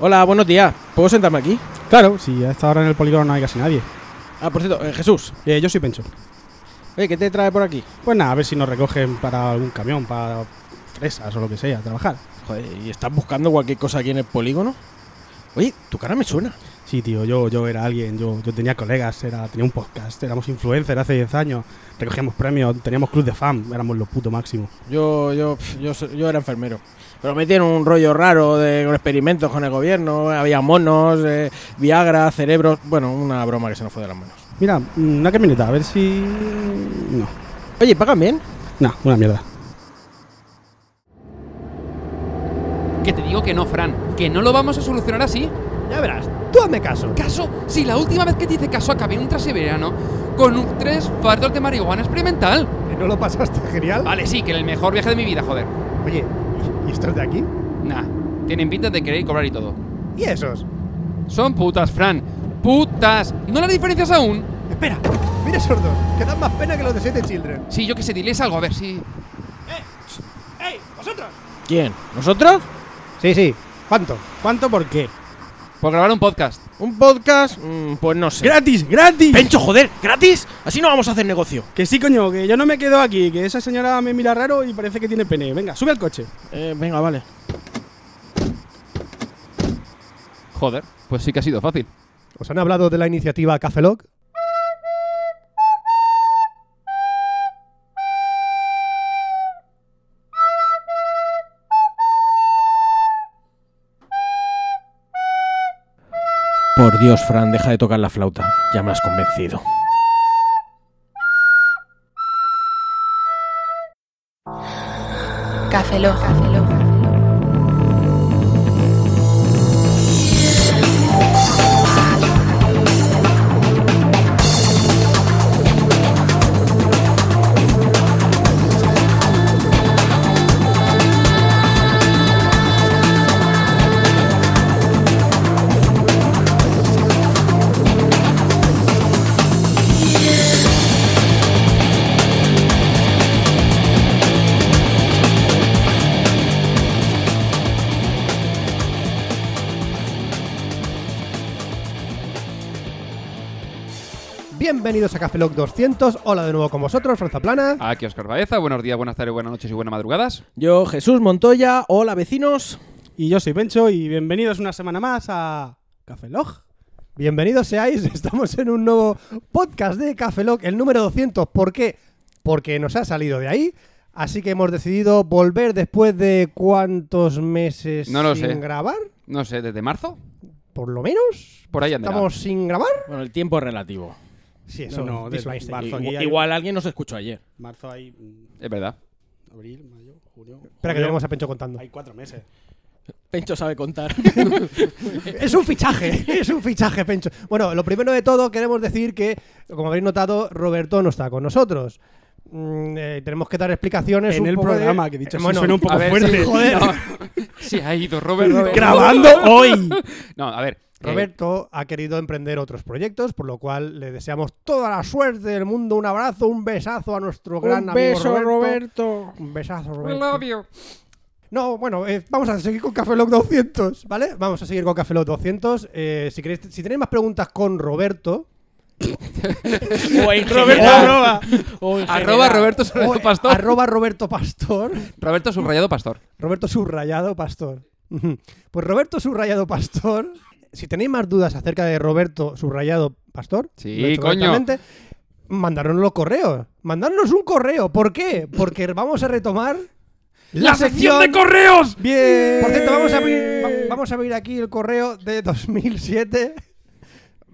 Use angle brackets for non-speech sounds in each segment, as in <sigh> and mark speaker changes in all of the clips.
Speaker 1: Hola, buenos días. ¿Puedo sentarme aquí?
Speaker 2: Claro, si a esta hora en el polígono no hay casi nadie.
Speaker 1: Ah, por cierto, eh, Jesús.
Speaker 2: Eh, yo soy Pencho.
Speaker 1: Eh, ¿Qué te trae por aquí?
Speaker 2: Pues nada, a ver si nos recogen para algún camión, para fresas o lo que sea, a trabajar.
Speaker 1: Joder, ¿y estás buscando cualquier cosa aquí en el polígono? Oye, tu cara me suena.
Speaker 2: Sí, tío, yo, yo era alguien, yo, yo tenía colegas, era, tenía un podcast, éramos influencers hace 10 años, recogíamos premios, teníamos club de fan, éramos lo puto máximo.
Speaker 1: Yo, yo, pf, yo, so- yo era enfermero. Pero metieron un rollo raro de con experimentos con el gobierno. Había monos, eh, Viagra, cerebros. Bueno, una broma que se nos fue de las manos.
Speaker 2: Mira, mm, una camioneta, a ver si... No,
Speaker 1: Oye, ¿pagan bien?
Speaker 2: no, una mierda.
Speaker 3: Que te digo que no, Fran, que no lo vamos a solucionar así.
Speaker 4: Ya verás, tú hazme caso.
Speaker 3: Caso, si la última vez que te hice caso acabé en un trasiberiano con un tres fardos de marihuana experimental.
Speaker 4: ¿Que ¿No lo pasaste genial?
Speaker 3: Vale, sí, que era el mejor viaje de mi vida, joder.
Speaker 4: Oye, ¿y- ¿y estos de aquí?
Speaker 3: Nah, tienen pinta de querer cobrar y todo.
Speaker 4: ¿Y esos?
Speaker 3: Son putas, Fran. ¡Putas! ¿No las diferencias aún?
Speaker 4: Espera, mira esos dos, que dan más pena que los de Siete Children.
Speaker 3: Sí, yo que sé, diles algo, a ver si.
Speaker 4: ¡Ey, vosotros!
Speaker 1: ¿Quién? ¿Nosotros?
Speaker 4: Sí, sí. ¿Cuánto?
Speaker 2: ¿Cuánto por qué?
Speaker 3: Por grabar un podcast.
Speaker 1: ¿Un podcast? Mm, pues no sé.
Speaker 2: ¡Gratis, gratis!
Speaker 1: ¡Pencho, joder! ¿Gratis? Así no vamos a hacer negocio.
Speaker 2: Que sí, coño, que yo no me quedo aquí, que esa señora me mira raro y parece que tiene pene. Venga, sube al coche.
Speaker 1: Eh, venga, vale.
Speaker 3: Joder, pues sí que ha sido fácil.
Speaker 4: ¿Os han hablado de la iniciativa Cafelog?
Speaker 1: Por Dios, Fran, deja de tocar la flauta. Ya me has convencido.
Speaker 5: Café Loja.
Speaker 4: Bienvenidos a Cafelog 200. Hola de nuevo con vosotros, Franza Plana.
Speaker 3: Aquí Oscar Baeza, buenos días, buenas tardes, buenas noches y buenas madrugadas.
Speaker 1: Yo, Jesús Montoya. Hola, vecinos.
Speaker 2: Y yo soy Pencho y bienvenidos una semana más a... Café Log.
Speaker 4: Bienvenidos seáis, <laughs> estamos en un nuevo podcast de Cafelog, el número 200. ¿Por qué? Porque nos ha salido de ahí. Así que hemos decidido volver después de cuántos meses
Speaker 3: No lo
Speaker 4: sin
Speaker 3: sé.
Speaker 4: grabar,
Speaker 3: No sé, ¿desde marzo?
Speaker 4: por lo menos.
Speaker 3: Por ahí andará.
Speaker 4: ¿Estamos sin grabar?
Speaker 1: Bueno, el tiempo es relativo.
Speaker 4: Sí,
Speaker 2: eso,
Speaker 4: No, no,
Speaker 2: this
Speaker 4: de-
Speaker 2: is my
Speaker 4: Marzo.
Speaker 2: thing. Aquí
Speaker 1: Igu-
Speaker 2: hay-
Speaker 1: Igual alguien nos escuchó ayer.
Speaker 2: Marzo hay... mm,
Speaker 3: Es verdad.
Speaker 2: Abril, mayo, junio...
Speaker 4: Espera que
Speaker 2: julio.
Speaker 4: tenemos a Pencho contando.
Speaker 2: Hay cuatro meses.
Speaker 1: Pencho sabe <laughs> contar.
Speaker 4: Es un fichaje, es un fichaje, Pencho. Bueno, lo primero de todo, queremos decir que, como habréis notado, Roberto no está con nosotros. Mm, eh, tenemos que dar explicaciones
Speaker 2: En
Speaker 4: un
Speaker 2: el
Speaker 4: poco de-
Speaker 2: programa, que dicho
Speaker 4: Eh,
Speaker 2: así suena un poco
Speaker 3: a ver,
Speaker 2: fuerte.
Speaker 3: sí,
Speaker 2: Joder.
Speaker 3: no. <laughs> Sí, ha ido Robert. Robert.
Speaker 4: <laughs>
Speaker 2: Grabando hoy.
Speaker 3: No, a ver. eh, que-
Speaker 4: Roberto ha querido emprender otros proyectos, por lo cual le deseamos toda la suerte del mundo. Un abrazo, un besazo a nuestro gran amigo Un besazo,
Speaker 3: I
Speaker 4: Roberto.
Speaker 3: love you.
Speaker 4: No, bueno, eh, vamos a seguir con Café Lock 200, ¿vale? Vamos a seguir con Café Lock 200. Eh, si, queréis, si tenéis más preguntas con Roberto,
Speaker 1: O en
Speaker 2: Roberto,
Speaker 1: general.
Speaker 2: arroba.
Speaker 1: O en
Speaker 3: Arroba
Speaker 1: general.
Speaker 3: Roberto Subrayado
Speaker 4: o-
Speaker 3: Pastor.
Speaker 4: arroba Roberto Pastor,
Speaker 3: Roberto Subrayado Pastor.
Speaker 4: Roberto Subrayado Pastor. <laughs> Ujú. Pues Roberto Subrayado Pastor, si tenéis más dudas acerca de Roberto Subrayado Pastor,
Speaker 3: Sí,
Speaker 4: lo he hecho
Speaker 3: coño.
Speaker 4: correctamente, Mandárnoslo los correos. Mandárnos un correo. ¿Por qué? Porque vamos a retomar
Speaker 3: correos!
Speaker 4: Bien. Por cierto, vamos a, abrir, va- vamos a abrir aquí el correo de 2007.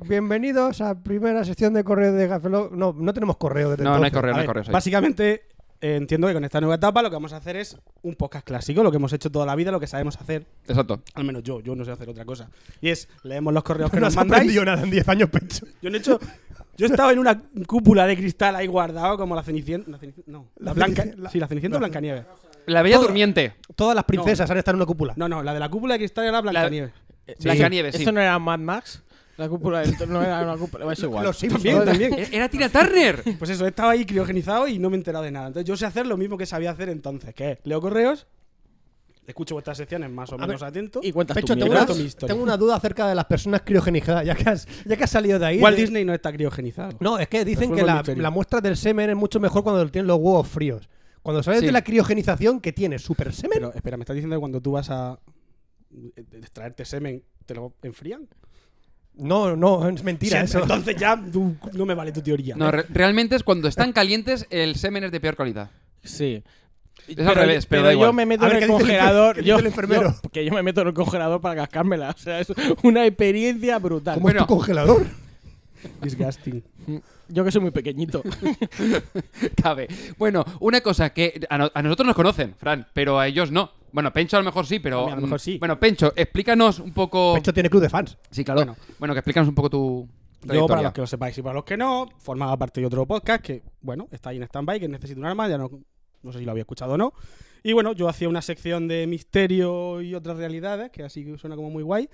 Speaker 4: Bienvenidos a primera sección de correo de Gafelog. No, no tenemos correo desde
Speaker 3: No, no hay
Speaker 4: entonces.
Speaker 3: correo, no
Speaker 2: A ver,
Speaker 3: hay correo. soy.
Speaker 2: Básicamente, eh, entiendo que con esta nueva etapa lo que vamos a hacer es un podcast clásico, lo que hemos hecho toda la vida, lo que sabemos hacer.
Speaker 3: Exacto.
Speaker 2: Al menos yo, yo no sé hacer otra cosa. Y es, leemos los correos
Speaker 4: <laughs>
Speaker 2: que
Speaker 4: No
Speaker 2: nos
Speaker 4: has
Speaker 2: mandáis.
Speaker 4: aprendido nada en 10 años, Pencho.
Speaker 2: Yo, no he hecho, yo estaba en una cúpula de cristal ahí guardado como la cenicienta. la Cenicienta- no, la,
Speaker 4: La
Speaker 2: blanca.
Speaker 4: Cenicienta- la-
Speaker 2: sí, la cenicienta o
Speaker 4: la-
Speaker 2: Blancanieves.
Speaker 3: La Bella Durmiente.
Speaker 4: Todas las princesas han estado en una cúpula.
Speaker 2: No, no, la de la cúpula de cristal era Blancanieves.
Speaker 3: Sí. Blancanieves, sí.
Speaker 1: ¿Esto no era Mad Max? La cúpula del to- no era una cúpula, es igual.
Speaker 4: Los Simpsons. <laughs>
Speaker 2: También, también.
Speaker 3: Eh, Era Tina Turner.
Speaker 2: Pues eso, estaba ahí criogenizado y no me he enterado de nada. Entonces yo sé hacer lo mismo que sabía hacer entonces, que es leo correos, escucho vuestras secciones más o
Speaker 4: A
Speaker 2: menos
Speaker 4: ver,
Speaker 2: atento.
Speaker 1: Y cuentas
Speaker 4: Pecho,
Speaker 1: tu
Speaker 4: tengo
Speaker 1: mierda.
Speaker 4: una,
Speaker 2: Cuento mi historia.
Speaker 4: tengo una duda acerca de las personas criogenizadas, ya que has, ya que has salido de ahí.
Speaker 2: Walt
Speaker 4: de-
Speaker 2: Disney no está criogenizado.
Speaker 4: No, es que dicen
Speaker 2: Resuelvo
Speaker 4: que
Speaker 2: el
Speaker 4: la,
Speaker 2: misterio.
Speaker 4: la muestra del semen es mucho mejor cuando tienen los huevos fríos. Cuando sales
Speaker 3: Sí.
Speaker 4: de la criogenización que tiene super semen,
Speaker 2: Pero espera, ¿me estás diciendo que cuando tú vas a eh, extraerte semen, te lo enfrían?
Speaker 4: no, no, es mentira
Speaker 2: Siempre.
Speaker 4: eso.
Speaker 2: Entonces ya tú- no me vale tu teoría.
Speaker 3: No, re- realmente es cuando están calientes el semen es de peor calidad.
Speaker 1: Sí.
Speaker 3: Es al revés, pero da
Speaker 1: yo
Speaker 3: igual.
Speaker 1: me meto
Speaker 4: A ver,
Speaker 1: en el
Speaker 4: ¿qué dice el enfer-
Speaker 1: congelador.
Speaker 4: qué dice
Speaker 1: yo,
Speaker 4: el enfermero?
Speaker 1: yo- que yo me meto en el congelador para cascármela. O sea, es una experiencia brutal.
Speaker 4: ¿Cómo es
Speaker 3: Bueno.
Speaker 4: tu
Speaker 2: <laughs>
Speaker 4: congelador?
Speaker 2: Disgusting.
Speaker 1: Yo que soy muy pequeñito.
Speaker 3: <laughs> Cabe. Bueno, una cosa que a, no- a nosotros nos conocen, Fran, pero a ellos no. Bueno, Pencho a lo mejor sí,
Speaker 2: A
Speaker 3: pero. mm,
Speaker 2: mí a lo mejor sí.
Speaker 3: Bueno, Pencho, explícanos un poco.
Speaker 2: Oh.
Speaker 4: De hecho, tiene club de fans.
Speaker 3: Sí, claro. Bueno, que explícanos un poco tu.
Speaker 2: Yo, para
Speaker 3: trayectoria.
Speaker 2: los que lo sepáis y para los que no, formaba parte de otro podcast que, bueno, está ahí en stand-by, que necesita un arma, ya no, no sé si lo había escuchado o no. Y bueno, yo hacía una sección de misterio y otras realidades, que así que suena como muy guay,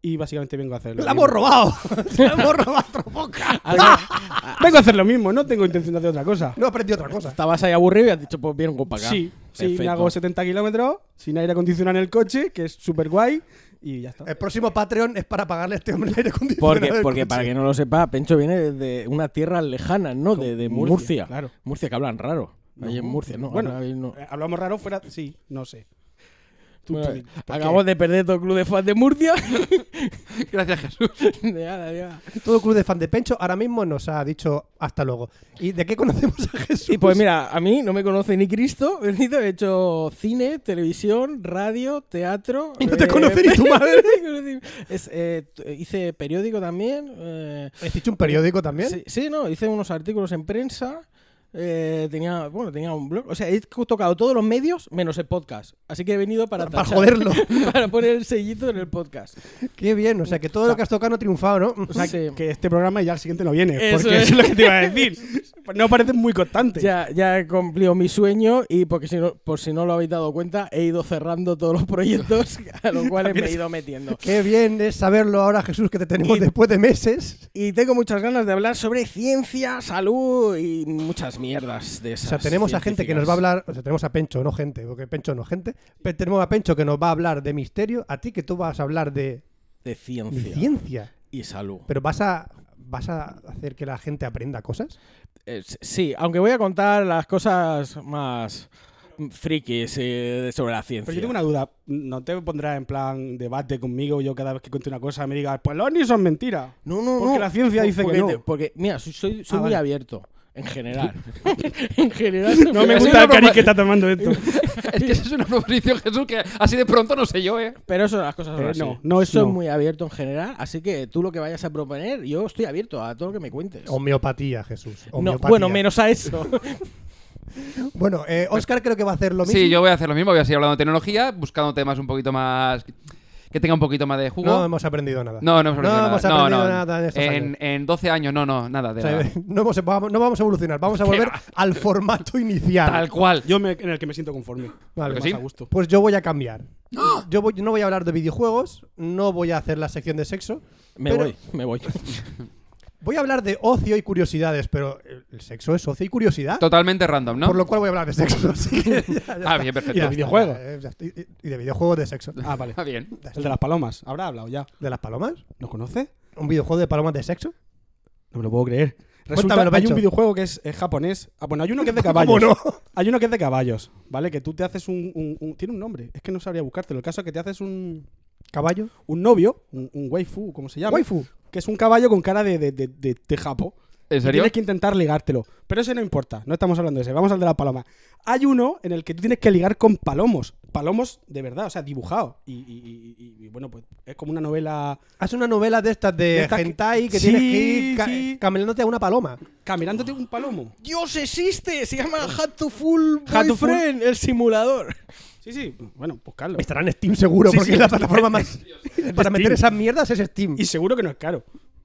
Speaker 2: y básicamente vengo a hacerlo.
Speaker 4: ¡La
Speaker 2: <laughs>
Speaker 4: hemos robado! ¡La hemos robado otro podcast!
Speaker 2: Vengo a hacer lo mismo, no tengo intención de hacer otra cosa.
Speaker 4: No aprendí otra cosa.
Speaker 1: Estabas ahí aburrido y has dicho, pues bien, para acá.
Speaker 2: Sí, sí, me
Speaker 1: Perfecto.
Speaker 2: hago 70 kilómetros sin aire acondicionado en el coche, que es súper guay, y ya está.
Speaker 4: El próximo Patreon es para pagarle a este hombre el aire acondicionado.
Speaker 1: Porque,
Speaker 4: del
Speaker 1: porque
Speaker 4: coche.
Speaker 1: para que no lo sepa, Pencho viene de una tierra lejana, ¿no? De, de
Speaker 2: Murcia,
Speaker 1: Murcia.
Speaker 2: claro.
Speaker 1: Murcia, que hablan raro. Ahí en Murcia, ¿no?
Speaker 2: Bueno,
Speaker 1: habla- ahí no.
Speaker 2: eh, hablamos raro fuera, sí, no sé. Tú-
Speaker 1: Bueno,
Speaker 2: tú di- ¿por qué?
Speaker 1: acabamos de perder todo el club de fans de Murcia. <laughs>
Speaker 3: <laughs> Gracias, Jesús.
Speaker 1: De nada, ya.
Speaker 4: Todo club de fan de Pencho ahora mismo nos ha dicho hasta luego. ¿Y de qué conocemos a Jesús?
Speaker 1: Y pues mira, a mí no me conoce ni Cristo, <laughs> bendito, he hecho cine, televisión, radio,
Speaker 2: <laughs>
Speaker 1: teatro. eh,
Speaker 4: Y no te conoce
Speaker 1: <laughs>
Speaker 4: ni tu madre.
Speaker 1: Es, eh, t- hice periódico también. eh,
Speaker 4: ¿Has dicho un periódico también?
Speaker 1: sí, sí, no, hice unos artículos en prensa. eh, tenía, bueno, tenía un blog. O sea, he tocado todos los medios menos el podcast. Así que he venido para,
Speaker 4: Para
Speaker 1: tachar-
Speaker 4: joderlo.
Speaker 1: <laughs> para poner el sellito en el podcast.
Speaker 4: <laughs> Qué bien, o sea que todo lo que has tocado no ha triunfado, ¿no?
Speaker 2: O sea,
Speaker 1: Sí.
Speaker 2: que- que este programa ya el siguiente no viene,
Speaker 1: Eso
Speaker 2: porque <laughs>
Speaker 1: es.
Speaker 2: eso es lo que te iba a decir.
Speaker 1: <laughs>
Speaker 2: No parece muy constante.
Speaker 1: Ya, ya he cumplido mi sueño y porque si no, por si no lo habéis dado cuenta, he ido cerrando todos los proyectos <laughs> a los cuales me he ido metiendo.
Speaker 4: Qué bien es saberlo ahora, Jesús, que te tenemos
Speaker 1: Y-
Speaker 4: después de meses.
Speaker 1: <laughs> Y tengo muchas ganas de hablar sobre ciencia, salud y muchas mierdas de
Speaker 4: O
Speaker 1: esas.
Speaker 4: sea, tenemos a gente que nos va a hablar, o sea, tenemos a Pencho, no gente, porque Pencho no gente, pero tenemos a Pencho que nos va a hablar de misterio, a ti que tú vas a hablar
Speaker 1: de
Speaker 4: de, de
Speaker 1: ciencia,
Speaker 4: ciencia,
Speaker 1: y salud.
Speaker 4: pero vas a, vas a hacer que la gente aprenda cosas.
Speaker 1: Eh, s- sí, aunque voy a contar las cosas más frikis eh, sobre la ciencia.
Speaker 2: Pero yo tengo una duda. ¿No te pondrás en plan debate conmigo? Yo cada vez que cuente una cosa me digas, pues los ovnis son mentira.
Speaker 1: No, no,
Speaker 2: Porque
Speaker 1: no.
Speaker 2: la ciencia
Speaker 1: Por-
Speaker 2: dice que
Speaker 1: porque
Speaker 2: no.
Speaker 1: te- porque, mira, soy, soy, soy
Speaker 2: Ah,
Speaker 1: muy
Speaker 2: vale.
Speaker 1: abierto. En
Speaker 2: <laughs>
Speaker 1: general. <laughs> en general. <laughs>
Speaker 2: No me
Speaker 1: Eso
Speaker 2: gusta el
Speaker 1: no lo-
Speaker 2: cari que está <laughs> tomando esto.
Speaker 3: Es
Speaker 4: <laughs>
Speaker 3: que esa es una proposición, Jesús, que así de pronto no sé yo, ¿eh?
Speaker 1: Pero eso, las cosas son
Speaker 2: Eh,
Speaker 1: así.
Speaker 2: no, no es
Speaker 1: Soy
Speaker 2: no.
Speaker 1: muy abierto en general, así que tú lo que vayas a proponer, yo estoy abierto a todo lo que me cuentes.
Speaker 4: Homeopatía, Jesús.
Speaker 1: No,
Speaker 4: homeopatía.
Speaker 1: bueno, menos a
Speaker 2: <laughs>
Speaker 1: eso. <laughs>
Speaker 4: Bueno, eh, Oscar creo que va a hacer lo mismo.
Speaker 3: Sí, yo voy a hacer lo mismo, voy a seguir hablando de tecnología, buscando temas un poquito más. que tenga un poquito más de jugo.
Speaker 4: No hemos aprendido nada.
Speaker 3: No, no hemos aprendido
Speaker 4: No
Speaker 3: nada.
Speaker 4: hemos
Speaker 3: No,
Speaker 4: aprendido
Speaker 3: no.
Speaker 4: nada en estos
Speaker 3: en,
Speaker 4: años.
Speaker 3: en 12 años, no, no, nada. De
Speaker 4: O sea, <laughs>
Speaker 3: nada.
Speaker 4: no, hemos- vamos, no vamos a evolucionar, vamos a
Speaker 3: ¿Qué
Speaker 4: volver
Speaker 3: va?
Speaker 4: al formato inicial.
Speaker 3: Tal cual.
Speaker 2: Yo me- en el que me siento conforme.
Speaker 4: Vale,
Speaker 3: Pues
Speaker 2: Más
Speaker 3: sí.
Speaker 2: a gusto.
Speaker 4: Pues yo voy a cambiar. Yo voy- no voy a hablar de videojuegos, no voy a hacer la sección de sexo.
Speaker 1: Me
Speaker 4: pero
Speaker 1: voy, me
Speaker 2: <laughs>
Speaker 1: voy.
Speaker 4: Voy a hablar de ocio y curiosidades, pero el el sexo es ocio y curiosidad.
Speaker 3: Totalmente random, ¿no?
Speaker 4: Por lo cual voy a hablar de sexo. <laughs> así que ya- ya
Speaker 3: Ah,
Speaker 4: está.
Speaker 3: bien,
Speaker 2: Y de
Speaker 4: <laughs>
Speaker 3: perfecto.
Speaker 2: videojuegos.
Speaker 4: Eh, ya está. Y y- y de videojuegos de sexo.
Speaker 2: Ah, vale.
Speaker 3: Ah, bien.
Speaker 2: El de las palomas. Habrá hablado ya.
Speaker 4: ¿De las palomas?
Speaker 2: ¿Nos conoce?
Speaker 4: ¿Un videojuego de palomas de sexo?
Speaker 2: No me lo puedo creer. Resulta
Speaker 4: Cuéntamelo,
Speaker 2: que hay
Speaker 4: Pancho.
Speaker 2: un videojuego que es, es japonés. Ah, bueno, hay uno que <laughs> es de
Speaker 4: ¿Cómo
Speaker 2: caballos.
Speaker 4: no?
Speaker 2: Hay uno que es de caballos, ¿vale? Que tú te haces un, un- un- Tiene un nombre. Es que no sabría buscártelo. El caso es que te haces un,
Speaker 4: ¿Caballo?
Speaker 2: un novio, un, un waifu, ¿cómo se llama?
Speaker 4: ¿Waifu?
Speaker 2: que es un caballo con cara de, de, de, de- de japo.
Speaker 3: ¿En
Speaker 2: Y
Speaker 3: serio?
Speaker 2: Tienes que intentar ligártelo. Pero ese no importa, no estamos hablando de ese. Vamos al de la paloma. Hay uno en el que tú tienes que ligar con palomos. Palomos de verdad, o sea, dibujados. Y, y- y- y- y, bueno, pues es como una novela
Speaker 4: Haz una novela de estas de
Speaker 2: Estas que-
Speaker 4: hentai que
Speaker 2: Sí,
Speaker 4: tienes que ir ca-
Speaker 2: sí.
Speaker 4: caminándote a una paloma.
Speaker 2: caminándote un palomo.
Speaker 1: Dios existe, se <laughs> llama Hat to Full
Speaker 2: Hat to
Speaker 1: Boyfriend, el simulador.
Speaker 2: Sí, sí, bueno, buscarlo.
Speaker 4: Estará en Steam seguro,
Speaker 2: Sí,
Speaker 4: porque
Speaker 2: sí,
Speaker 4: es la
Speaker 2: está- <laughs>
Speaker 4: plataforma más... Para meter
Speaker 2: Steam.
Speaker 4: esas mierdas es Steam.
Speaker 2: Y seguro que no es caro.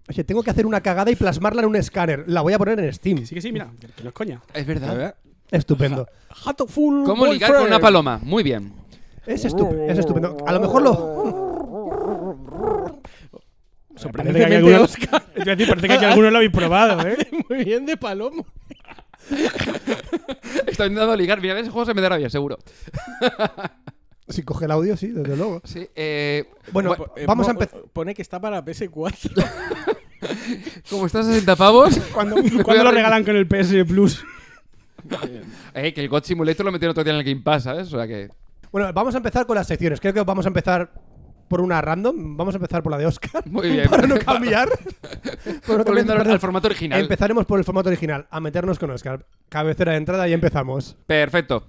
Speaker 4: Oye, tengo que hacer una cagada y plasmarla en un escáner. La voy a poner en Steam.
Speaker 2: Sí que sí, mira, que no es coña.
Speaker 3: Es verdad.
Speaker 4: Estupendo.
Speaker 1: Hat to Full
Speaker 3: ¿Cómo ligar con una paloma? Muy bien. <laughs>
Speaker 4: Es, estup- es estupendo. A lo mejor lo. <laughs>
Speaker 2: Sorprendente que hay
Speaker 1: Sorprendentemente,
Speaker 2: algunos- Te iba a decir, parece que aquí algunos lo habéis probado, <laughs> ¿eh?
Speaker 1: Muy bien de palomo.
Speaker 2: <laughs>
Speaker 3: Estoy intentando ligar. Mira, ese juego se me da rabia, seguro.
Speaker 4: Si coge el audio, sí, desde luego.
Speaker 3: Sí, eh,
Speaker 4: Bueno,
Speaker 1: Po- eh,
Speaker 4: vamos a
Speaker 1: po-
Speaker 4: empezar.
Speaker 1: Pone que está para PS4.
Speaker 4: pues-
Speaker 3: como está a 60 pavos,
Speaker 4: <laughs>
Speaker 2: Cuando, cuando lo regalan con el PS Plus.
Speaker 3: eh, que el God Simulator lo metieron otro día en el Game Pass, ¿sabes? O sea que.
Speaker 4: Bueno, vamos a empezar con las secciones. Creo que vamos a empezar por una random. Vamos a empezar por la de Oscar.
Speaker 3: Muy bien.
Speaker 4: <laughs> Para no
Speaker 3: <laughs>
Speaker 4: cambiar. Para no
Speaker 3: Volviendo
Speaker 4: cambiar.
Speaker 3: al, al formato original.
Speaker 4: Empezaremos por el formato original, a meternos con Oscar. Cabecera de entrada y empezamos.
Speaker 3: Perfecto.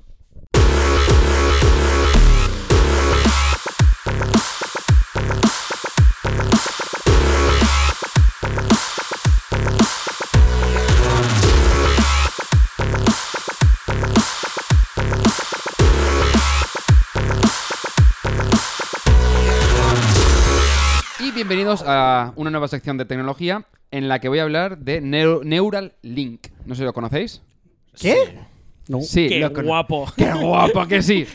Speaker 3: Y bienvenidos a una nueva sección de tecnología en la que voy a hablar de Neu- Neural Link. No sé si lo conocéis.
Speaker 4: ¿Qué?
Speaker 2: No.
Speaker 3: Sí,
Speaker 5: Qué
Speaker 3: lo cono-
Speaker 5: guapo.
Speaker 3: ¡Qué guapo que sí!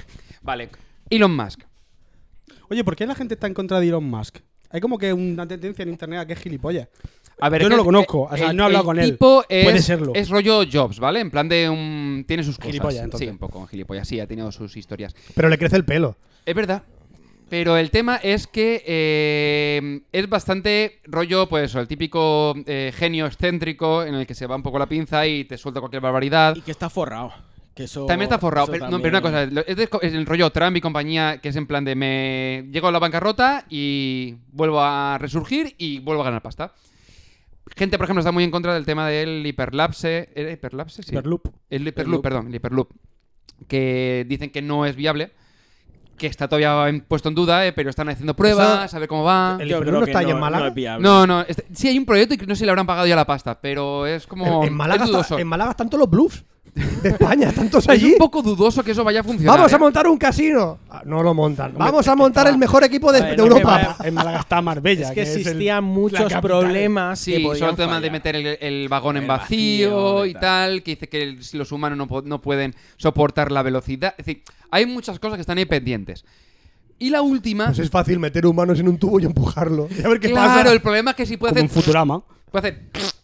Speaker 3: Vale, Elon Musk.
Speaker 2: Oye, ¿por qué la gente está en contra de Elon Musk? Hay como que una tendencia en internet a que es gilipollas.
Speaker 3: A ver,
Speaker 2: Yo no
Speaker 3: que
Speaker 2: lo
Speaker 3: el-
Speaker 2: conozco, o sea, no he hablado con él.
Speaker 3: tipo es,
Speaker 2: Puede serlo.
Speaker 3: es rollo Jobs, ¿vale? En plan de un... Tiene sus cosas.
Speaker 2: Gilipollas, entonces.
Speaker 3: Sí, un poco gilipollas. Sí, ha tenido sus historias.
Speaker 4: Pero le crece el pelo.
Speaker 3: Es verdad. Pero el tema es que eh, es bastante rollo, pues, eso, el típico eh, genio excéntrico en el que se va un poco la pinza y te suelta cualquier barbaridad.
Speaker 1: y que está forrado. Que eso,
Speaker 3: También está forrado,
Speaker 1: eso
Speaker 3: pero, no,
Speaker 1: también-
Speaker 3: pero una cosa, lo- es, de- es el rollo Trump y compañía que es en plan de me llego a la bancarrota y vuelvo a resurgir y vuelvo a ganar pasta. Gente, por ejemplo, está muy en contra del tema del hiperlapse. ¿Era hiperlapse? Sí.
Speaker 2: Hyperloop.
Speaker 3: El hiperloop, perdón, el hiperloop. Que dicen que no es viable, que está todavía en- puesto en duda, eh, pero están haciendo pruebas, a ver cómo va.
Speaker 4: el-
Speaker 1: Yo
Speaker 4: Pero
Speaker 1: creo
Speaker 4: no
Speaker 1: que
Speaker 4: está ahí en
Speaker 1: no-
Speaker 4: Málaga.
Speaker 1: no es viable.
Speaker 3: No, no, este- sí hay un proyecto y que no sé si le habrán pagado ya la pasta, pero es como.
Speaker 4: en, en Málaga
Speaker 3: es
Speaker 4: está-
Speaker 3: dudoso.
Speaker 4: en Málaga están todos los bluffs de España, están todos
Speaker 3: Es
Speaker 4: allí.
Speaker 3: un poco dudoso que eso vaya a funcionar.
Speaker 4: Vamos a
Speaker 3: eh.
Speaker 4: montar un casino. Ah, No lo montan. Vamos a montar el mejor equipo de,
Speaker 1: A ver,
Speaker 4: de
Speaker 1: no me
Speaker 4: Europa.
Speaker 1: vaya-
Speaker 2: En Málaga está Marbella.
Speaker 1: Es que
Speaker 2: es el-
Speaker 1: existían
Speaker 2: la
Speaker 1: muchos
Speaker 2: capital.
Speaker 1: problemas. que
Speaker 3: Sí, sobre
Speaker 1: podían
Speaker 3: el tema de
Speaker 1: fallar.
Speaker 3: meter el, el vagón en
Speaker 1: El
Speaker 3: vacío,
Speaker 1: vacío
Speaker 3: y
Speaker 1: y
Speaker 3: tal.
Speaker 1: tal.
Speaker 3: que dice que el- si los humanos no, po- no pueden soportar la velocidad. Es decir, hay muchas cosas que están ahí pendientes. Y la última.
Speaker 4: Pues es fácil meter humanos en un tubo y empujarlo. Y a ver qué
Speaker 3: claro,
Speaker 4: pasa. Este
Speaker 3: el problema es que si puede
Speaker 2: Como
Speaker 3: hacer.
Speaker 2: un Futurama.
Speaker 3: puede hacer. <sniffs>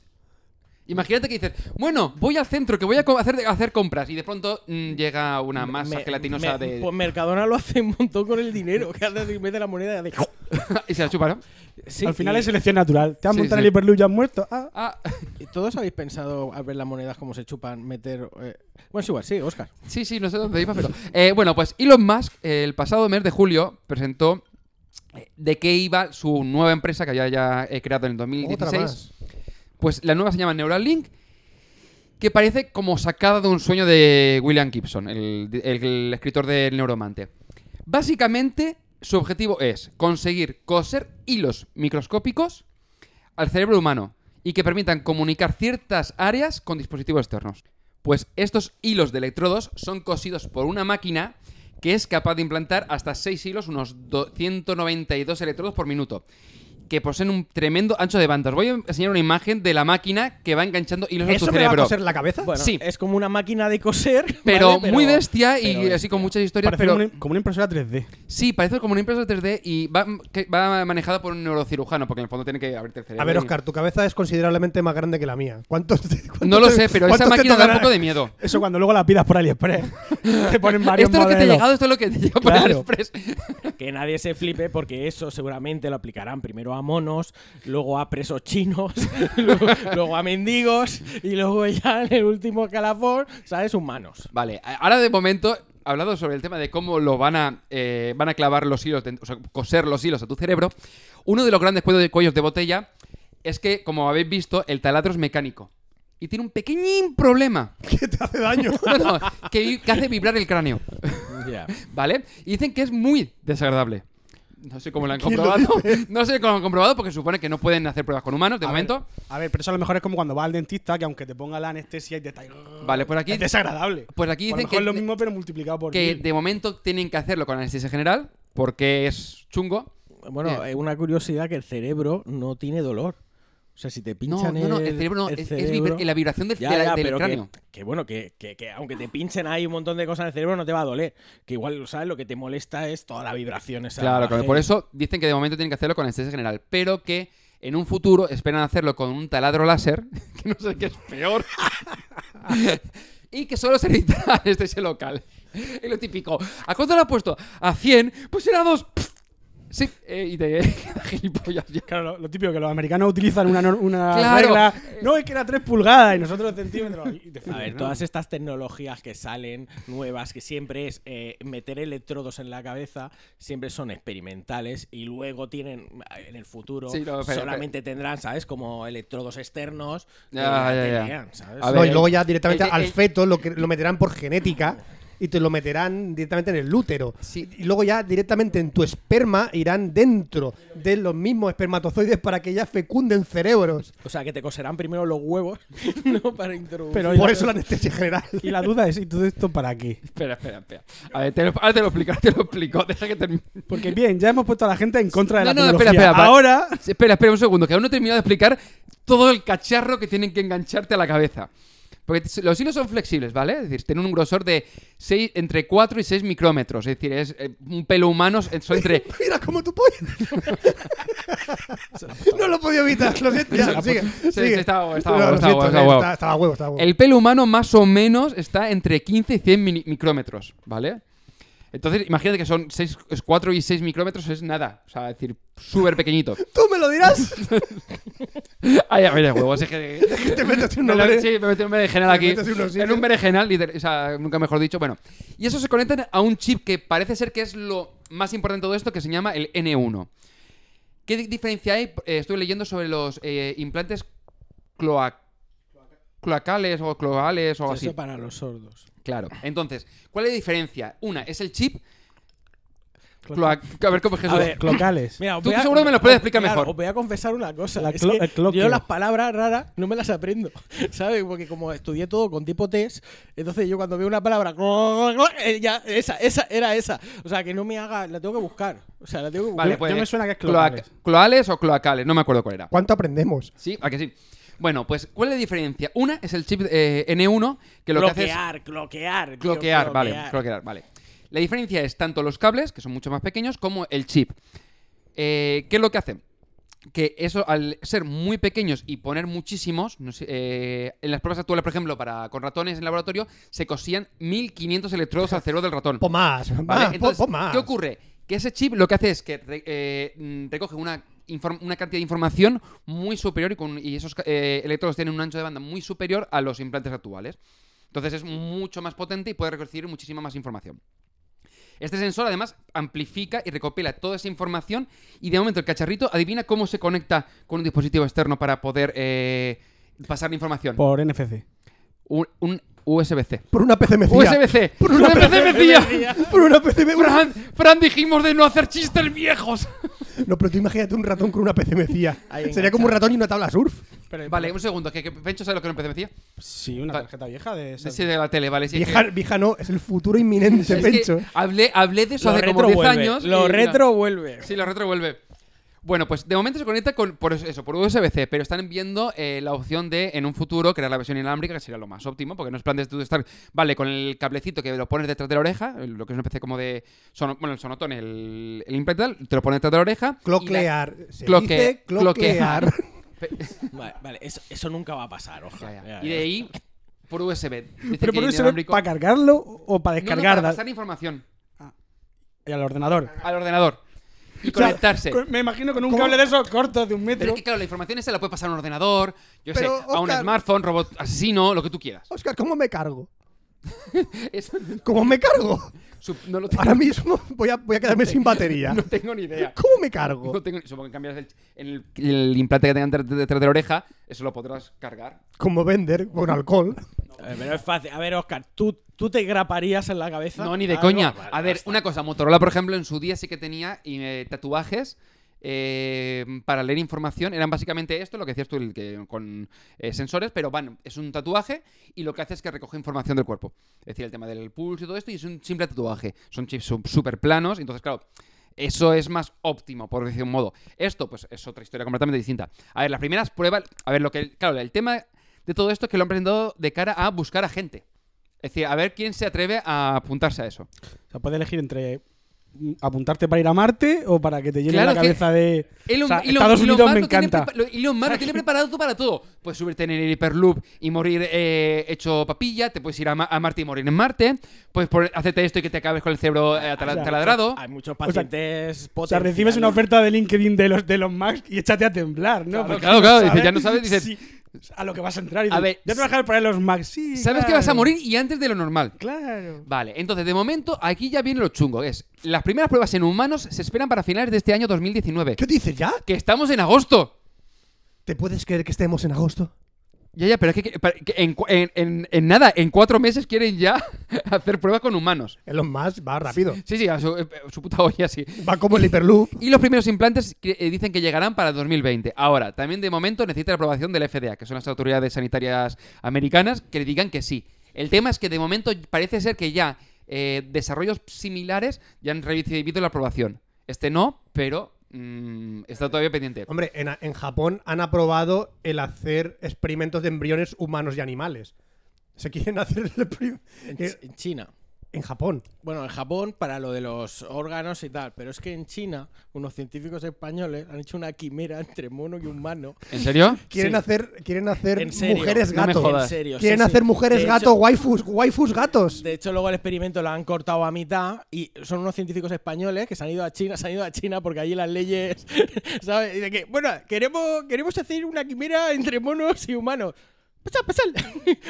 Speaker 3: Imagínate que dices, bueno, voy al centro que voy a co- hacer, a hacer compras y de pronto mm, llega una masa
Speaker 1: Me-
Speaker 3: gelatinosa
Speaker 1: me-
Speaker 3: de.
Speaker 1: Pues Mercadona lo hace un montón con el dinero. Que hace en vez de la moneda de.
Speaker 3: <laughs> y se la
Speaker 1: <laughs>
Speaker 3: chupa, ¿no?
Speaker 1: Sí,
Speaker 2: Al final
Speaker 1: y-
Speaker 2: es selección natural. Te han
Speaker 3: Sí,
Speaker 2: montado
Speaker 3: sí.
Speaker 2: el Hyperloop y has muerto. Ah.
Speaker 3: Ah,
Speaker 1: ¿Y ¿Todos habéis pensado a ver las monedas cómo se chupan, meter. eh? Bueno, es igual, sí, Oscar.
Speaker 3: Sí, sí, no sé dónde iba, pero. Eh, bueno, pues Elon Musk, eh, el pasado mes de julio, presentó eh, de qué iba su nueva empresa que había ya eh, creado en el
Speaker 4: Otra
Speaker 3: 2016.
Speaker 4: más.
Speaker 3: Pues la nueva se llama Neuralink, que parece como sacada de un sueño de William Gibson, el, el- el escritor de Neuromante. Básicamente, su objetivo es conseguir coser hilos microscópicos al cerebro humano y que permitan comunicar ciertas áreas con dispositivos externos. Pues estos hilos de electrodos son cosidos por una máquina que es capaz de implantar hasta 6 hilos, unos do- 192 electrodos por minuto, que poseen un tremendo ancho de banda. Os voy a enseñar una imagen de la máquina que va enganchando hilos a
Speaker 4: ¿Eso
Speaker 3: tu
Speaker 4: me va a
Speaker 3: cerebro.
Speaker 4: coser la cabeza?
Speaker 1: Bueno,
Speaker 3: Sí.
Speaker 1: es como una máquina de coser.
Speaker 3: Pero,
Speaker 1: ¿vale?
Speaker 3: muy bestia y
Speaker 1: pero
Speaker 3: así con muchas historias,
Speaker 2: Parece
Speaker 3: pero
Speaker 2: como, una, como una impresora 3D.
Speaker 3: sí, parece como una empresa 3D y va, que va manejada por un neurocirujano, porque en el fondo tiene que abrirte el cerebro.
Speaker 4: A ver,
Speaker 3: y- <laughs>
Speaker 4: Oscar, tu cabeza
Speaker 2: <laughs>
Speaker 4: es considerablemente más grande que la mía. ¿Cuántos, cuántos
Speaker 3: No lo
Speaker 4: te-
Speaker 3: sé, pero esa
Speaker 4: cuántos te
Speaker 3: máquina da un
Speaker 4: tocará?
Speaker 3: poco de miedo.
Speaker 2: Eso cuando luego la pidas por
Speaker 3: <laughs>
Speaker 2: AliExpress. te ponen varios
Speaker 3: Esto es lo que te ha
Speaker 2: modelos.
Speaker 3: llegado, esto es lo que te llega por
Speaker 2: Claro.
Speaker 3: Express.
Speaker 1: Que nadie se flipe porque eso seguramente lo aplicarán primero a monos, luego a presos chinos, <laughs> luego, luego a mendigos y luego ya en el último escalafón, ¿sabes? Humanos.
Speaker 3: Vale, a- ahora de momento, hablando sobre el tema de cómo lo van a, eh, van a clavar los hilos, dent- o sea, coser los hilos a tu cerebro, uno de los grandes cuellos de, cuellos de botella es que, como habéis visto, el taladro es mecánico. Y tiene un pequeñín problema. <laughs>
Speaker 4: que te hace daño.
Speaker 3: No, no, que, vi- que hace vibrar el cráneo. <laughs> ¿Vale? Y dicen que es muy desagradable. No sé cómo lo han
Speaker 4: ¿Quién lo
Speaker 3: comprobado. <laughs> No sé cómo lo han comprobado porque supone que no pueden hacer pruebas con humanos de
Speaker 2: A ver,
Speaker 3: momento.
Speaker 2: a ver, pero eso a lo mejor es como cuando vas al dentista, que aunque te ponga la anestesia y te está...
Speaker 3: Vale, pues aquí-
Speaker 2: Es desagradable.
Speaker 3: Pues aquí
Speaker 2: A lo
Speaker 3: dicen
Speaker 2: mejor
Speaker 3: que
Speaker 2: es lo mismo, pero multiplicado por
Speaker 3: que
Speaker 2: mil.
Speaker 3: de momento tienen que hacerlo con anestesia general porque es chungo.
Speaker 1: Bueno,
Speaker 3: Bien.
Speaker 1: eh, una curiosidad que el cerebro no tiene dolor. O sea, si te
Speaker 3: No,
Speaker 1: pinchan
Speaker 3: no, no, el cerebro no, es, es vibra- la vibración del,
Speaker 1: Ya,
Speaker 3: de la-
Speaker 1: ya,
Speaker 3: del
Speaker 1: pero que-
Speaker 3: cráneo.
Speaker 1: Que, bueno, que, que- que aunque te pinchen ahí un montón de cosas en el cerebro, no te va a doler. Que igual, ¿sabes? Lo que te molesta es toda la vibración esa.
Speaker 3: Claro, claro,
Speaker 1: baja.
Speaker 3: por eso dicen que de momento tienen que hacerlo con anestesia general, pero que en un futuro esperan hacerlo con un taladro láser, <laughs> que no sé qué es peor, y que solo se necesita <laughs> anestesia local. Es lo típico. ¿A cuánto lo has puesto? A 100. Pues era 2. <laughs> Sí, eh, y te <laughs> gilipollas ya.
Speaker 2: Claro, lo, lo típico que los americanos utilizan una, nor- una
Speaker 3: Claro. Eh.
Speaker 2: regla. No, es que era 3 pulgadas y nosotros centímetros. Y te
Speaker 1: A
Speaker 2: flipes,
Speaker 1: ver,
Speaker 2: ¿no?
Speaker 1: todas estas tecnologías que salen nuevas, que siempre es eh, meter electrodos en la cabeza, siempre son experimentales y luego tienen, eh, en el futuro,
Speaker 3: Sí, no, pero-
Speaker 1: solamente tendrán, ¿sabes? Como electrodos externos. que
Speaker 3: Ya, ya,
Speaker 1: te
Speaker 3: ya.
Speaker 1: lean, ¿sabes?
Speaker 3: A
Speaker 4: No,
Speaker 3: ver,
Speaker 4: y luego ya directamente
Speaker 3: eh, eh,
Speaker 4: al
Speaker 3: eh.
Speaker 4: feto lo, que, lo meterán por genética y te lo meterán directamente en el útero.
Speaker 3: Sí.
Speaker 4: Y luego ya directamente en tu esperma irán dentro de los mismos espermatozoides para que ya fecunden cerebros.
Speaker 1: O sea, que te coserán primero los huevos, <laughs> ¿no? Para introducir.
Speaker 2: Pero
Speaker 4: Por
Speaker 2: ya-
Speaker 4: eso la anestesia general.
Speaker 2: Y la duda es, ¿y todo esto para qué?
Speaker 3: Espera, espera, espera. A ver, te lo, ahora te lo explico, ahora te lo explico. Deja que termine.
Speaker 2: Porque bien, ya hemos puesto a la gente en contra de la
Speaker 3: No, no, espera,
Speaker 2: tecnología.
Speaker 3: espera, va.
Speaker 2: Ahora,
Speaker 3: Sí, Espera, espera un segundo, que aún no he terminado de explicar todo el cacharro que tienen que engancharte a la cabeza. Porque t- los hilos son flexibles, ¿vale? Es decir, tienen un grosor de seis- entre 4 y 6 micrómetros. Es decir, es eh, un pelo humano, es- son <laughs> entre...
Speaker 4: <laughs> Mira como tu polla. no lo podía evitar,
Speaker 3: <laughs>
Speaker 4: lo siento. Ya,
Speaker 3: Se la
Speaker 4: sigue,
Speaker 3: puso- se-
Speaker 4: sigue.
Speaker 3: se estaba- estaba
Speaker 4: No,
Speaker 3: huevo,
Speaker 4: lo
Speaker 3: estaba huevo,
Speaker 4: siento, eh,
Speaker 3: estaba huevo.
Speaker 4: está- estaba huevo, estaba huevo.
Speaker 3: El pelo humano más o menos está entre 15 y 100 mini- micrómetros, ¿vale? Entonces, imagínate que son 6, 4 y 6 micrómetros, es nada. O sea, es decir, súper pequeñito.
Speaker 4: Tú me lo dirás.
Speaker 3: <laughs> Ay, a ver, el huevo, es que...
Speaker 4: Te <laughs> metes en
Speaker 3: Me
Speaker 4: una
Speaker 3: lo-
Speaker 4: pared.
Speaker 3: sí, me metí en un berenjenal
Speaker 4: Me
Speaker 3: aquí.
Speaker 4: metes en unos
Speaker 3: En
Speaker 4: sitios.
Speaker 3: un berenjenal, liter- o sea, nunca mejor dicho. Bueno, y eso se conecta a un chip que parece ser que es lo más importante de todo esto, que se llama el N1. ¿Qué di- diferencia hay? Eh, estuve leyendo sobre los eh, implantes cloa- cloacales o cloales o algo así.
Speaker 1: Eso para los sordos.
Speaker 3: Claro. Entonces, ¿cuál es la diferencia? Una, es el chip. cloac- a ver, ¿cómo es Jesús?
Speaker 1: ver,
Speaker 2: eh, locales.
Speaker 1: Mira, os
Speaker 3: Tú
Speaker 1: voy a-
Speaker 3: seguro me lo puedes explicar
Speaker 1: claro,
Speaker 3: mejor.
Speaker 1: Os voy a confesar una cosa.
Speaker 2: La
Speaker 1: es
Speaker 2: clo-
Speaker 1: que
Speaker 2: el cloquio.
Speaker 1: yo las palabras raras no me las aprendo, <laughs> ¿sabes? Porque como estudié todo con tipo test, entonces yo cuando veo una palabra, eh, ya, esa, esa, era esa. O sea, que no me haga, la tengo que buscar. O sea, la tengo que buscar.
Speaker 3: Vale,
Speaker 2: yo-
Speaker 3: pues,
Speaker 2: yo me suena que es
Speaker 3: cloac-
Speaker 2: cloacales.
Speaker 3: cloales o cloacales, no me acuerdo cuál era.
Speaker 4: ¿Cuánto aprendemos?
Speaker 3: Sí, a que sí. Bueno, pues, ¿cuál es la diferencia? Una es el chip eh, N1, que lo que hace
Speaker 1: cloquear, cloquear,
Speaker 3: es
Speaker 1: tío,
Speaker 3: cloquear, vale, cloquear, vale. La diferencia es tanto los cables, que son mucho más pequeños, como el chip. Eh, ¿Qué es lo que hace? Que eso, al ser muy pequeños y poner muchísimos, no sé, eh, en las pruebas actuales, por ejemplo, para, con ratones en laboratorio, se cosían 1500 electrodos al cerebro del ratón.
Speaker 4: Pon más,
Speaker 3: ¿Vale?
Speaker 4: más, pon-
Speaker 3: Entonces,
Speaker 4: pon más.
Speaker 3: ¿Qué ocurre? Que ese chip lo que hace es que re- eh, mm, recoge una, inform- una cantidad de información muy superior y, con, y esos ca- eh, electrodos tienen un ancho de banda muy superior a los implantes actuales. Entonces es mucho más potente y puede recibir muchísima más información. Este sensor además amplifica y recopila toda esa información y de momento el cacharrito adivina cómo se conecta con un dispositivo externo para poder eh, pasar la información.
Speaker 2: Por NFC.
Speaker 3: Un, un USB-C.
Speaker 4: Por una PC
Speaker 3: USB-C. Por una PC tía.
Speaker 4: Por una PC
Speaker 3: Fran, Fran, dijimos de no hacer chistes viejos.
Speaker 4: <laughs> No, pero tú imagínate un ratón con una PC
Speaker 3: <laughs>
Speaker 1: Ahí
Speaker 4: Sería
Speaker 1: enganchado.
Speaker 4: como un ratón y una tabla surf.
Speaker 3: Vale, un segundo, que, que Pencho sabe lo que no empecé, decía.
Speaker 2: Sí, una
Speaker 3: Va-
Speaker 2: tarjeta vieja de esas.
Speaker 3: Sí, de la tele, vale. Sí, es
Speaker 4: Vieja, vieja no, es el futuro inminente,
Speaker 3: que- <laughs> es que
Speaker 4: Pencho.
Speaker 3: hablé, hablé de eso
Speaker 1: Lo
Speaker 3: hace como
Speaker 1: retro
Speaker 3: 10
Speaker 1: vuelve,
Speaker 3: años.
Speaker 1: Lo
Speaker 3: y mira.
Speaker 1: retro vuelve.
Speaker 3: Sí, lo retro vuelve. Bueno, pues de momento se conecta con, por eso- eso, por USB-C, pero están viendo eh, la opción de en un futuro crear la versión inalámbrica, que sería lo más óptimo, porque no es plan de tú estar, vale, con el cablecito que lo pones detrás de la oreja, lo que es una especie como de, sono- bueno, el sonotón, el, el implante, tal, te lo pones detrás de la oreja. y la-
Speaker 4: Cloquear. Se
Speaker 3: Cloque-
Speaker 4: dice cloquear.
Speaker 1: Vale, vale, eso, eso nunca va a pasar,
Speaker 3: Ya,
Speaker 1: ojalá.
Speaker 3: ya.
Speaker 1: Ya,
Speaker 3: Y
Speaker 1: ya.
Speaker 3: de ahí, por USB.
Speaker 2: <laughs>
Speaker 3: Dice
Speaker 2: Pero
Speaker 3: que
Speaker 2: por eso
Speaker 3: inalámbrico-
Speaker 2: para cargarlo o para
Speaker 3: No, no,
Speaker 2: descargar
Speaker 3: para
Speaker 2: da-
Speaker 3: pasar información
Speaker 2: y al ordenador.
Speaker 3: al ordenador
Speaker 2: O
Speaker 3: y
Speaker 2: sea,
Speaker 3: conectarse.
Speaker 2: con- me imagino con un
Speaker 4: ¿Cómo?
Speaker 2: cable de esos cortos de un
Speaker 3: Pero
Speaker 2: metro.
Speaker 3: es que, claro, la información esa la puede pasar a un ordenador, yo qué sé,
Speaker 4: Pero,
Speaker 3: a un
Speaker 4: Oscar-
Speaker 3: smartphone, robot asesino, lo que tú quieras.
Speaker 4: Oscar, ¿cómo me cargo?
Speaker 3: Eso
Speaker 4: ¿Cómo me cargo?
Speaker 3: su- no, lo
Speaker 2: Ah,
Speaker 3: tengo,
Speaker 4: Ahora mismo voy a, voy a quedarme sin
Speaker 3: <laughs>
Speaker 4: batería.
Speaker 3: no tengo
Speaker 2: <laughs>
Speaker 3: ni idea.
Speaker 4: ¿Cómo me cargo?
Speaker 3: No tengo, supongo que cambias el, en el, el implante que tengan detrás de la oreja, eso lo podrás cargar.
Speaker 4: Como vender con alcohol.
Speaker 1: A ver, Eh, pero es fácil. A ver, Oscar, ¿tú, tú te graparías en la cabeza.
Speaker 3: No, ni de
Speaker 1: algo?
Speaker 3: coña.
Speaker 1: Vale,
Speaker 3: A ver,
Speaker 1: basta.
Speaker 3: una cosa, Motorola, por ejemplo, en su día sí que tenía eh, tatuajes eh, para leer información. Eran básicamente esto, lo que decías tú, el que, con eh, sensores, pero van, es un tatuaje y lo que hace es que recoge información del cuerpo. Es decir, el tema del pulso y todo esto, y es un simple tatuaje. Son chips súper planos, entonces, claro. Eso es más óptimo, por decir un modo. Esto, pues, es otra historia completamente distinta. A ver, las primeras pruebas. A ver, lo que. Claro, el tema de todo esto es que lo han presentado de cara a buscar a gente. Es decir, a ver quién se atreve a apuntarse a eso.
Speaker 2: O sea, puede elegir entre mm, apuntarte para ir a Marte o para que te llene la
Speaker 3: Claro, que-
Speaker 2: cabeza de
Speaker 3: Elon,
Speaker 2: o sea,
Speaker 3: Elon-
Speaker 2: Estados
Speaker 3: Elon
Speaker 2: Unidos
Speaker 3: Musk
Speaker 2: me
Speaker 3: lo tiene
Speaker 2: encanta.
Speaker 3: prepa- lo- Elon Musk lo tiene preparado todo para todo. Puedes subirte en el Hyperloop y morir eh, hecho papilla. Te puedes ir a, Ma- a Marte y morir en Marte. Puedes por- hacerte esto y que te acabes con el cerebro
Speaker 2: Ah,
Speaker 3: eh, atala- taladrado.
Speaker 1: Hay muchos
Speaker 2: sea,
Speaker 1: pacientes
Speaker 2: O sea, recibes una oferta de LinkedIn de los de los Max y échate a temblar, ¿no?
Speaker 3: Claro, Pues claro, claro, dices,
Speaker 2: sabes
Speaker 3: ya no sabes, dices-
Speaker 2: si- a lo que vas a entrar y dices,
Speaker 3: A ver,
Speaker 2: ya trabajar para los Max, sí.
Speaker 3: Sabes que
Speaker 2: claro,
Speaker 3: vas a morir y antes de lo normal.
Speaker 2: Claro.
Speaker 3: Vale, entonces de momento aquí ya viene lo chungo, que es las primeras pruebas en humanos se esperan para finales de este año 2019.
Speaker 4: ¿Qué dices ya?
Speaker 3: Que estamos en agosto.
Speaker 4: ¿Te puedes creer que estemos en agosto?
Speaker 3: Ya, ya, pero es que, que- para- que en, cu- en- en- en nada, en cuatro meses quieren ya <laughs> hacer pruebas con humanos.
Speaker 4: Elon Musk va rápido.
Speaker 3: Sí, sí, a su, eh, su puta olla, sí.
Speaker 4: Va como el Hyperloop.
Speaker 3: Y los primeros implantes que, eh, dicen que llegarán para 2020. Ahora, también de momento necesita la aprobación del FDA, que son las autoridades sanitarias americanas, que le digan que sí. El tema es que de momento parece ser que ya eh, desarrollos similares ya han recibido la aprobación. Este no, pero mm, está todavía pendiente.
Speaker 4: Hombre, en, en Japón han aprobado el hacer experimentos de embriones humanos y animales. Se quieren hacer el prim-
Speaker 1: En,
Speaker 4: eh,
Speaker 1: Chi- en China.
Speaker 4: en Japón.
Speaker 1: Bueno, en Japón para lo de los órganos y tal, pero es que en China unos científicos españoles han hecho una quimera entre mono y humano.
Speaker 2: <laughs>
Speaker 3: ¿En serio?
Speaker 4: Quieren
Speaker 1: Sí.
Speaker 4: hacer, quieren hacer
Speaker 1: En serio,
Speaker 4: mujeres
Speaker 3: no me
Speaker 4: gato.
Speaker 3: jodas.
Speaker 1: En serio, sí,
Speaker 4: quieren
Speaker 1: sí.
Speaker 4: hacer mujeres
Speaker 1: De
Speaker 4: gato,
Speaker 1: hecho-
Speaker 4: waifus, waifus gatos.
Speaker 1: De hecho, luego el experimento lo han cortado a mitad y son unos científicos españoles que se han ido a China, se han ido a China porque allí las leyes, <laughs> ¿sabes? Dicen que, bueno, queremos, queremos hacer una quimera entre monos y humanos. Pasa, pasa,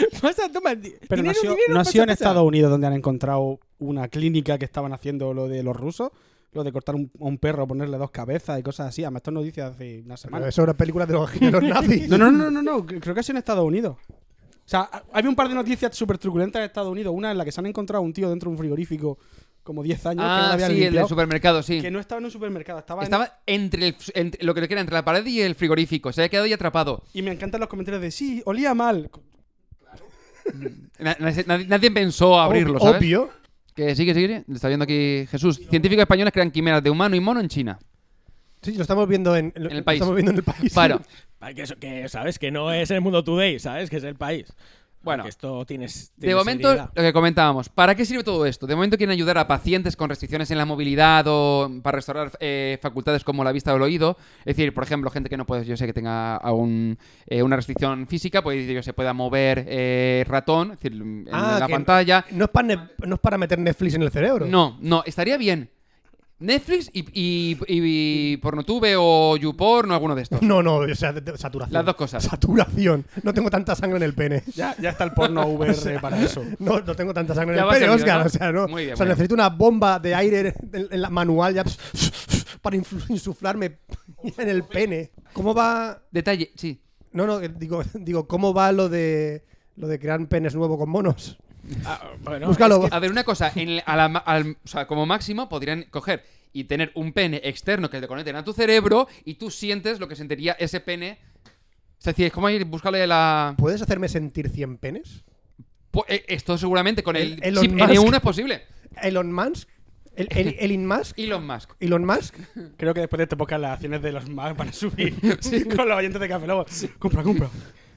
Speaker 1: <laughs> pasa, toma. di-
Speaker 2: Pero no ha
Speaker 1: dinero,
Speaker 2: sido,
Speaker 1: dinero,
Speaker 2: no ha
Speaker 1: pasa,
Speaker 2: sido en
Speaker 1: pasa.
Speaker 2: Estados Unidos donde han encontrado una clínica que estaban haciendo lo de los rusos, lo de cortar un, a un perro, ponerle dos cabezas y cosas así. Además, esto es noticia de hace una
Speaker 4: Bueno,
Speaker 2: semana.
Speaker 4: eso era película de los, de los nazis.
Speaker 2: No, no, no, no, no, creo que ha sido en Estados Unidos. O sea, ha- había un par de noticias súper truculentas en Estados Unidos. Una en la que se han encontrado un tío dentro de un frigorífico como 10 años que no lo
Speaker 3: Ah,
Speaker 2: habían
Speaker 3: sí, el
Speaker 2: limpiado,
Speaker 3: del supermercado, sí.
Speaker 2: que no estaba en un supermercado, estaba, en-
Speaker 3: Estaba entre, el- entre- lo que le queda entre la pared y el frigorífico. Se había quedado ahí atrapado.
Speaker 2: Y me encantan los comentarios de sí, olía mal.
Speaker 3: Na- na- nadie, nadie pensó abrirlo, ¿sabes?
Speaker 4: Obvio.
Speaker 3: Que sigue, sigue. Lo está viendo aquí Jesús. Científicos españoles crean quimeras de humano y mono en China.
Speaker 4: Sí, lo estamos viendo en, lo-
Speaker 3: el
Speaker 4: lo
Speaker 3: país.
Speaker 4: Estamos viendo en el país. <laughs>
Speaker 3: Para.
Speaker 1: Ay, Que, eso- que, ¿sabes? Que no es el mundo today, ¿sabes? Que es el país.
Speaker 3: Bueno,
Speaker 1: Que esto tienes.
Speaker 3: de momento, lo que comentábamos, ¿para qué sirve todo esto? De momento quieren ayudar a pacientes con restricciones en la movilidad o para restaurar eh, facultades como la vista o el oído. Es decir, por ejemplo, gente que no puede, yo sé que tenga aún eh, una restricción física, pues yo se pueda mover eh, ratón, es decir, en
Speaker 4: Ah,
Speaker 3: la
Speaker 4: que-
Speaker 3: pantalla.
Speaker 4: No es, para ne- no es para meter Netflix en el cerebro.
Speaker 3: No, no, estaría bien. Netflix y, y, y Pornotube o YouPorn o alguno de
Speaker 4: <laughs>
Speaker 3: estos.
Speaker 4: <laughs> No, no, o sea, de- de- saturación.
Speaker 3: Las dos cosas.
Speaker 4: Saturación. No tengo tanta sangre en
Speaker 3: <laughs>
Speaker 4: el pene.
Speaker 2: Ya, ya está el
Speaker 4: <laughs>
Speaker 2: porno VR para eso.
Speaker 4: No, no tengo tanta sangre en
Speaker 3: Ya
Speaker 4: el
Speaker 3: va
Speaker 4: pene,
Speaker 3: servido,
Speaker 4: Oscar.
Speaker 3: ¿no?
Speaker 4: O sea, no.
Speaker 3: Muy bien,
Speaker 4: o sea,
Speaker 3: muy bien.
Speaker 4: necesito una bomba de aire en, en la manual ya <laughs> para influ- insuflarme <laughs> en el pene. ¿Cómo va?
Speaker 3: Detalle, sí.
Speaker 4: No, no, digo, <laughs> digo, ¿cómo va lo de lo de crear penes nuevo con monos?
Speaker 1: Ah,
Speaker 4: Búscalo.
Speaker 3: A ver, una cosa, en el- a la ma- al- o sea, como máximo podrían coger y tener un pene externo que te conecten a tu cerebro y tú sientes lo que sentiría ese pene. Es decir, es como ir buscarle la.
Speaker 4: ¿Puedes hacerme sentir 100 penes?
Speaker 3: Po- eh, Esto seguramente con el,
Speaker 4: El- Elon
Speaker 3: chip
Speaker 4: Musk.
Speaker 3: N1 es posible.
Speaker 4: Elon Musk, el,
Speaker 2: <laughs>
Speaker 4: el- Elon Musk,
Speaker 3: Elon Musk.
Speaker 4: Elon Musk.
Speaker 2: Creo que después de este podcast las acciones de los más van a
Speaker 3: <laughs>
Speaker 2: subir <laughs> con los oyentes de Café Lobo. Compra, compra.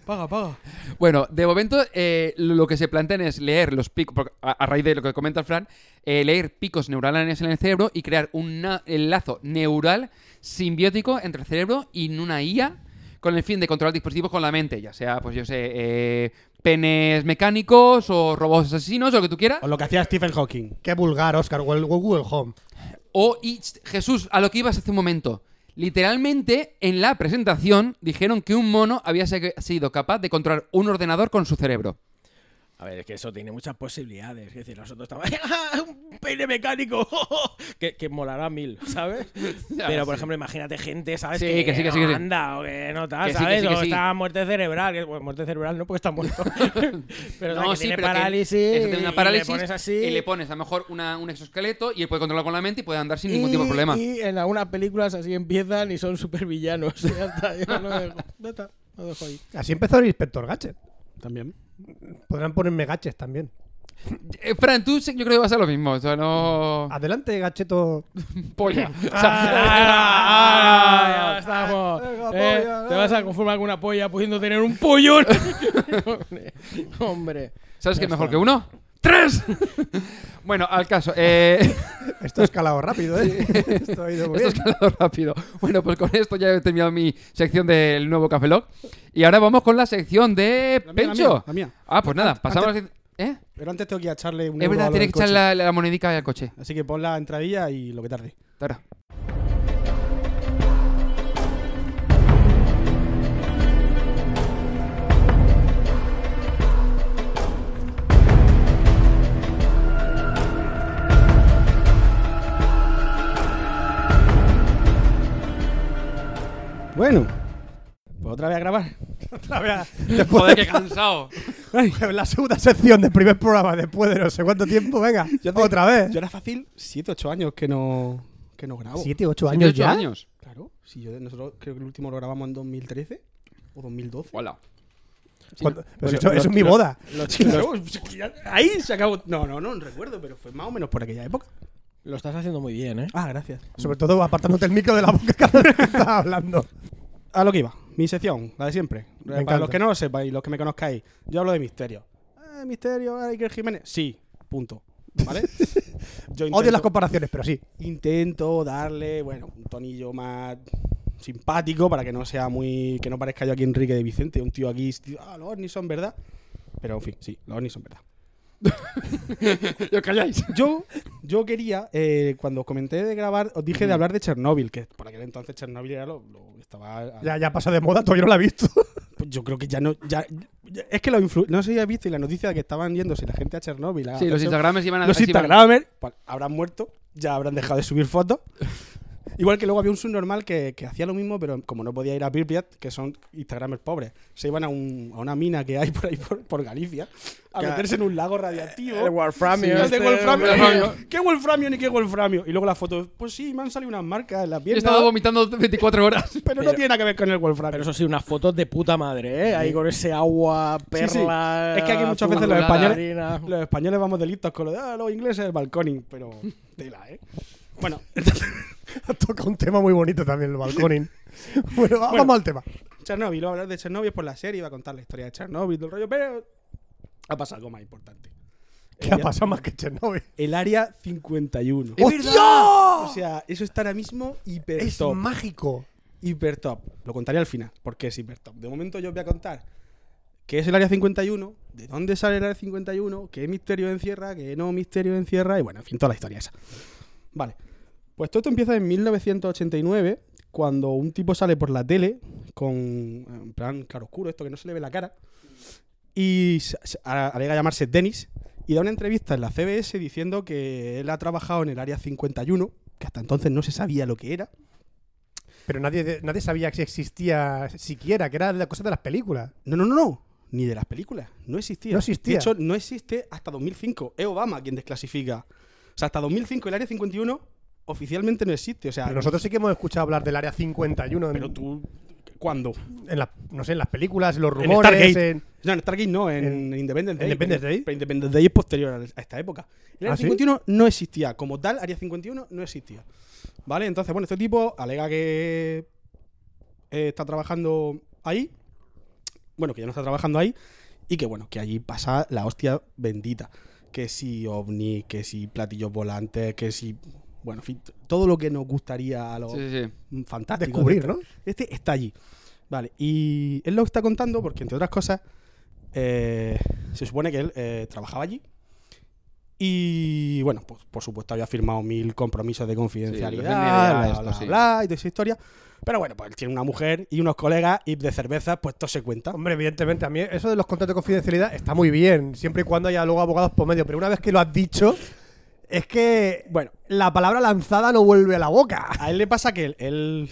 Speaker 2: Paga, paga.
Speaker 3: Bueno, de momento eh, lo que se plantean es leer los picos, porque a, a raíz de lo que comenta el Fran, eh, leer picos neurales en el cerebro y crear un na- el lazo neural simbiótico entre el cerebro y una IA con el fin de controlar dispositivos con la mente, ya sea, pues yo sé, eh, penes mecánicos o robots asesinos o lo que tú quieras.
Speaker 2: O lo que hacía Stephen Hawking.
Speaker 4: Qué vulgar, Oscar. O el Google Home.
Speaker 3: O, y, ch- Jesús, a lo que ibas hace un momento. Literalmente, en la presentación dijeron que un mono había se- sido capaz de controlar un ordenador con su cerebro.
Speaker 1: A ver, es que eso tiene muchas posibilidades. Es decir, nosotros estamos. <laughs> ¡Ah, ¡Un peine mecánico! <laughs> que, que molará mil, ¿sabes?
Speaker 3: <laughs> Ya,
Speaker 1: Pero, por
Speaker 3: sí.
Speaker 1: ejemplo, imagínate gente, ¿sabes?
Speaker 3: Sí, que sí, que sí, que sí.
Speaker 1: anda, o que no tal,
Speaker 3: Que sí, que
Speaker 1: ¿sabes?
Speaker 3: sí, que
Speaker 1: o
Speaker 3: sí.
Speaker 1: está muerte cerebral. que- bueno, muerte cerebral no, porque está muerto. <laughs> pero
Speaker 3: <laughs> No,
Speaker 1: ¿sabes? que
Speaker 3: sí,
Speaker 1: tiene
Speaker 3: pero que
Speaker 1: parálisis.
Speaker 3: eso
Speaker 1: y-
Speaker 3: tiene
Speaker 1: y
Speaker 3: una
Speaker 1: le
Speaker 3: parálisis
Speaker 1: pones así.
Speaker 3: y le pones a lo mejor una- un exoesqueleto y él puede controlar con la mente y puede andar sin ningún
Speaker 1: Y-
Speaker 3: tipo de problema.
Speaker 1: Y en algunas películas así empiezan y son supervillanos. <laughs> Ya está, yo lo dejo, ya está, lo dejo ahí.
Speaker 4: Así empezó el inspector Gadget.
Speaker 2: También.
Speaker 4: Podrán ponerme Gadget también.
Speaker 3: Eh, Fran, tú sí- yo creo que vas a lo mismo. O sea, no.
Speaker 2: Oh.
Speaker 4: Adelante, Gacheto.
Speaker 3: Polla. O ah,
Speaker 1: Ah, ya
Speaker 3: sea,
Speaker 1: estamos.
Speaker 4: Venga,
Speaker 1: Eh,
Speaker 4: polla,
Speaker 1: te vas a
Speaker 4: dale.
Speaker 1: conformar con una polla pudiendo tener un pollón. <laughs> Hombre.
Speaker 3: ¿Sabes qué es mejor que uno? ¡Tres! <laughs> bueno, al caso. Eh...
Speaker 4: Esto ha escalado rápido, ¿eh? <laughs> Esto ha ido
Speaker 3: <laughs>
Speaker 4: muy
Speaker 3: Esto
Speaker 4: bien.
Speaker 3: es calado rápido. Bueno, pues con esto ya he terminado mi sección del nuevo Café Lock. Y ahora vamos con la sección de
Speaker 2: La mía, la
Speaker 3: Pencho.
Speaker 2: mía, la mía.
Speaker 3: Ah, pues nada, pasamos a la sec- ¿Eh?
Speaker 2: Pero antes tengo que ir a echarle un
Speaker 3: Es
Speaker 2: euro a
Speaker 3: verdad,
Speaker 2: lo
Speaker 3: tiene que
Speaker 2: del
Speaker 3: echar
Speaker 2: coche.
Speaker 3: la, la monedica al coche.
Speaker 2: Así que pon la entradilla y lo que tarde.
Speaker 3: Ahora.
Speaker 2: Bueno. Pues otra vez a grabar. <laughs>
Speaker 4: Otra vez, después
Speaker 3: <laughs> Joder, qué cansado.
Speaker 2: pues
Speaker 4: de la segunda sección del primer programa, después de no sé cuánto tiempo, venga,
Speaker 2: <laughs> Yo te-
Speaker 4: otra vez.
Speaker 2: Yo era fácil 7, 8 años que no, que no grabo.
Speaker 4: ¿Siete, ocho
Speaker 3: Tiene
Speaker 4: años
Speaker 3: ocho
Speaker 4: ya?
Speaker 3: años.
Speaker 2: Claro. Si yo, nosotros creo que el último lo grabamos en 2013 o 2012.
Speaker 3: Hola.
Speaker 4: Cuando- pero
Speaker 2: Bueno,
Speaker 4: si eso,
Speaker 2: lo-
Speaker 4: eso es mi
Speaker 2: lo-
Speaker 4: boda.
Speaker 2: Los- los- pues, ahí se acabó. No, no, no, no recuerdo, pero fue más o menos por aquella época.
Speaker 1: Lo estás haciendo muy bien, ¿eh?
Speaker 2: Ah, gracias.
Speaker 4: Sobre todo apartándote el micro de la boca <laughs> cada vez que estás hablando.
Speaker 2: A lo que iba, mi sección, la de siempre. Para
Speaker 4: encanta.
Speaker 2: los que no lo sepáis y los que me conozcáis, yo hablo de misterio. Eh, misterio, Iker Jiménez. Sí, punto.
Speaker 4: <laughs>
Speaker 2: ¿Vale? yo
Speaker 4: Odio las
Speaker 2: intento-
Speaker 4: comparaciones, pero sí.
Speaker 2: intento darle, bueno, un tonillo más simpático para que no sea muy. que no parezca yo aquí Enrique de Vicente, un tío aquí. tío, ah, los ovnis son verdad. Pero en fin, sí, los ovnis son verdad.
Speaker 3: ¿Y os calláis?
Speaker 2: Yo, yo quería, eh, cuando os comenté de grabar, os dije de hablar de Chernóbil, que por aquel entonces Chernóbil era lo, lo- estaba.
Speaker 4: Ya, ya pasó de moda, todavía no la he visto.
Speaker 2: Pues yo creo que ya no. ya- ya- es que lo influ- no sé si habéis visto y la noticia de que estaban yéndose la gente a Chernóbil. a
Speaker 3: Sí, Ah, los
Speaker 2: hacerse-
Speaker 3: Instagrams iban a
Speaker 2: los
Speaker 3: iban-
Speaker 2: Instagramers pues, habrán muerto, ya habrán dejado de subir fotos. Igual que luego había un subnormal que, que hacía lo mismo, pero como no podía ir a Pripyat, que son Instagramers pobres, se iban a, un- a una mina que hay por ahí, por, por Galicia, a
Speaker 1: Claro.
Speaker 2: meterse en un lago radiactivo.
Speaker 1: Warframio.
Speaker 2: Sí,
Speaker 1: este,
Speaker 2: de Wolframio.
Speaker 3: Wolframio.
Speaker 2: ¿Qué Wolframio ni qué Wolframio? Y luego la foto, pues sí, me han salido unas marcas en la
Speaker 3: Yo he
Speaker 2: pierna,
Speaker 3: estado vomitando 24 <laughs> horas.
Speaker 2: pero no
Speaker 1: Pero-
Speaker 2: tiene nada que ver con el Wolframio.
Speaker 1: Pero eso sí, unas fotos de puta madre, ¿eh? Ahí con ese agua,
Speaker 2: Sí,
Speaker 1: perla.
Speaker 2: sí. Es que aquí muchas veces los
Speaker 3: azul,
Speaker 2: españoles,
Speaker 1: harina.
Speaker 2: los españoles vamos delitos con lo de "Ah, los ingleses el balconing, pero <laughs> tela, ¿eh? Bueno,
Speaker 4: <laughs> Toca un tema muy bonito también, el
Speaker 2: <laughs>
Speaker 4: balconing. Bueno, va-
Speaker 2: Bueno.
Speaker 4: vamos al tema.
Speaker 2: Chernobyl, iba a hablar de Chernobyl por la serie, iba a contar la historia de Chernobyl, del rollo, pero ha pasado algo más importante.
Speaker 4: ¿Qué
Speaker 2: El
Speaker 4: ha
Speaker 2: área-
Speaker 4: pasado más que Chernobyl?
Speaker 2: El área 51.
Speaker 3: ¡Es
Speaker 2: O sea, eso está ahora mismo hiper
Speaker 4: Es
Speaker 2: Pues top.
Speaker 4: mágico.
Speaker 2: Hiper top. Lo contaré al final, porque es hiper top. De momento yo os voy a contar qué es el área 51, de dónde sale el área 51, qué misterio encierra, qué no misterio encierra, y bueno, en fin, toda la historia esa. Vale. Pues todo esto empieza en 1989, cuando un tipo sale por la tele con, en plan, claro oscuro, esto que no se le ve la cara, y se- se- a- alega llamarse Dennis, y da una entrevista en la CBS diciendo que él ha trabajado en el área 51, que hasta entonces no se sabía lo que era,
Speaker 4: Pero nadie, nadie sabía que existía siquiera, que era la cosa de las películas.
Speaker 2: No, no, no, no. Ni de las películas. No existía.
Speaker 4: No existía.
Speaker 2: De hecho, no existe hasta 2005. Es Obama quien desclasifica. O sea, hasta 2005 el Área 51 oficialmente no existe. O sea,
Speaker 4: Pero nosotros sí que hemos escuchado hablar del área 51 en,
Speaker 2: Pero tú... ¿Cuándo?
Speaker 4: en las- no sé, en las películas, en los
Speaker 2: En
Speaker 4: rumores.
Speaker 2: Stargate.
Speaker 4: en-
Speaker 2: No, en Stargate no, en,
Speaker 4: En-
Speaker 2: Independence Day.
Speaker 4: Independence
Speaker 2: pero-
Speaker 4: Day.
Speaker 2: Pero Independence Day es posterior a- a esta época. El Área
Speaker 4: ¿Ah, sí?
Speaker 2: 51 no existía. Como tal, Área 51 no existía. ¿Vale? Entonces, bueno, este tipo alega que eh, está trabajando ahí. Bueno, que ya no está trabajando ahí. Y que, bueno, que allí pasa la hostia bendita. Que si ovni, que si platillos volantes, que si... Bueno, en fin, t- todo lo que nos gustaría a los
Speaker 3: Sí, sí, sí.
Speaker 2: fantásticos. de
Speaker 4: descubrir, ¿no?
Speaker 2: este está allí. Vale, y él lo está contando porque, entre otras cosas, eh, se supone que él eh, trabajaba allí. Y bueno, pues, por supuesto había firmado mil compromisos de confidencialidad,
Speaker 3: NDA,
Speaker 2: bla,
Speaker 3: esto,
Speaker 2: bla,
Speaker 3: sí.
Speaker 2: bla, y toda esa historia. Pero bueno, pues él tiene una mujer y unos colegas y de cerveza, pues todo se cuenta.
Speaker 4: Hombre, evidentemente, a mí eso de los contratos de confidencialidad está muy bien, siempre y cuando haya luego abogados por medio. Pero una vez que lo has dicho, es que
Speaker 2: Bueno,
Speaker 4: la palabra lanzada no vuelve a la boca.
Speaker 2: a él le pasa que él, él-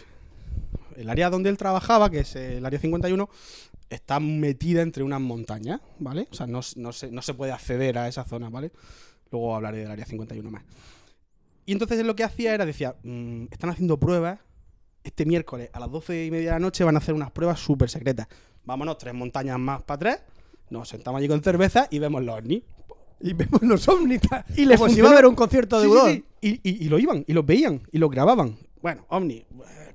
Speaker 2: el área donde él trabajaba, que es el área 51, está metida entre unas montañas, ¿vale? O sea, no, s- no se, no se puede acceder a esa zona, ¿vale? Luego hablaré del área 51 más. Y entonces él lo que hacía era, decía, "Mm, están haciendo pruebas. Este miércoles a las 12 y media de la noche van a hacer unas pruebas súper secretas. Vámonos, tres montañas más para tres. Nos sentamos allí con cerveza y vemos los ovnis.
Speaker 4: Y vemos los omnitas.
Speaker 2: Y le
Speaker 4: como si
Speaker 2: funcionó.
Speaker 4: iba a haber un concierto de
Speaker 2: Sí,
Speaker 4: <laughs> Udon.
Speaker 2: sí, sí. Y, y- y lo iban, y los veían, y los grababan. Bueno, ovni, eh,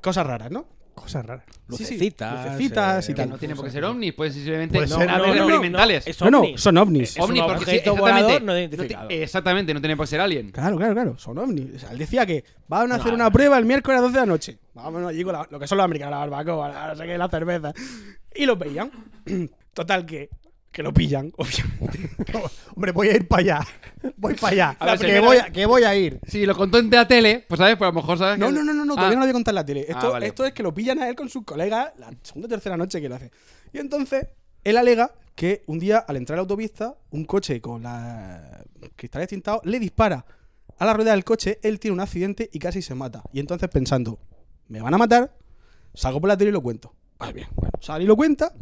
Speaker 2: cosas raras, ¿no? cosas raras.
Speaker 1: Lucecitas,
Speaker 2: Sí, sí, lucecitas y
Speaker 1: eh,
Speaker 3: Que
Speaker 2: tal.
Speaker 3: no tiene por qué ser ovnis, pueden ser simplemente
Speaker 4: Puede
Speaker 3: no,
Speaker 4: ser
Speaker 3: naves
Speaker 4: alien.
Speaker 1: no, no,
Speaker 3: experimentales.
Speaker 1: es
Speaker 2: No, no,
Speaker 1: ovni.
Speaker 2: son ovnis.
Speaker 1: Es un
Speaker 3: Ovni, porque sí,
Speaker 1: objeto
Speaker 3: exactamente,
Speaker 1: volador no
Speaker 3: te-
Speaker 1: identificado.
Speaker 3: exactamente, no tiene por qué ser alien.
Speaker 2: Claro, claro, claro, son ovnis. O sea, él decía que van a hacer
Speaker 1: No,
Speaker 2: una
Speaker 1: no.
Speaker 2: prueba el miércoles a las 12 de la noche. Vámonos allí con la- lo que son los americanos, la barbacoa, la, no sé qué, la cerveza. Y los veían. <clears throat> Total que, que lo pillan, <laughs> obviamente.
Speaker 4: Hombre, voy a ir para allá. <laughs> Voy para allá.
Speaker 3: A ver,
Speaker 4: que,
Speaker 3: señora.
Speaker 4: voy a, que voy a ir.
Speaker 3: Si lo contó en la tele, pues sabes, pues a lo mejor sabes.
Speaker 2: No,
Speaker 3: que-
Speaker 2: no, no, no, no,
Speaker 3: Ah,
Speaker 2: todavía no lo voy a contar en la tele. Esto,
Speaker 3: Ah, vale.
Speaker 2: esto es que lo pillan a él con sus colegas la segunda o tercera noche que lo hace. Y entonces, él alega que un día, al entrar a la autopista, un coche con la cristales tintados le dispara a la rueda del coche, él tiene un accidente y casi se mata. Y entonces pensando, me van a matar, salgo por la tele y lo cuento. Ah, bien, bueno, sale y lo cuenta.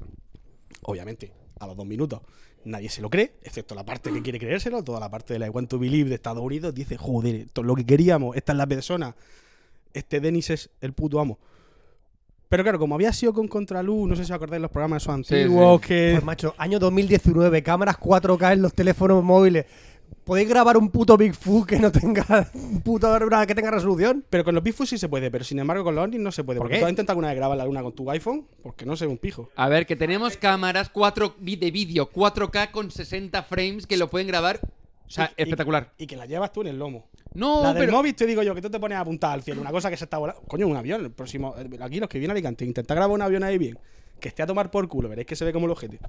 Speaker 2: Obviamente, a los dos minutos. Nadie se lo cree, excepto la parte que quiere creérselo, toda la parte de la I Want to Believe de Estados Unidos dice, joder, esto es lo que queríamos, esta es la persona, este Dennis es el puto amo. Pero claro, como había sido con Contraluz, no sé si os acordáis los programas esos
Speaker 3: Sí, sí.
Speaker 2: antiguos que...
Speaker 4: Pues macho, año 2019, cámaras 4K en los teléfonos móviles. ¿Podéis grabar un puto Bigfoot que no tenga <laughs> un puto una que tenga resolución?
Speaker 2: Pero con los Bigfoot sí se puede, pero sin embargo con los ovnis no se puede.
Speaker 4: ¿Por
Speaker 2: porque
Speaker 4: qué?
Speaker 2: tú has intentado alguna vez grabar la luna con tu iPhone, porque no se ve un pijo.
Speaker 3: A ver, que tenemos cámaras 4 vi- de vídeo, 4K con 60 frames que lo pueden grabar. O sea,
Speaker 2: Y- y-
Speaker 3: espectacular.
Speaker 2: Y, que la llevas tú en el lomo.
Speaker 3: No,
Speaker 2: la del
Speaker 3: pero.
Speaker 2: móvil te digo yo que tú te pones a apuntar al cielo, una cosa que se está volando. Coño, un avión, el próximo. eh, Aquí los que vienen a Alicante, intenta grabar un avión ahí bien, que esté a tomar por culo, veréis que se ve como el ojete.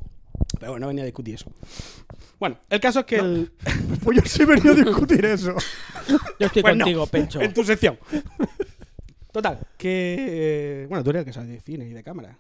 Speaker 2: Pero bueno, no venía a discutir eso. Bueno, el caso es que el. <laughs>
Speaker 4: Pues yo sí he venido a
Speaker 3: <laughs>
Speaker 4: discutir eso.
Speaker 1: Yo estoy
Speaker 2: Pues no,
Speaker 1: contigo, Pencho.
Speaker 2: En tu sección. Total, que. eh, Bueno, tú eres el que sabe de cine y de cámara.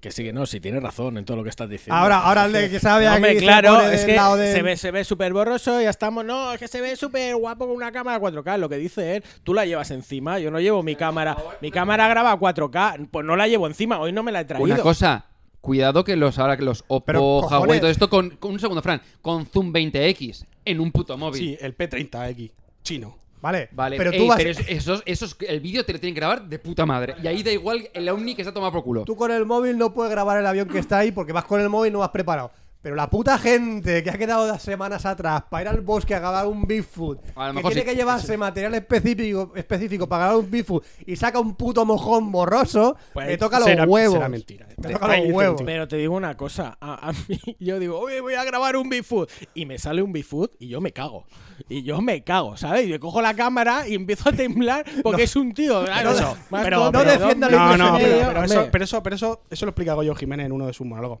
Speaker 1: Que sí, que no, si tienes razón en todo lo que estás diciendo.
Speaker 4: Ahora, ahora el de que sabe
Speaker 1: No, hombre,
Speaker 4: aquí se
Speaker 1: claro,
Speaker 4: pone
Speaker 1: es
Speaker 4: del
Speaker 1: que
Speaker 4: lado de-
Speaker 1: se ve se ve súper borroso y ya estamos. No, es que se ve súper guapo con una cámara 4K. Lo que dice él, tú la llevas encima. Yo no llevo mi cámara. Mi cámara graba a 4K. Pues no la llevo encima. Hoy no me la he traído.
Speaker 3: Una cosa, cuidado que los ahora que los Oppo,
Speaker 4: Pero,
Speaker 3: Huawei,
Speaker 4: cojones.
Speaker 3: todo esto con, con un segundo, Fran, con Zoom 20X en un puto móvil.
Speaker 2: Sí, el P30X, chino.
Speaker 4: Vale,
Speaker 3: Vale,
Speaker 4: pero tú
Speaker 3: ey,
Speaker 4: vas...
Speaker 3: pero es- esos, esos- el vídeo te lo tienen que grabar de puta madre. Y ahí da igual el Omni que se ha tomado por culo.
Speaker 4: Tú con el móvil no puedes grabar el avión que está ahí porque vas con el móvil y no vas preparado. Pero la puta gente que ha quedado las semanas atrás para ir al bosque a grabar un Bigfoot,
Speaker 3: A lo
Speaker 4: que
Speaker 3: mejor
Speaker 4: tiene
Speaker 3: sí.
Speaker 4: que llevarse material específico, específico para grabar un Bigfoot y saca un puto mojón borroso,
Speaker 2: Pues
Speaker 4: me toca los
Speaker 2: será-
Speaker 4: huevos.
Speaker 2: será mentira.
Speaker 4: Me
Speaker 2: Ahí
Speaker 4: toca
Speaker 2: te
Speaker 4: los
Speaker 2: lo
Speaker 4: huevos.
Speaker 2: digo.
Speaker 1: Pero te digo una cosa, a, <laughs> a mí yo digo, oye, voy a grabar un Bigfoot. Y me sale un Bigfoot y yo me cago. Y yo me cago, ¿sabes? Y yo cojo la cámara y empiezo a temblar porque es un tío. Claro,
Speaker 4: Eso,
Speaker 1: más
Speaker 4: pero-
Speaker 1: tonto,
Speaker 4: no defienda
Speaker 1: ¿dónde?
Speaker 4: la
Speaker 2: No,
Speaker 4: Luis
Speaker 2: no,
Speaker 4: Jiménez,
Speaker 2: pero,
Speaker 4: hombre.
Speaker 2: pero eso, pero, eso, pero eso, eso lo explica Goyo Jiménez en uno de sus monólogos.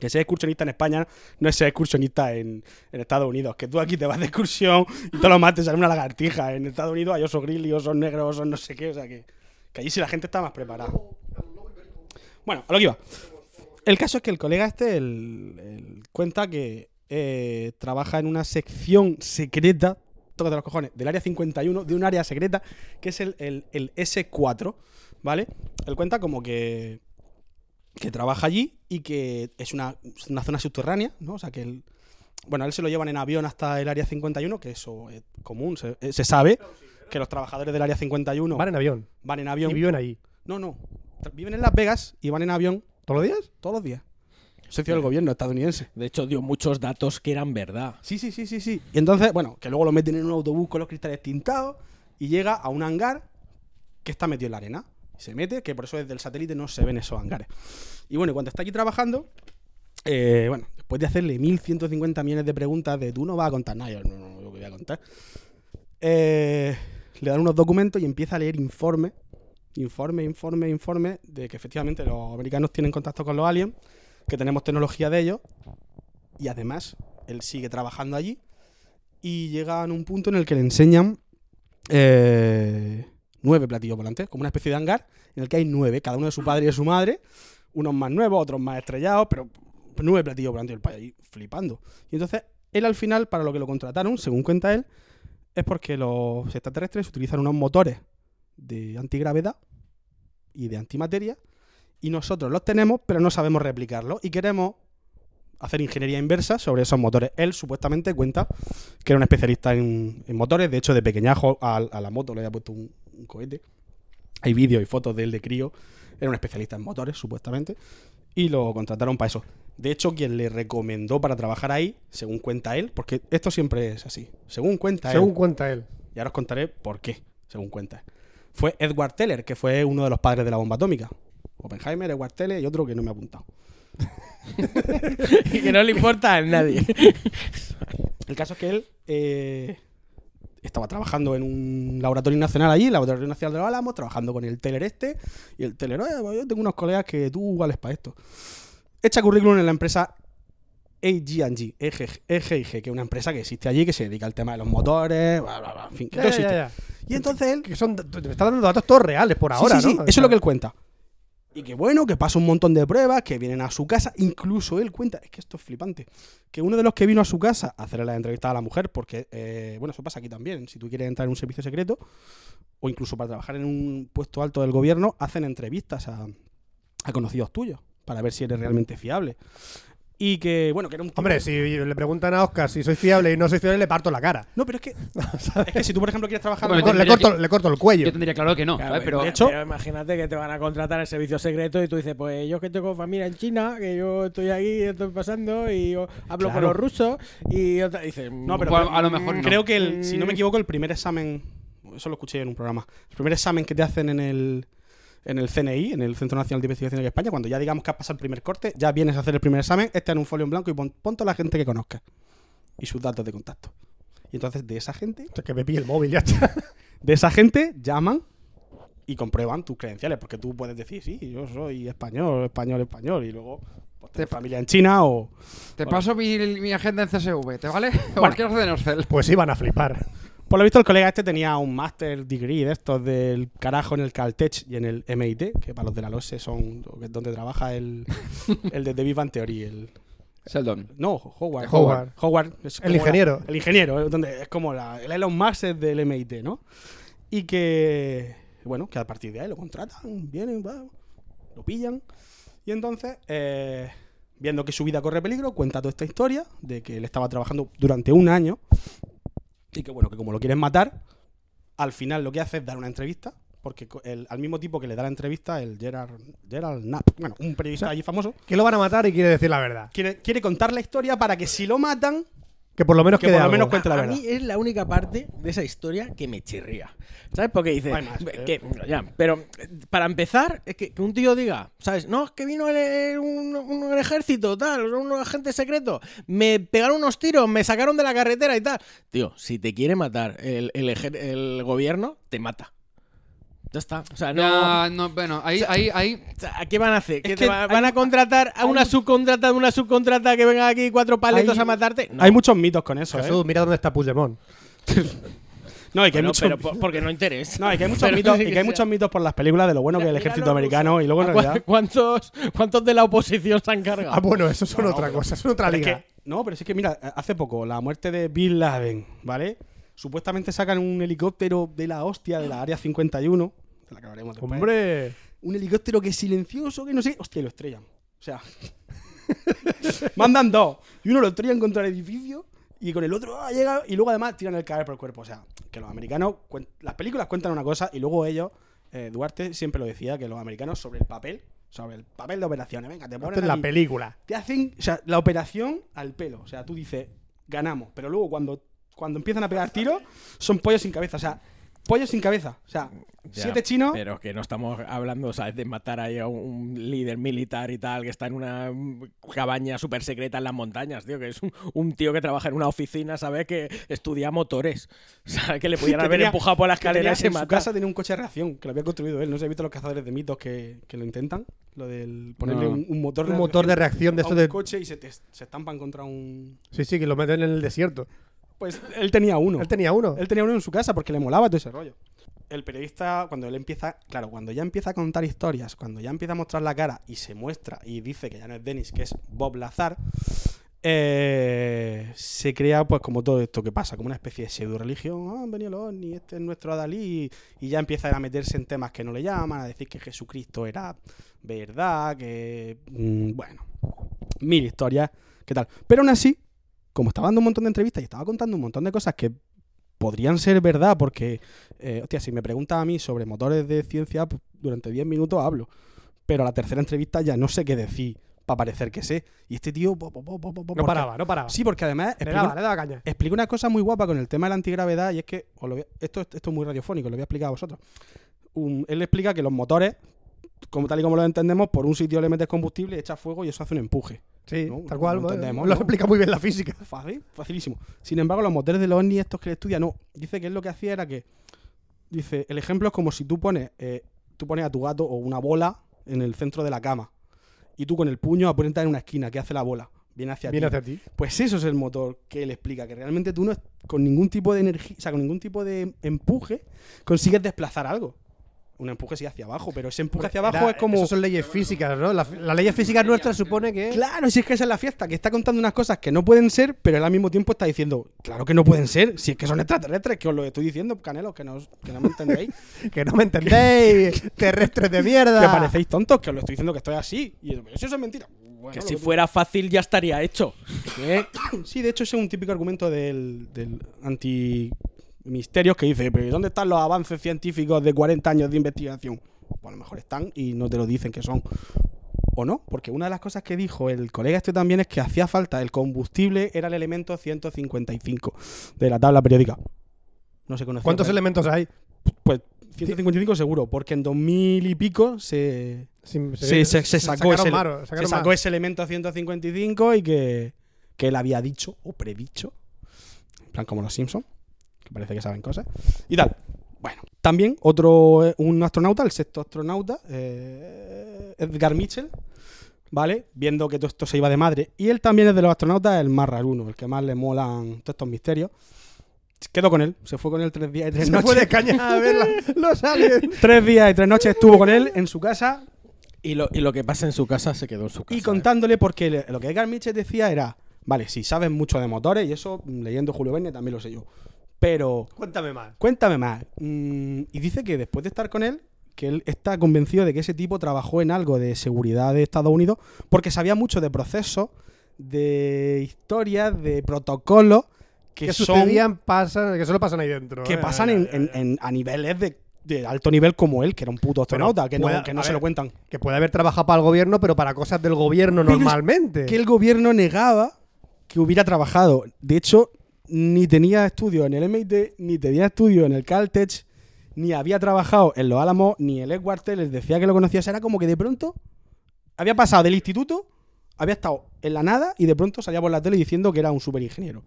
Speaker 2: Que ser excursionista en España no es ser excursionista en, en Estados Unidos. Que tú aquí te vas de excursión y todos los martes sale una lagartija. En Estados Unidos hay osos grill y osos negros, osos no sé qué. O sea que, que allí sí la gente está más preparada. Bueno, a lo que iba. El caso es que el colega este el- el cuenta que eh, trabaja en una sección secreta, tócate los cojones, del área 51, de un área secreta, que es el, el- el S4, ¿vale? Él cuenta como que, que trabaja allí y que es una, una zona subterránea, ¿no? O sea, que él... Bueno, a él se lo llevan en avión hasta el área 51, que eso es común, se, eh, se sabe que los trabajadores del área 51
Speaker 4: Van en avión
Speaker 2: van en
Speaker 4: y
Speaker 2: avión.
Speaker 4: viven allí.
Speaker 2: No, no, tra- viven en Las Vegas y van en avión
Speaker 4: ¿Todos los días?
Speaker 2: todos los días. Socio del gobierno estadounidense.
Speaker 1: De hecho, dio muchos datos que eran
Speaker 2: <laughs>
Speaker 1: verdad.
Speaker 2: Sí, sí, sí, sí, sí. Y entonces, bueno, que luego lo meten en un autobús con los cristales tintados y llega a un hangar que está metido en la arena. Se mete, que por eso desde el satélite no se ven esos hangares. Y bueno, cuando está aquí trabajando, eh, bueno, después de hacerle 1150 millones de preguntas de tú no vas a contar nada, yo no, no, yo qué voy a contar. eh, le dan unos documentos y empieza a leer informes, informes, informes, informes de que efectivamente los americanos tienen contacto con los aliens, que tenemos tecnología de ellos y además, él sigue trabajando allí. Y llegan a un punto en el que le enseñan eh, nueve platillos volantes, como una especie de hangar, en el que hay nueve, cada uno de su padre y de su madre, unos más nuevos, otros más estrellados, pero nueve platillos volantes el país ahí flipando. Y entonces, él al final, para lo que lo contrataron, según cuenta él, es porque los extraterrestres utilizan unos motores de antigravedad y de antimateria, y nosotros los tenemos, pero no sabemos replicarlos, y queremos hacer ingeniería inversa sobre esos motores. Él supuestamente cuenta que era un especialista en, en motores, de hecho de pequeñajo a, a la moto le había puesto un, un cohete. Hay vídeos y fotos de él de crío, era un especialista en motores supuestamente, y lo contrataron para eso. De hecho, quien le recomendó para trabajar ahí, según cuenta él, porque esto siempre es así, según cuenta
Speaker 4: Según
Speaker 2: él,
Speaker 4: cuenta él.
Speaker 2: y ahora os contaré por qué, según cuenta, fue Edward Teller, que fue uno de los padres de la bomba atómica. Oppenheimer, Edward Tele y otro que no me ha apuntado.
Speaker 1: y que no le importa a <laughs> nadie.
Speaker 2: El caso es que él eh, estaba trabajando en un laboratorio nacional allí, Laboratorio Nacional de los Álamos, trabajando con el Teler este. Y el Teler, "Eh, pues yo tengo unos colegas que tú vales para esto. Echa currículum en la empresa AG&G, EG, EGIG, que es una empresa que existe allí, que se dedica al tema de los motores, bla, bla, bla, en fin, que
Speaker 4: Ya,
Speaker 2: todo
Speaker 4: ya,
Speaker 2: existe.
Speaker 4: ya,
Speaker 2: Y entonces él
Speaker 4: ya. Que son, me está dando datos todos reales por
Speaker 2: Sí,
Speaker 4: ahora,
Speaker 2: sí, sí,
Speaker 4: ¿no?
Speaker 2: eso es lo que él cuenta. Y que bueno, que pasa un montón de pruebas, que vienen a su casa. Incluso él cuenta, es que esto es flipante, que uno de los que vino a su casa a hacerle la entrevista a la mujer, porque, eh, bueno, eso pasa aquí también. Si tú quieres entrar en un servicio secreto, o incluso para trabajar en un puesto alto del gobierno, hacen entrevistas a, a conocidos tuyos, para ver si eres realmente fiable. Y que, bueno, que era un... tipo-
Speaker 4: Hombre, si le preguntan a Oscar si soy fiable y no soy fiable, le parto la cara.
Speaker 2: No, pero <laughs> es que, es que si tú, por ejemplo, quieres trabajar...
Speaker 3: Bueno,
Speaker 2: con-
Speaker 4: le,
Speaker 3: tendría
Speaker 4: corto,
Speaker 3: que-
Speaker 4: le corto el cuello.
Speaker 3: Yo tendría claro que no, ¿sabes? Pero,
Speaker 2: de hecho-
Speaker 1: imagínate que te van a contratar al servicio secreto y tú dices, pues yo que tengo familia en China, que yo estoy aquí, estoy pasando y yo hablo con
Speaker 2: Claro.
Speaker 1: los rusos y otra- dices,
Speaker 2: No, pero-
Speaker 3: pues, a lo mejor no.
Speaker 2: Mm, Creo que, el, si no me equivoco, el primer examen, eso lo escuché en un programa, el primer examen que te hacen en el, en el CNI, en el Centro Nacional de Investigación de España, cuando ya digamos que has pasado el primer corte, ya vienes a hacer el primer examen, está en un folio en blanco y pon, pon toda la gente que conozcas y sus datos de contacto. Y entonces de esa gente,
Speaker 4: Es Que me pille el móvil, ya está. <laughs>
Speaker 2: de esa gente llaman y comprueban tus credenciales, porque tú puedes decir, sí, yo soy español, español, español, y luego pues, tengo familia en China o...
Speaker 3: te paso mi, mi agenda en CSV, ¿te vale? <laughs> O cualquier cosa de Norcel.
Speaker 4: Pues iban a flipar.
Speaker 2: Por lo visto, el colega este tenía un master degree de estos del carajo en el Caltech y en el MIT, que para los de la LOSE son lo que es donde trabaja el, el de The Big Bang Theory. El,
Speaker 3: Sheldon.
Speaker 2: no, Howard.
Speaker 3: El
Speaker 4: Howard.
Speaker 2: Howard es
Speaker 4: El
Speaker 2: como
Speaker 4: ingeniero.
Speaker 2: la- el ingeniero, es donde es como la, el Elon Musk es del MIT, ¿no? Y que, bueno, que a partir de ahí lo contratan, vienen, va, lo pillan. Y entonces, eh, viendo que su vida corre peligro, cuenta toda esta historia de que él estaba trabajando durante un año y que, bueno, que como lo quieren matar, al final lo que hace es dar una entrevista. Porque co- el- al mismo tipo que le da la entrevista, el Gerald, Gerald Knapp, bueno, un periodista allí famoso,
Speaker 4: Que lo van a matar y quiere decir la verdad.
Speaker 2: quiere, quiere contar la historia para que si lo matan,
Speaker 4: Que por lo menos
Speaker 2: Que
Speaker 4: quede
Speaker 2: por lo
Speaker 4: algo. Ah,
Speaker 2: menos cuente la
Speaker 1: a
Speaker 2: verdad.
Speaker 1: mí es la única parte de esa historia que me chirría. ¿Sabes? Porque dices.
Speaker 2: Hay más, ¿eh?
Speaker 1: que- ya, pero eh, para empezar, es que, que un tío diga, ¿sabes? No, es que vino el, el- un, un ejército, tal, un agente secreto. Me pegaron unos tiros, me sacaron de la carretera y tal. Tío, si te quiere matar el, el ejer- el gobierno, te mata. Ya está. O sea, no.
Speaker 3: No, no, bueno, ahí, ahí, ahí.
Speaker 1: O sea, ¿Qué van a hacer? ¿Que
Speaker 2: Es
Speaker 1: te
Speaker 2: que
Speaker 1: va-
Speaker 2: hay-
Speaker 1: ¿Van a contratar a una subcontrata de una subcontrata que venga aquí cuatro paletos
Speaker 2: Hay-
Speaker 1: a matarte? No.
Speaker 2: Hay muchos mitos con eso, ¿eh? Ah,
Speaker 4: Jesús, mira dónde está Puigdemont.
Speaker 2: No, y que hay
Speaker 1: Bueno,
Speaker 2: muchos
Speaker 1: pero por- porque no interesa.
Speaker 2: <laughs> no, y que hay muchos
Speaker 1: Pero
Speaker 2: mitos,
Speaker 1: sí
Speaker 2: y
Speaker 1: que
Speaker 2: que hay
Speaker 1: sea.
Speaker 2: muchos mitos por las películas de lo bueno que es el
Speaker 1: Mira,
Speaker 2: ejército
Speaker 1: los
Speaker 2: americano
Speaker 1: rusos.
Speaker 2: y luego en
Speaker 1: ¿Cu-
Speaker 2: realidad.
Speaker 1: ¿Cuántos, ¿Cuántos de la oposición se han cargado?
Speaker 4: Ah, bueno, eso son otra cosa, son otra
Speaker 2: Pero es
Speaker 4: liga.
Speaker 2: que- no, pero sí que mira, hace poco, la muerte de Bin Laden, ¿vale? Supuestamente sacan un helicóptero de la hostia de la área 51. de la que hablaremos después.
Speaker 4: Hombre,
Speaker 2: Un helicóptero que es silencioso, que no sé. Hostia, y lo estrellan. O sea. <laughs> mandan dos. Y uno lo estrellan contra el edificio. Y con el otro ah, llega. Y luego además tiran el cadáver por el cuerpo. O sea, que los americanos. cuen- Las películas cuentan una cosa. Y luego ellos. eh, Duarte siempre lo decía. Que los americanos sobre el papel. Sobre el papel de operaciones. Venga, te
Speaker 4: esto
Speaker 2: ponen.
Speaker 4: es la
Speaker 2: aquí,
Speaker 4: película.
Speaker 2: te hacen. O sea, la operación al pelo. O sea, tú dices. Ganamos. Pero luego cuando. Cuando empiezan a pegar tiros. Son pollos sin cabeza. O sea. Pollos sin cabeza. O sea.
Speaker 1: Ya,
Speaker 2: siete chinos.
Speaker 1: Pero que no estamos hablando, ¿sabes? De matar ahí a un, un líder militar y tal que está en una mm, cabaña súper secreta en las montañas, tío. Que es un, un tío que trabaja en una oficina, ¿sabes? Que estudia motores. <laughs> O sea, que le pudieran
Speaker 2: que
Speaker 1: haber
Speaker 2: tenía-
Speaker 1: empujado por la
Speaker 2: que
Speaker 1: escalera
Speaker 2: tenía-
Speaker 1: y se
Speaker 2: en su
Speaker 1: mata.
Speaker 2: casa tenía un coche de reacción que lo había construido él. No sé, he visto los cazadores de mitos que, que lo intentan. Lo del ponerle
Speaker 3: No.
Speaker 2: un, un motor
Speaker 4: Un motor de reacción
Speaker 2: a
Speaker 4: de esto
Speaker 2: un
Speaker 4: de.
Speaker 2: coche y se, te- se estampan contra un.
Speaker 4: Sí, sí, que lo meten en el desierto.
Speaker 2: Pues él tenía uno.
Speaker 4: Él tenía uno.
Speaker 2: Él tenía uno en su casa porque le molaba todo ese rollo. El periodista, cuando él empieza, claro, cuando ya empieza a contar historias, cuando ya empieza a mostrar la cara y se muestra y dice que ya no es Dennis, que es Bob Lazar, eh, se crea pues como todo esto que pasa, como una especie de pseudo religión, ah, han venido los ovnis, este es nuestro Adalí, y ya empieza a meterse en temas que no le llaman, a decir que Jesucristo era verdad, que... mm, bueno, mil historias, ¿qué tal? Pero aún así, como estaba dando un montón de entrevistas y estaba contando un montón de cosas que podrían ser verdad, porque, eh, hostia, si me preguntas a mí sobre motores de ciencia, pues, durante 10 minutos hablo. Pero a la tercera entrevista ya no sé qué decir para parecer que sé. Y este tío. po, po, po, po, po, porque-
Speaker 4: No paraba, no paraba.
Speaker 2: Sí, porque además
Speaker 4: le
Speaker 2: explica,
Speaker 4: daba, le daba caña.
Speaker 2: explica una cosa muy guapa con el tema de la antigravedad, y es que. os lo voy a- esto, esto es muy radiofónico, lo voy a explicar a vosotros. Un- él explica que los motores como tal y como lo entendemos, por un sitio le metes combustible, echas fuego y eso hace un empuje.
Speaker 4: Sí,
Speaker 2: No,
Speaker 4: tal cual.
Speaker 2: no
Speaker 4: bueno,
Speaker 2: entendemos,
Speaker 4: lo
Speaker 2: ¿no?
Speaker 4: explica muy bien la física.
Speaker 2: Fácil, facilísimo. Sin embargo, los motores de los ovnis estos que le estudia, no. Dice que él lo que hacía era que. Dice, el ejemplo es como si tú pones, eh, tú pones a tu gato o una bola en el centro de la cama. Y tú con el puño apuntas en una esquina, ¿qué hace la bola? Viene hacia
Speaker 4: Viene
Speaker 2: ti.
Speaker 4: hacia ti.
Speaker 2: Pues eso es el motor que él explica, que realmente tú no es- con ningún tipo de energía, o sea, con ningún tipo de empuje, consigues desplazar algo. Un empuje sí hacia abajo, pero ese empuje hacia abajo
Speaker 4: Era-
Speaker 2: es como.
Speaker 4: Esas son leyes físicas, ¿no? La- Las leyes físicas nuestras supone que.
Speaker 2: Claro, si es que esa es la fiesta, que está contando unas cosas que no pueden ser, pero él al mismo tiempo está diciendo, claro que no pueden ser, si es que son extraterrestres, que os lo estoy diciendo, canelos, que no, os- que no me entendéis,
Speaker 4: Que no
Speaker 2: <laughs>
Speaker 4: me entendéis, terrestres de mierda.
Speaker 2: que parecéis tontos, que os lo estoy diciendo que estoy así. Y yo, pero eso es mentira. Bueno,
Speaker 1: Que
Speaker 2: lo
Speaker 1: si
Speaker 2: tú-
Speaker 1: fuera fácil ya estaría hecho. ¿eh?
Speaker 2: <coughs> Sí, de hecho ese es un típico argumento del, del anti misterios que dice, pero ¿y ¿dónde están los avances científicos de 40 años de investigación? Pues a lo mejor están y no te lo dicen que son. O no, porque una de las cosas que dijo el colega este también es que hacía falta el combustible, era el elemento 155 de la tabla periódica. No se conocía.
Speaker 4: ¿Cuántos
Speaker 2: pero-
Speaker 4: elementos hay?
Speaker 2: Pues 155 seguro, porque en 2000 y pico se,
Speaker 4: Sí,
Speaker 2: se, se- se sacó,
Speaker 4: sacaron
Speaker 2: ese,
Speaker 4: maro-
Speaker 2: se
Speaker 4: sacaron
Speaker 2: sacó
Speaker 4: maro.
Speaker 2: ese elemento 155 y que, que él había dicho o predicho. En plan, como los Simpson que parece que saben cosas. Y tal. Bueno, también otro, eh, un astronauta, el sexto astronauta, eh, Edgar Mitchell, ¿vale? Viendo que todo esto se iba de madre. Y él también es de los astronautas el más raruno, el que más le molan todos estos misterios. Quedó con él, se fue con él tres días y tres
Speaker 4: Se
Speaker 2: noches.
Speaker 4: fue de caña a ver la- los aliens.
Speaker 2: <laughs> Tres días y tres noches estuvo con él en su casa,
Speaker 1: Y, lo, y lo que pasa en su casa se quedó en su
Speaker 4: ¿eh?
Speaker 1: casa. ¿eh?
Speaker 2: Y contándole, porque le- lo que Edgar Mitchell decía era: Vale, si sabes mucho de motores, y eso mm, leyendo Julio Verne también lo sé yo. Pero
Speaker 4: Cuéntame más.
Speaker 2: cuéntame más. Mm, y dice que después de estar con él, que él está convencido de que ese tipo trabajó en algo de seguridad de Estados Unidos, porque sabía mucho de procesos, de historias, de protocolos que,
Speaker 4: Que
Speaker 2: son
Speaker 4: sucedían, pasan, que solo pasan ahí dentro.
Speaker 2: que
Speaker 4: ¿eh?
Speaker 2: pasan
Speaker 4: Ya,
Speaker 2: en-
Speaker 4: ya, ya,
Speaker 2: en-
Speaker 4: ya.
Speaker 2: en- a niveles de, de alto nivel como él, que era un puto astronauta, que no,
Speaker 4: pueda-
Speaker 2: que no
Speaker 4: a
Speaker 2: se
Speaker 4: ver,
Speaker 2: lo cuentan.
Speaker 4: Que puede haber trabajado para el gobierno, pero para cosas del gobierno
Speaker 2: Pero es
Speaker 4: normalmente.
Speaker 2: que el gobierno negaba que hubiera trabajado. De hecho, ni tenía estudios en el MIT, ni tenía estudios en el Caltech, ni había trabajado en los Álamos, ni el Edward les decía que lo conocía. O sea, Era como que de pronto había pasado del instituto, había estado en la nada y de pronto salía por la tele diciendo que era un superingeniero.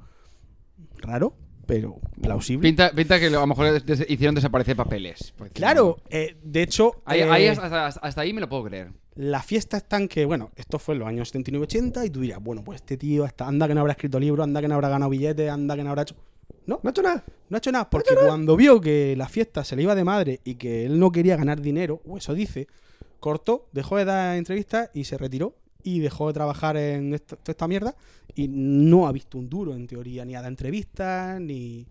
Speaker 2: Raro, pero plausible.
Speaker 3: Pinta, pinta que a lo mejor des- hicieron desaparecer papeles. pues. por decirlo.
Speaker 2: Claro, eh, de hecho,
Speaker 3: Ahí-
Speaker 2: eh,
Speaker 3: ahí hasta, hasta ahí me lo puedo creer.
Speaker 2: la fiesta está en que, bueno, esto fue en los años 79 80 y tú dirás, bueno, pues este tío, hasta, anda que no habrá escrito libros, anda que no habrá ganado billetes, anda que no habrá hecho... No,
Speaker 4: No ha hecho nada.
Speaker 2: no ha hecho nada, porque cuando vio que la fiesta se le iba de madre y que él no quería ganar dinero, o eso dice, cortó, dejó de dar entrevistas y se retiró y dejó de trabajar en esto- toda esta mierda y no ha visto un duro en teoría, ni a dar entrevistas, ni...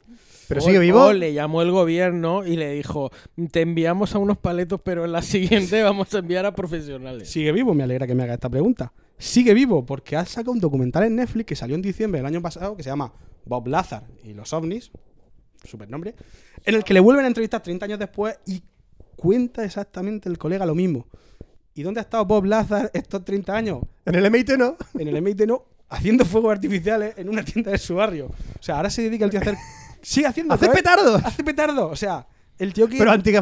Speaker 4: Pero
Speaker 1: O-
Speaker 4: sigue vivo.
Speaker 1: o le llamó el gobierno y le dijo, te enviamos a unos paletos, pero en la siguiente vamos a enviar a profesionales.
Speaker 2: Sigue vivo, me alegra que me haga esta pregunta. Sigue vivo, porque ha sacado un documental en Netflix que salió en diciembre del año pasado que se llama Bob Lazar y los ovnis, super nombre, en el que le vuelven a entrevistar 30 años después y cuenta exactamente el colega lo mismo. ¿Y dónde ha estado Bob Lazar estos 30 años?
Speaker 4: En el MIT no.
Speaker 2: En el MIT no, haciendo fuegos artificiales en una tienda de su barrio. O sea, ahora se dedica el tío a hacer. Sigue haciendo.
Speaker 4: <laughs> Hace
Speaker 2: otra vez.
Speaker 4: petardos.
Speaker 2: Hace petardo. O sea, el tío que.
Speaker 4: Pero antigra-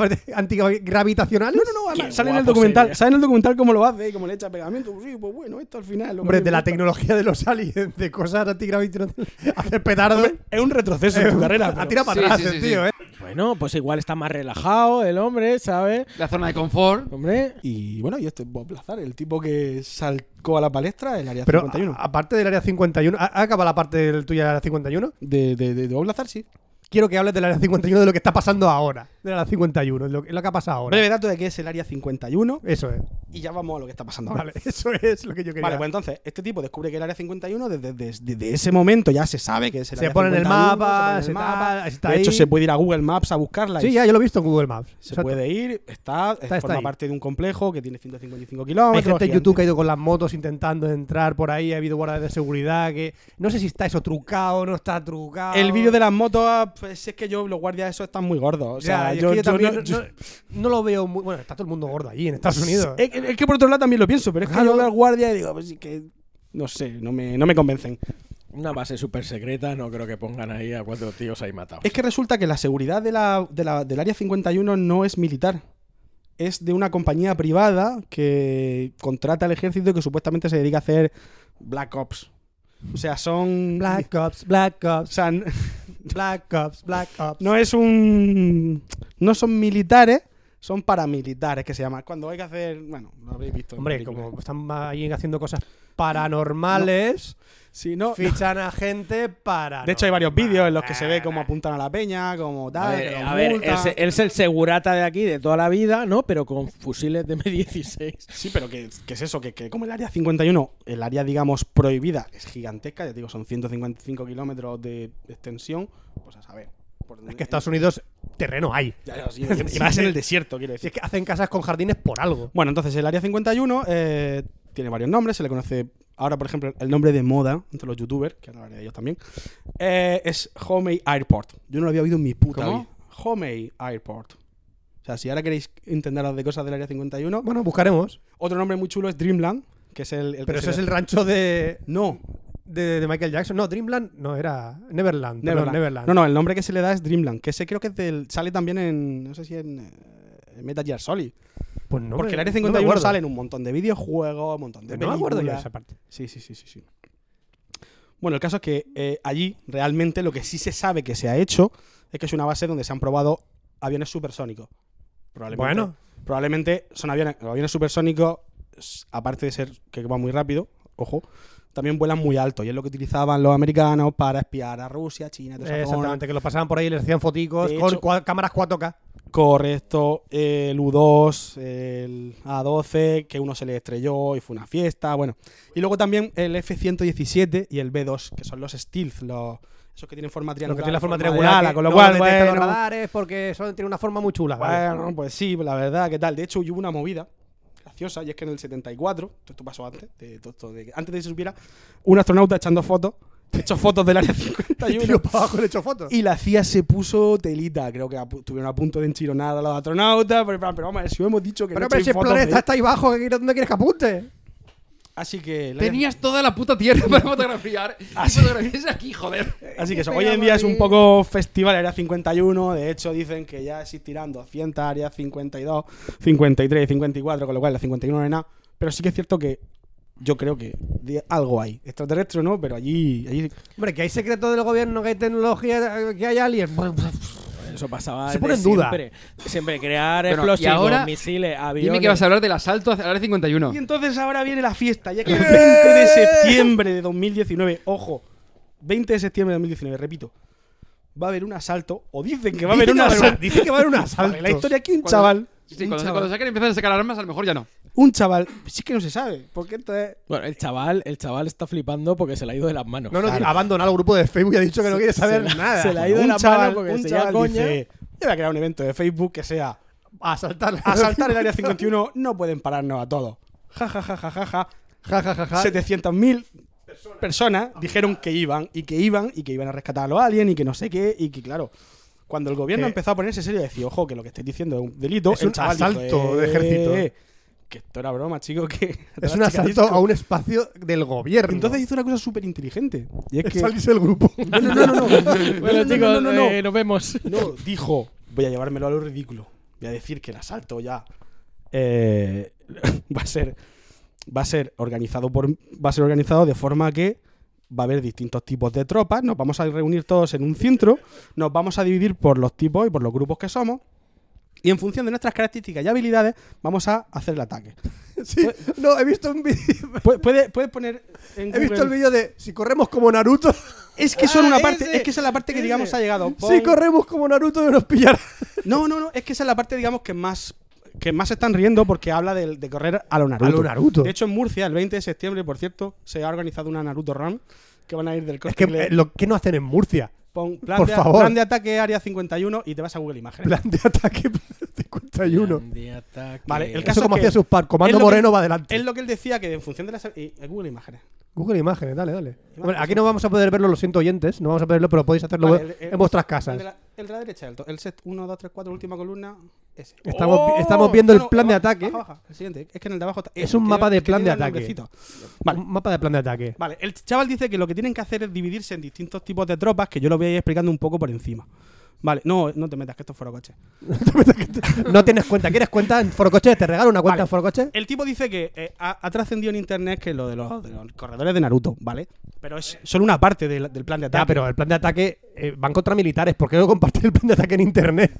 Speaker 4: antigravitacionales.
Speaker 2: No, no, no, además,
Speaker 1: Qué
Speaker 2: sale en el
Speaker 1: guapo
Speaker 2: documental,
Speaker 1: sería.
Speaker 2: sale en el documental cómo lo hace y cómo le echa pegamento. Pues sí, pues bueno, esto al final. es lo que
Speaker 4: Hombre,
Speaker 2: me
Speaker 4: de la
Speaker 2: gusta.
Speaker 4: tecnología de los aliens, de
Speaker 2: <laughs>
Speaker 4: cosas antigravitacionales. Hacer petardos. Eh,
Speaker 2: Hombre, Es un retroceso en tu carrera.
Speaker 4: <laughs> Ha
Speaker 2: pero-
Speaker 4: tirado para
Speaker 3: Sí,
Speaker 4: atrás
Speaker 3: sí, sí,
Speaker 4: el
Speaker 3: sí.
Speaker 4: tío, ¿eh?
Speaker 1: Bueno, pues igual está más relajado el hombre, ¿sabes?
Speaker 3: La zona de confort.
Speaker 2: Pues,
Speaker 1: Hombre,
Speaker 2: Y bueno, y este es Bob Lazar, el tipo que salcó a la palestra el área
Speaker 4: Pero ah,
Speaker 2: 51.
Speaker 4: a- aparte del área 51, ¿ha ha acabado la parte del tuya del área 51?
Speaker 2: de, de, de- de Bob Lazar, sí.
Speaker 4: Quiero que hables del área 51 de lo que está pasando ahora. Del área 51, de lo, que- lo que ha pasado ahora.
Speaker 2: Breve dato de que es el área 51
Speaker 4: Eso es.
Speaker 2: y ya vamos a lo que está pasando ahora.
Speaker 4: Vale, <laughs> eso es lo que yo quería.
Speaker 2: Vale, pues entonces, este tipo descubre que el área 51 desde, desde- desde ese momento ya se sabe que es el
Speaker 4: Se
Speaker 2: área
Speaker 4: pone en el
Speaker 2: 51,
Speaker 4: mapa,
Speaker 2: se pone en
Speaker 4: se
Speaker 2: el
Speaker 4: tal,
Speaker 2: mapa.
Speaker 4: está
Speaker 2: de hecho,
Speaker 4: ahí.
Speaker 2: se puede ir a Google Maps a buscarla. y
Speaker 4: sí, ya, yo lo he visto en Google Maps.
Speaker 2: Se
Speaker 4: Exacto.
Speaker 2: puede ir, está,
Speaker 4: está
Speaker 2: forma
Speaker 4: ahí.
Speaker 2: parte de un complejo que tiene 155
Speaker 4: Hay
Speaker 2: kilómetros.
Speaker 4: gente en
Speaker 2: gigante.
Speaker 4: YouTube que ha ido con las motos intentando entrar por ahí. Ha habido guardias de seguridad que. No sé si está eso trucado, no está trucado.
Speaker 2: El vídeo de las motos, ah, pues es que yo, los guardias esos están muy gordos. O
Speaker 4: Ya,
Speaker 2: sea,
Speaker 4: y es
Speaker 2: yo,
Speaker 4: que yo
Speaker 2: yo
Speaker 4: también
Speaker 2: no-
Speaker 4: no,
Speaker 2: yo-
Speaker 4: no- no lo veo muy. Bueno, está todo el mundo gordo allí en Estados Unidos.
Speaker 2: Es, es que por otro lado también lo pienso, pero es que
Speaker 4: Claro.
Speaker 2: yo veo al guardia y digo, pues sí que. No sé, no me, no me convencen.
Speaker 1: una base súper secreta, no creo que pongan ahí a cuatro tíos ahí matados.
Speaker 2: Es que resulta que la seguridad de la, de la- del área 51 no es militar. es de una compañía privada que contrata al ejército y que supuestamente se dedica a hacer Black Ops. O sea, son.
Speaker 4: Black Ops, Black
Speaker 2: O
Speaker 4: Ops,
Speaker 2: sea, n-
Speaker 4: Black Ops, Black Ops.
Speaker 2: no es un. No son militares, son paramilitares que se llama. Cuando hay que hacer. Bueno, lo habréis visto. en
Speaker 4: Hombre,
Speaker 2: películas.
Speaker 4: como están ahí haciendo cosas paranormales,
Speaker 2: Sí, no.
Speaker 4: fichan a gente para.
Speaker 2: De hecho, hay varios vídeos en los que se ve cómo apuntan a la peña, como
Speaker 1: A
Speaker 2: tal. que
Speaker 1: ver,
Speaker 2: los
Speaker 1: a ver, eh, él,
Speaker 2: multan.
Speaker 1: se- él es el segurata de aquí de toda la vida, ¿no? Pero con fusiles de <laughs> M16.
Speaker 2: Sí, pero que, que es eso, que, que como el área 51, el área, digamos, prohibida es gigantesca, ya te digo, son 155 kilómetros de extensión, pues a saber. por dónde-
Speaker 4: Es que Estados Unidos terreno hay.
Speaker 2: <laughs> Ya, ya, sí, y y más en el desierto, quiero
Speaker 4: Si
Speaker 2: decir.
Speaker 4: es que hacen casas con jardines por algo.
Speaker 2: Bueno, entonces el área 51 eh, tiene varios nombres, se le conoce ahora, por ejemplo, el nombre de moda entre los youtubers, que ahora hablaré de ellos también, eh, es Homey Airport. Yo no lo había oído en mi puta
Speaker 3: ¿Cómo?
Speaker 2: vida. Homey Airport. O sea, si ahora queréis entenderos de cosas del área 51,
Speaker 4: Bueno, buscaremos.
Speaker 2: otro nombre muy chulo es Dreamland, que es el. el que
Speaker 4: Pero
Speaker 2: se
Speaker 4: eso es
Speaker 2: le-
Speaker 4: el rancho de,
Speaker 2: No,
Speaker 4: de, de Michael Jackson. No, Dreamland no era Neverland. perdón,
Speaker 2: Neverland.
Speaker 4: Neverland.
Speaker 2: No, no, el nombre que se le da es Dreamland, que ese creo que es del, sale también en, no sé si en, eh, en Metal Gear Solid.
Speaker 4: Pues no
Speaker 2: porque
Speaker 4: me-
Speaker 2: el Área
Speaker 4: no me
Speaker 2: 51
Speaker 4: acuerdo.
Speaker 2: sale en un montón de videojuegos, un montón de
Speaker 4: No me acuerdo yo de
Speaker 2: películas.
Speaker 4: esa parte.
Speaker 2: Sí, sí, sí, sí, sí. Bueno, el caso es que eh, allí realmente lo que sí se sabe que se ha hecho es que es una base donde se han probado aviones supersónicos. Probablemente,
Speaker 4: Bueno.
Speaker 2: probablemente son aviones, los aviones supersónicos, s- aparte de ser que van muy rápido, ojo, también vuelan muy alto y es lo que utilizaban los americanos para espiar a Rusia, China, toda esa zona.
Speaker 4: Exactamente, que los pasaban por ahí y les hacían foticos
Speaker 2: De
Speaker 4: con
Speaker 2: hecho-
Speaker 4: cua- cámaras 4K.
Speaker 2: Correcto, el U2, el A12, que uno se le estrelló y fue una fiesta, bueno. Y luego también el F-117 y el B2, que son los stealth, los, esos que tienen forma
Speaker 4: Lo
Speaker 2: triangular.
Speaker 4: que tiene la forma
Speaker 2: de
Speaker 4: triangular,
Speaker 2: ala, con lo
Speaker 4: no
Speaker 2: cual,
Speaker 4: detecta los
Speaker 2: bueno,
Speaker 4: radares porque solo tiene una forma muy chula. vale.
Speaker 2: bueno, pues sí, la verdad, ¿qué tal? De hecho, hubo una movida graciosa, y es que en el 74, esto pasó antes, de, todo esto de que antes de que se supiera, un astronauta echando fotos, hecho fotos del
Speaker 4: <laughs>
Speaker 2: Área 51.
Speaker 4: Tiro para abajo le he hecho fotos.
Speaker 2: Y la CIA se puso telita. Creo que a pu- estuvieron a punto de enchironar a los astronautas. Pero, en plan, pero vamos, a ver, si hemos dicho que
Speaker 4: Pero,
Speaker 2: no
Speaker 4: hombre,
Speaker 2: echéis
Speaker 4: si el
Speaker 2: fotos ¿eh?
Speaker 4: planeta
Speaker 2: de-
Speaker 4: está ahí bajo, ¿qué- ¿dónde quieres que apunte?
Speaker 2: Así que. la-
Speaker 3: Tenías toda la puta tierra
Speaker 4: <laughs>
Speaker 3: para fotografiar.
Speaker 4: Ah,
Speaker 3: Y fotografías aquí, joder.
Speaker 2: eh, Así que eso. Hoy en día es un poco festival Área 51. De hecho, dicen que ya existirán 200 áreas, 52, 53, 54. Con lo cual, la 51 no es nada. Pero sí que es cierto que yo creo que de- algo hay. Extraterrestre no, pero allí. allí...
Speaker 4: Hombre, que hay secretos del gobierno, que hay tecnología, eh, que hay aliens. <laughs>
Speaker 1: Eso pasaba.
Speaker 4: Se
Speaker 1: desde
Speaker 4: pone en duda.
Speaker 1: Siempre, Siempre crear
Speaker 3: Bueno, y
Speaker 1: explosivos,
Speaker 3: ahora,
Speaker 1: misiles, aviones.
Speaker 3: Dime que vas a hablar del asalto al área 51. <laughs>
Speaker 2: Y entonces ahora viene la fiesta, ya que el 20 de septiembre de 2019, ojo, 20 de septiembre de 2019, repito, va a haber un asalto, o dicen que va a haber un asalto.
Speaker 4: Dice que va a haber un asalto.
Speaker 2: Vale, la historia aquí un
Speaker 3: Cuando-
Speaker 2: chaval,
Speaker 3: Sí,
Speaker 2: un,
Speaker 3: cuando,
Speaker 2: chaval
Speaker 3: cuando saquen y empiezan a sacar armas, a lo mejor ya no.
Speaker 2: un chaval, sí que no se sabe, porque esto es...
Speaker 1: Bueno, el chaval, el chaval está flipando porque se le ha ido de las manos.
Speaker 4: No, no, ha abandonado el grupo de Facebook y ha dicho que no quiere saber
Speaker 1: se la-
Speaker 4: nada.
Speaker 1: se la ha ido
Speaker 2: un
Speaker 1: la mano
Speaker 2: chaval,
Speaker 1: porque
Speaker 2: un
Speaker 1: se ya
Speaker 2: chaval
Speaker 1: coña.
Speaker 2: dice, yo voy a crear un evento de Facebook que sea
Speaker 4: A saltar.
Speaker 2: asaltar el
Speaker 4: <laughs>
Speaker 2: Área 51, no pueden pararnos a todos. Ja, ja, ja, ja, ja, ja.
Speaker 4: Ja, ja, ja, ja.
Speaker 2: 700.000 personas
Speaker 4: Ah.
Speaker 2: dijeron que iban y que iban y que iban a rescatar a los aliens y que no sé qué y que claro cuando el gobierno
Speaker 4: Que-
Speaker 2: empezó a ponerse serio y decir ojo que lo que estáis diciendo es un delito
Speaker 4: Es
Speaker 2: el
Speaker 4: un
Speaker 2: chaval dijo, "Eh,
Speaker 4: asalto de ejército.
Speaker 2: que esto era broma chico que <laughs>
Speaker 4: Es un asalto a un espacio del gobierno.
Speaker 2: entonces hizo una cosa súper inteligente y es
Speaker 4: Es
Speaker 2: que <laughs>
Speaker 4: salirse del grupo. <laughs>
Speaker 2: no no no no no.
Speaker 1: Bueno,
Speaker 2: No, no, no,
Speaker 1: chicos,
Speaker 2: no, no, no.
Speaker 1: eh, nos vemos.
Speaker 2: No, dijo, voy a llevármelo a lo ridículo. Voy a decir que el asalto ya eh, <laughs> va a ser va a ser organizado por va a ser organizado de forma que va a haber distintos tipos de tropas, nos vamos a reunir todos en un centro, nos vamos a dividir por los tipos y por los grupos que somos y en función de nuestras características y habilidades vamos a hacer el ataque.
Speaker 4: Sí, no, he visto un vídeo. <laughs>
Speaker 2: Pu- Puedes puedes poner en
Speaker 4: He visto el
Speaker 2: Google-
Speaker 4: vídeo de si corremos como Naruto, <laughs>
Speaker 2: Es que son
Speaker 1: Ah,
Speaker 2: una parte,
Speaker 1: ese,
Speaker 2: es que esa es la parte que digamos
Speaker 1: ese.
Speaker 2: ha llegado.
Speaker 4: si
Speaker 2: Pon-
Speaker 4: corremos como Naruto no nos pillará.
Speaker 2: No, no, no, es que esa es la parte, digamos, que más que más se están riendo porque habla del- de, correr a lo Naruto.
Speaker 4: lo Naruto.
Speaker 2: De hecho, en Murcia, el 20 de septiembre, por cierto, se ha organizado una Naruto Run que van a ir del
Speaker 4: Es <laughs>
Speaker 2: Corte
Speaker 4: que
Speaker 2: Inglés.
Speaker 4: eh, lo que no hacen en Murcia.
Speaker 2: Pon plan,
Speaker 4: por
Speaker 2: de,
Speaker 4: favor.
Speaker 2: plan de ataque área 51 y te vas a Google Imágenes.
Speaker 4: <laughs> Plan de ataque 51.
Speaker 1: De ataque.
Speaker 2: Vale, el caso
Speaker 4: Eso como
Speaker 2: es que
Speaker 4: hacía sus par. Comando
Speaker 2: es lo que-
Speaker 4: Moreno va adelante.
Speaker 2: Es lo que él decía que en función de las y- y Google Imágenes.
Speaker 4: Google Imágenes, dale, dale.
Speaker 2: Imágenes.
Speaker 4: Bueno, aquí no vamos a poder verlo, lo siento oyentes, no vamos a poderlo, pero podéis hacerlo
Speaker 2: Vale, el- el-
Speaker 4: en vuestras
Speaker 2: El
Speaker 4: casas.
Speaker 2: de, la, el de la derecha, el, to- el set 1, 2, 3, 4, última columna, ese.
Speaker 4: Estamos,
Speaker 1: ¡Oh!
Speaker 4: estamos viendo
Speaker 2: No,
Speaker 4: el plan de
Speaker 2: abajo,
Speaker 4: ataque.
Speaker 2: abajo, abajo, el siguiente, es que en el de abajo está-
Speaker 4: Es un
Speaker 2: que
Speaker 4: mapa
Speaker 2: tiene-
Speaker 4: de
Speaker 2: que
Speaker 4: plan
Speaker 2: tiene
Speaker 4: de
Speaker 2: el
Speaker 4: ataque.
Speaker 2: nombrecito. Vale.
Speaker 4: Un mapa de plan
Speaker 2: <laughs>
Speaker 4: de ataque.
Speaker 2: Vale, el chaval dice que lo que tienen que hacer es dividirse en distintos tipos de tropas, que yo lo voy a ir explicando un poco por encima. Vale, no, no te metas, que esto es fuera coche.
Speaker 4: No tienes cuenta. ¿Quieres cuenta en Forocoche? ¿Te regalo una cuenta
Speaker 2: Vale.
Speaker 4: en Forocoche?
Speaker 2: El tipo dice que eh, ha, ha trascendido en internet que lo de los, de los corredores de Naruto, ¿vale? Pero es solo una parte del, del plan de ataque.
Speaker 4: Ya, pero el plan de ataque eh, van contra militares. ¿Por qué no compartir el plan de ataque en internet?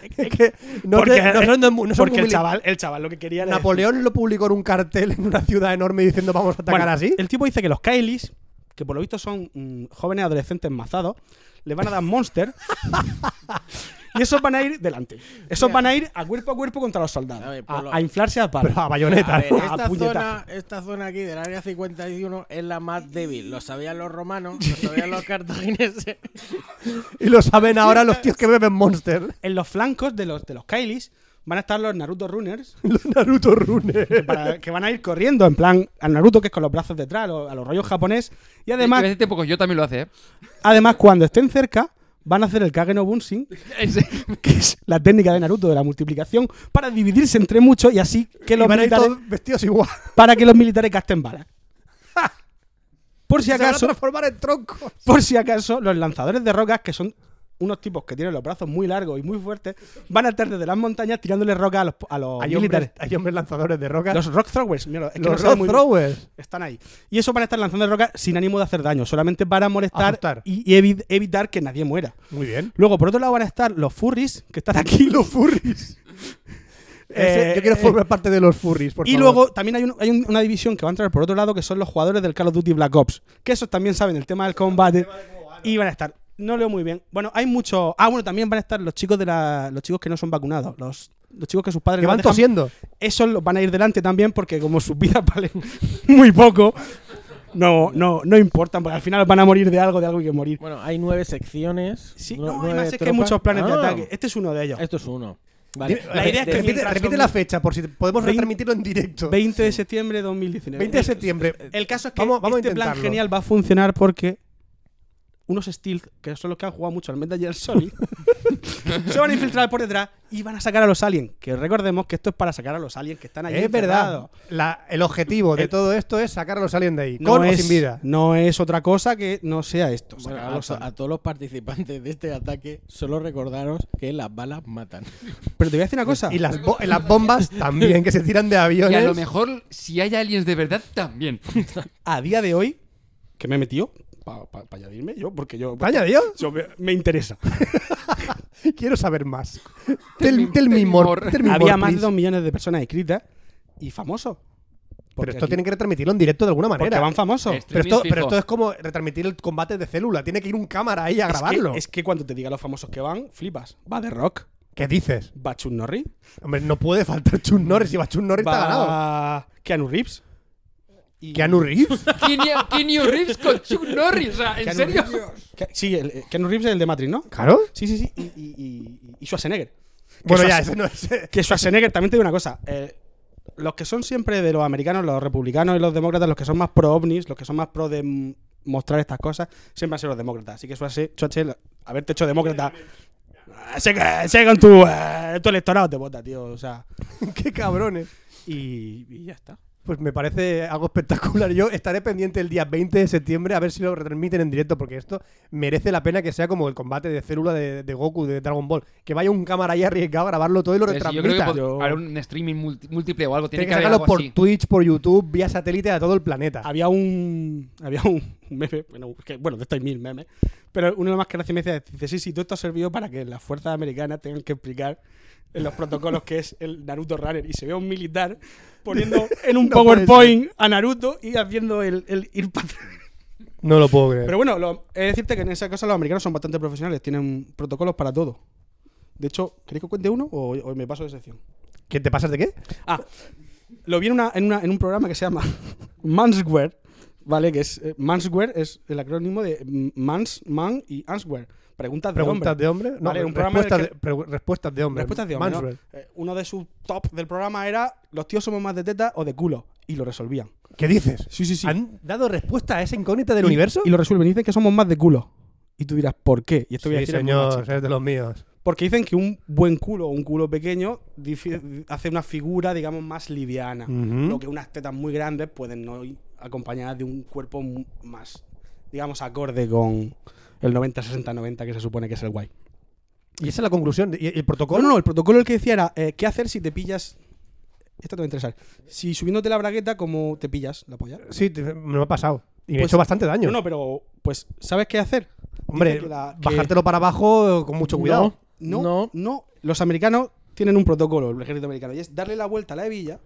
Speaker 4: <laughs> Es que no
Speaker 2: <laughs> Eh, porque
Speaker 4: te- no son de- no son
Speaker 2: porque
Speaker 4: muy
Speaker 2: el,
Speaker 4: mili-
Speaker 2: chaval, el chaval lo que quería era.
Speaker 4: Napoleón lo publicó en un cartel en una ciudad enorme diciendo vamos a atacar
Speaker 2: Bueno,
Speaker 4: así.
Speaker 2: El tipo dice que los Kailis, que por lo visto son mm, jóvenes adolescentes mazados, le van a dar
Speaker 4: <laughs>
Speaker 2: Monster. y esos van a ir delante. Esos van a ir a cuerpo a cuerpo contra los soldados.
Speaker 1: A ver, por
Speaker 2: A,
Speaker 1: lo-
Speaker 2: a inflarse a palos.
Speaker 4: Pero a bayoneta.
Speaker 1: A ver,
Speaker 4: ¿no?
Speaker 1: esta,
Speaker 2: A puñetazos.
Speaker 1: zona, esta zona aquí del área 51 es la más débil. Lo sabían los romanos, lo <laughs> sabían los cartagineses.
Speaker 4: Y lo saben ahora los tíos que beben Monster.
Speaker 2: En los flancos de los, de los Kailis van a estar los Naruto Runners,
Speaker 4: <laughs> Los Naruto Rune.
Speaker 2: para- que van a ir corriendo en plan al Naruto, que es con los brazos detrás, a los, a los rollos japonés. Y
Speaker 3: Además,
Speaker 2: además,
Speaker 3: porque yo también lo hace, ¿eh?
Speaker 2: además cuando estén cerca, van a hacer el Kage no Bunshin, que es la técnica de Naruto de la multiplicación, para dividirse entre muchos y así que los
Speaker 4: van a ir
Speaker 2: militares,
Speaker 4: todos
Speaker 2: <laughs>
Speaker 4: vestidos igual.
Speaker 2: para que los militares gasten
Speaker 4: <laughs>
Speaker 2: balas. Por si
Speaker 4: Se van a
Speaker 2: acaso,
Speaker 4: transformar en troncos.
Speaker 2: por si acaso, los lanzadores de rocas, que son unos tipos que tienen los brazos muy largos y muy fuertes, van a estar desde las montañas tirándole rocas a los, a los
Speaker 4: Hay
Speaker 2: militares.
Speaker 4: hombres, hay hombres lanzadores de rocas.
Speaker 2: Los rock throwers, mira, es que no
Speaker 4: los
Speaker 2: saben
Speaker 4: rock
Speaker 2: muy bien.
Speaker 4: throwers.
Speaker 2: Están ahí. Y eso van a estar lanzando rocas sin ánimo de hacer daño, solamente para molestar
Speaker 4: Asustar.
Speaker 2: y, y evi- evitar que nadie muera.
Speaker 4: Muy bien.
Speaker 2: Luego, por otro lado, van a estar los furries, que están aquí. los furries.
Speaker 4: yo quiero formar parte de los furries, por
Speaker 2: Eh, y
Speaker 4: favor.
Speaker 2: luego también hay, un- hay un- una división que va a entrar por otro lado, que son los jugadores del Call of Duty Black Ops. Que esos también saben el tema del combate. Y van a estar. No leo muy bien. Bueno, hay muchos. Ah, bueno, también van a estar los chicos de la, los chicos que no son vacunados. Los, los chicos que sus padres
Speaker 4: que
Speaker 2: no
Speaker 4: van
Speaker 2: les dejan-
Speaker 4: tosiendo.
Speaker 2: esos los van a ir delante también porque como sus vidas <laughs> valen muy poco, no, no, no importan, porque al final van a morir de algo, de algo hay que morir.
Speaker 1: Bueno, hay nueve secciones.
Speaker 2: Sí,
Speaker 1: nue- nueve
Speaker 2: no,
Speaker 4: eh,
Speaker 2: además es que hay
Speaker 1: tropas.
Speaker 2: muchos planes de
Speaker 1: Ah,
Speaker 2: ataque. Este es uno de ellos.
Speaker 1: Esto es uno. Vale.
Speaker 2: La idea es que
Speaker 4: repite,
Speaker 2: mientras
Speaker 4: repite
Speaker 2: son-
Speaker 4: la fecha por si te- podemos
Speaker 2: Vein-
Speaker 4: retransmitirlo en directo.
Speaker 2: 20 de septiembre de 2019.
Speaker 4: 20 de septiembre.
Speaker 2: El caso es que
Speaker 4: Vamos- vamos a
Speaker 2: este plan
Speaker 4: intentarlo.
Speaker 2: genial va a funcionar porque unos stealth, que son los que han jugado mucho al Metal Gear
Speaker 4: <laughs>
Speaker 2: Solid, se van a infiltrar por detrás y van a sacar a los aliens. Que recordemos que esto es para sacar a los aliens que están ahí.
Speaker 4: es verdad.
Speaker 2: encerrados.
Speaker 4: La- el objetivo de
Speaker 2: El-
Speaker 4: todo esto es sacar a los aliens de ahí. con o
Speaker 2: es,
Speaker 4: sin vida.
Speaker 2: no es otra cosa que no sea esto.
Speaker 1: Bueno,
Speaker 2: sacar a
Speaker 1: a,
Speaker 2: los
Speaker 1: to-
Speaker 2: aliens.
Speaker 1: a todos los participantes de este ataque, solo recordaros que las balas matan.
Speaker 2: Pero te voy a decir una cosa.
Speaker 4: Pues, Y las, bo- las bombas también, que se tiran de
Speaker 3: Y
Speaker 4: aviones.
Speaker 3: a lo mejor, si hay aliens de verdad, también.
Speaker 2: a día de hoy, que me he metido para añadirme yo, porque yo,
Speaker 4: Vaya, Dios.
Speaker 2: yo me, me
Speaker 4: <laughs>
Speaker 2: interesa.
Speaker 4: Quiero saber más.
Speaker 3: Tell
Speaker 4: Tell,
Speaker 3: me-
Speaker 4: tell
Speaker 3: tell
Speaker 4: me
Speaker 3: me
Speaker 4: more.
Speaker 3: more.
Speaker 4: tell me
Speaker 2: Había
Speaker 4: more,
Speaker 2: más de
Speaker 4: please.
Speaker 2: dos millones de personas escritas y famosos.
Speaker 4: Pero
Speaker 2: Porque
Speaker 4: esto
Speaker 2: aquí-
Speaker 4: tienen que retransmitirlo en directo de alguna
Speaker 2: Porque
Speaker 4: manera.
Speaker 2: van famosos.
Speaker 3: Esto
Speaker 4: Pero esto,
Speaker 3: Streaming
Speaker 4: pero
Speaker 3: fijo.
Speaker 4: esto es como retransmitir el combate de célula. Tiene que ir un cámara ahí
Speaker 2: Es
Speaker 4: a
Speaker 2: que-
Speaker 4: grabarlo.
Speaker 2: Es que, cuando te diga los famosos que van, flipas. Va The Rock,
Speaker 4: ¿Qué dices?
Speaker 2: va Chun Norris,
Speaker 4: Hombre, no puede faltar
Speaker 2: <laughs>
Speaker 4: Chun Norris. Si va Chun Norris, está ganado.
Speaker 2: va Keanu Reeves. y- <laughs>
Speaker 4: Keanu Reeves.
Speaker 3: Keanu Keanu Reeves con Chuck Norris. O sea, ¿en
Speaker 2: Keanu
Speaker 3: serio?
Speaker 2: Reeves- Ke- sí, el- eh, Keanu Reeves es el de Matrix, ¿no?
Speaker 4: Claro.
Speaker 2: Sí, sí, sí. Y, y- y- y Schwarzenegger. Que
Speaker 4: Bueno, ya,
Speaker 2: Schwarzenegger-
Speaker 4: ese no es. eh,
Speaker 2: Que Schwarzenegger, también te digo una cosa. eh, los que son siempre de los americanos, los republicanos y los demócratas, los que son más pro ovnis, los que son más pro de mm, mostrar estas cosas, siempre han sido los demócratas. Así que Schwarze- Schwarzenegger, haberte hecho demócrata. eh, Sé que, sé que con tu, eh, tu electorado te vota, tío. O sea,
Speaker 4: <laughs> Qué cabrones.
Speaker 2: y, y ya está.
Speaker 4: Pues me parece algo espectacular. Yo estaré pendiente el día 20 de septiembre a ver si lo retransmiten en directo, porque esto merece la pena que sea como el combate de célula de, de Goku, de Dragon Ball. Que vaya un cámara ahí arriesgado a grabarlo todo y lo
Speaker 3: Pero si Yo creo que
Speaker 4: retransmita.
Speaker 3: pod- habrá un streaming multi- múltiple o algo. Tiene
Speaker 4: Tiene que
Speaker 3: que haber
Speaker 4: sacarlo
Speaker 3: algo
Speaker 4: por
Speaker 3: así.
Speaker 4: Twitch, por YouTube, vía satélite a todo el planeta.
Speaker 2: Había un. Había un <laughs> meme. Bueno, que- bueno de estos hay mil memes. Pero uno de los más que gracia me decía: dice, sí, sí, todo esto ha servido para que las fuerzas americanas tengan que explicar en los protocolos que es el Naruto Runner. Y se ve a un militar
Speaker 4: <laughs>
Speaker 2: poniendo en un
Speaker 4: No puede
Speaker 2: PowerPoint a Naruto y haciendo el, el ir para atrás.
Speaker 4: No lo puedo creer.
Speaker 2: Pero bueno, lo- he de decirte que en esa cosa los americanos son bastante profesionales. Tienen protocolos para todo. De hecho, ¿queréis que os cuente uno o, o me paso de sección?
Speaker 4: ¿Qué te pasas de qué?
Speaker 2: Ah, lo vi en, una- en una- en un programa que se llama <laughs> Manswear, ¿vale? Que es, eh, Manswear es el acrónimo de mm, Mans, Man y Answear. Preguntas de
Speaker 4: ¿Preguntas
Speaker 2: hombre.
Speaker 4: de hombre? No,
Speaker 2: Vale, un programa
Speaker 4: respuestas,
Speaker 2: en el
Speaker 4: de, pre- respuestas de hombre.
Speaker 2: Respuestas de hombre, ¿no?
Speaker 4: Mansell.
Speaker 2: Eh, uno de sus top del programa era ¿Los tíos somos más de teta o de culo? Y lo resolvían.
Speaker 4: ¿Qué dices?
Speaker 2: Sí, sí, sí.
Speaker 4: ¿Han dado respuesta a esa incógnita del
Speaker 2: Y-
Speaker 4: universo?
Speaker 2: Y lo resuelven. Dicen que somos más de culo. Y tú dirás, ¿por qué? Y esto voy a
Speaker 4: sí,
Speaker 2: decir en voz
Speaker 4: señor,
Speaker 2: baja.
Speaker 4: es de los míos.
Speaker 2: Porque dicen que un buen culo o un culo pequeño difi- hace una figura, digamos, más liviana.
Speaker 4: Ujú.
Speaker 2: Lo que unas tetas muy grandes pueden no ir acompañadas de un cuerpo mu- más, digamos, acorde con el 90, 60, 90, que se supone que es el guay.
Speaker 4: Y esa es la conclusión. ¿Y el
Speaker 2: No,
Speaker 4: protocolo?
Speaker 2: no, no, el protocolo el que decía era eh, qué hacer si te pillas. Esta te va a interesar. Si subiéndote la bragueta, ¿cómo te pillas la polla?
Speaker 4: Sí, te- me ha pasado. Y me ha
Speaker 2: Pues-
Speaker 4: hecho bastante daño.
Speaker 2: No, no, pero pues, ¿sabes qué hacer?
Speaker 4: Hombre,
Speaker 2: Dice que la- que-
Speaker 4: bajártelo para abajo eh, con mucho cuidado.
Speaker 2: No,
Speaker 1: No.
Speaker 2: no, Los americanos tienen un protocolo, el ejército americano, y es darle la vuelta a la hebilla.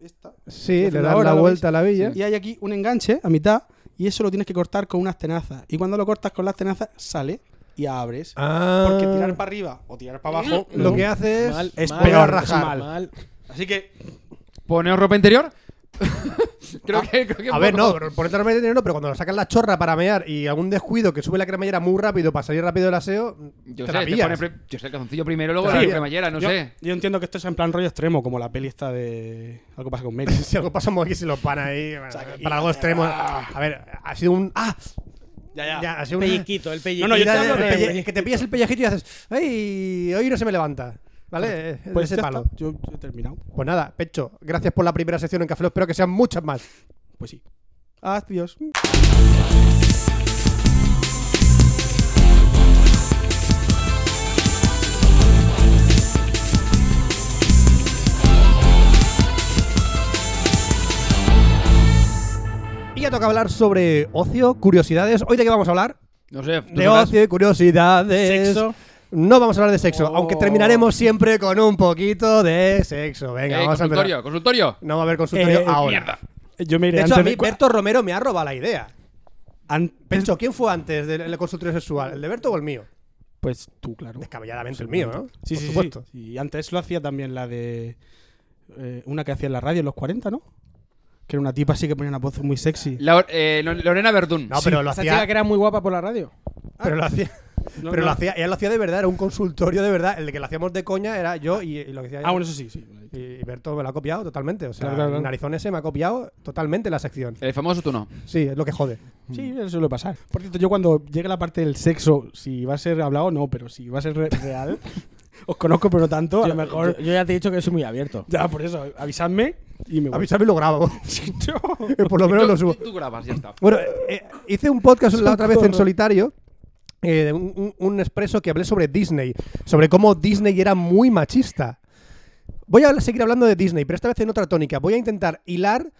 Speaker 2: Esta.
Speaker 4: Sí, le
Speaker 2: Haciendo
Speaker 4: das
Speaker 2: ahora,
Speaker 4: la
Speaker 2: ¿lo
Speaker 4: vuelta a la villa.
Speaker 2: Y hay aquí un enganche a mitad, y eso lo tienes que cortar con unas tenazas. Y cuando lo cortas con las tenazas, sale y abres.
Speaker 4: Ah,
Speaker 2: Porque tirar para arriba o tirar para abajo.
Speaker 4: lo
Speaker 2: no.
Speaker 4: que hace es.
Speaker 1: Mal,
Speaker 2: es
Speaker 1: mal,
Speaker 4: peor
Speaker 1: es
Speaker 4: rajar.
Speaker 1: mal.
Speaker 2: Así que.
Speaker 3: ¿Poneos ropa interior? Ah, creo, que, creo que
Speaker 4: A ver,
Speaker 3: poco-
Speaker 4: no, ponerte la dinero, no, pero cuando sacas la chorra para mear y algún descuido que sube la cremallera muy rápido para salir rápido del aseo,
Speaker 3: Yo sé,
Speaker 4: te la
Speaker 3: te
Speaker 4: pillas.
Speaker 3: pone pri- yo sé el calzoncillo primero, luego
Speaker 4: Te la
Speaker 3: la
Speaker 4: pillas.
Speaker 3: cremallera, no
Speaker 2: yo,
Speaker 3: sé.
Speaker 2: yo entiendo que esto es en plan rollo extremo, como la peli esta de. Algo pasa con <laughs> Mary.
Speaker 4: <laughs> Si algo pasa, como aquí se lo pan ahí.
Speaker 2: sea, que-
Speaker 4: para algo extremo. A ver, ha sido un. ¡Ah!
Speaker 2: ya,
Speaker 4: Ya, ha sido un.
Speaker 1: Pelliquito, el pelliquito.
Speaker 2: No, no, yo
Speaker 4: Ya,
Speaker 2: te
Speaker 4: ya,
Speaker 2: hablo
Speaker 4: el
Speaker 2: de-
Speaker 4: pelle- que te pillas el pellejito y haces. ¡Ay! Hoy no se me levanta. ¿Vale? Eh, de
Speaker 2: Pues
Speaker 4: ese
Speaker 2: ya
Speaker 4: palo.
Speaker 2: está, Yo, yo he terminado.
Speaker 4: Pues nada, Pecho, gracias por la primera sección en Café Lock, Espero que sean muchas más.
Speaker 2: Pues sí. Adiós.
Speaker 4: Y ya toca hablar sobre ocio, curiosidades. ¿Hoy de qué vamos a hablar?
Speaker 3: No sé. tú
Speaker 4: De
Speaker 3: sabrás.
Speaker 4: ocio y curiosidades.
Speaker 1: Sexo.
Speaker 4: No vamos a hablar de sexo,
Speaker 1: Oh.
Speaker 4: aunque terminaremos siempre con un poquito de sexo. Venga,
Speaker 3: Eh,
Speaker 4: vamos a
Speaker 3: consultorio,
Speaker 4: empezar.
Speaker 3: consultorio.
Speaker 4: No va a haber consultorio
Speaker 2: Eh,
Speaker 4: ahora.
Speaker 3: mierda.
Speaker 2: Yo me iré
Speaker 4: De hecho, a
Speaker 2: antes
Speaker 4: mí
Speaker 2: de cua-
Speaker 4: Berto Romero me ha robado la idea.
Speaker 2: an-
Speaker 4: Pecho, ¿quién fue antes del del consultorio sexual? ¿El de Berto o el mío?
Speaker 2: Pues tú, claro.
Speaker 4: Descabelladamente el mío, ¿no?
Speaker 2: Sí,
Speaker 4: Por
Speaker 2: sí,
Speaker 4: supuesto.
Speaker 2: sí. Y antes lo hacía también la de. eh, una que hacía en la radio en los 40, ¿no? Que era una tipa así que ponía una voz muy sexy.
Speaker 3: La- eh, Lo- Lorena Verdún.
Speaker 4: No, pero lo
Speaker 1: Esa chica
Speaker 4: hacía.
Speaker 1: que era muy guapa por la radio.
Speaker 4: Pero lo hacía.
Speaker 2: No,
Speaker 4: pero
Speaker 2: no.
Speaker 4: lo hacía, ella lo hacía de verdad, era un consultorio de verdad. El que lo hacíamos de coña era yo y, y lo que decía
Speaker 2: Ah, bueno, eso sí, sí.
Speaker 4: y, y Berto me lo ha copiado totalmente. O sea,
Speaker 2: Claro, claro, claro.
Speaker 4: Narizón ese me ha copiado totalmente la sección.
Speaker 3: El famoso tú no.
Speaker 4: Sí, es lo que jode.
Speaker 2: Sí, eso suele pasar. Por cierto, yo cuando llegue la parte del sexo, si va a ser hablado, no, pero si va a ser re- <laughs> real, os conozco, pero no tanto, a lo mejor.
Speaker 1: Yo, yo ya te he dicho que soy muy abierto.
Speaker 2: Ya, por eso, avisadme y me voy.
Speaker 4: Avísame y lo grabo.
Speaker 2: <laughs> No.
Speaker 4: <laughs> Por lo menos
Speaker 3: Tú-
Speaker 4: lo subo.
Speaker 3: Tú, tú grabas, ya está.
Speaker 4: Bueno, eh, eh, hice un podcast la otra vez en
Speaker 2: Socorro.
Speaker 4: solitario. eh, de un, un- un expreso que hablé sobre Disney, sobre cómo Disney era muy machista. Voy a hablar- seguir hablando de Disney, pero esta vez en otra tónica. Voy a intentar hilar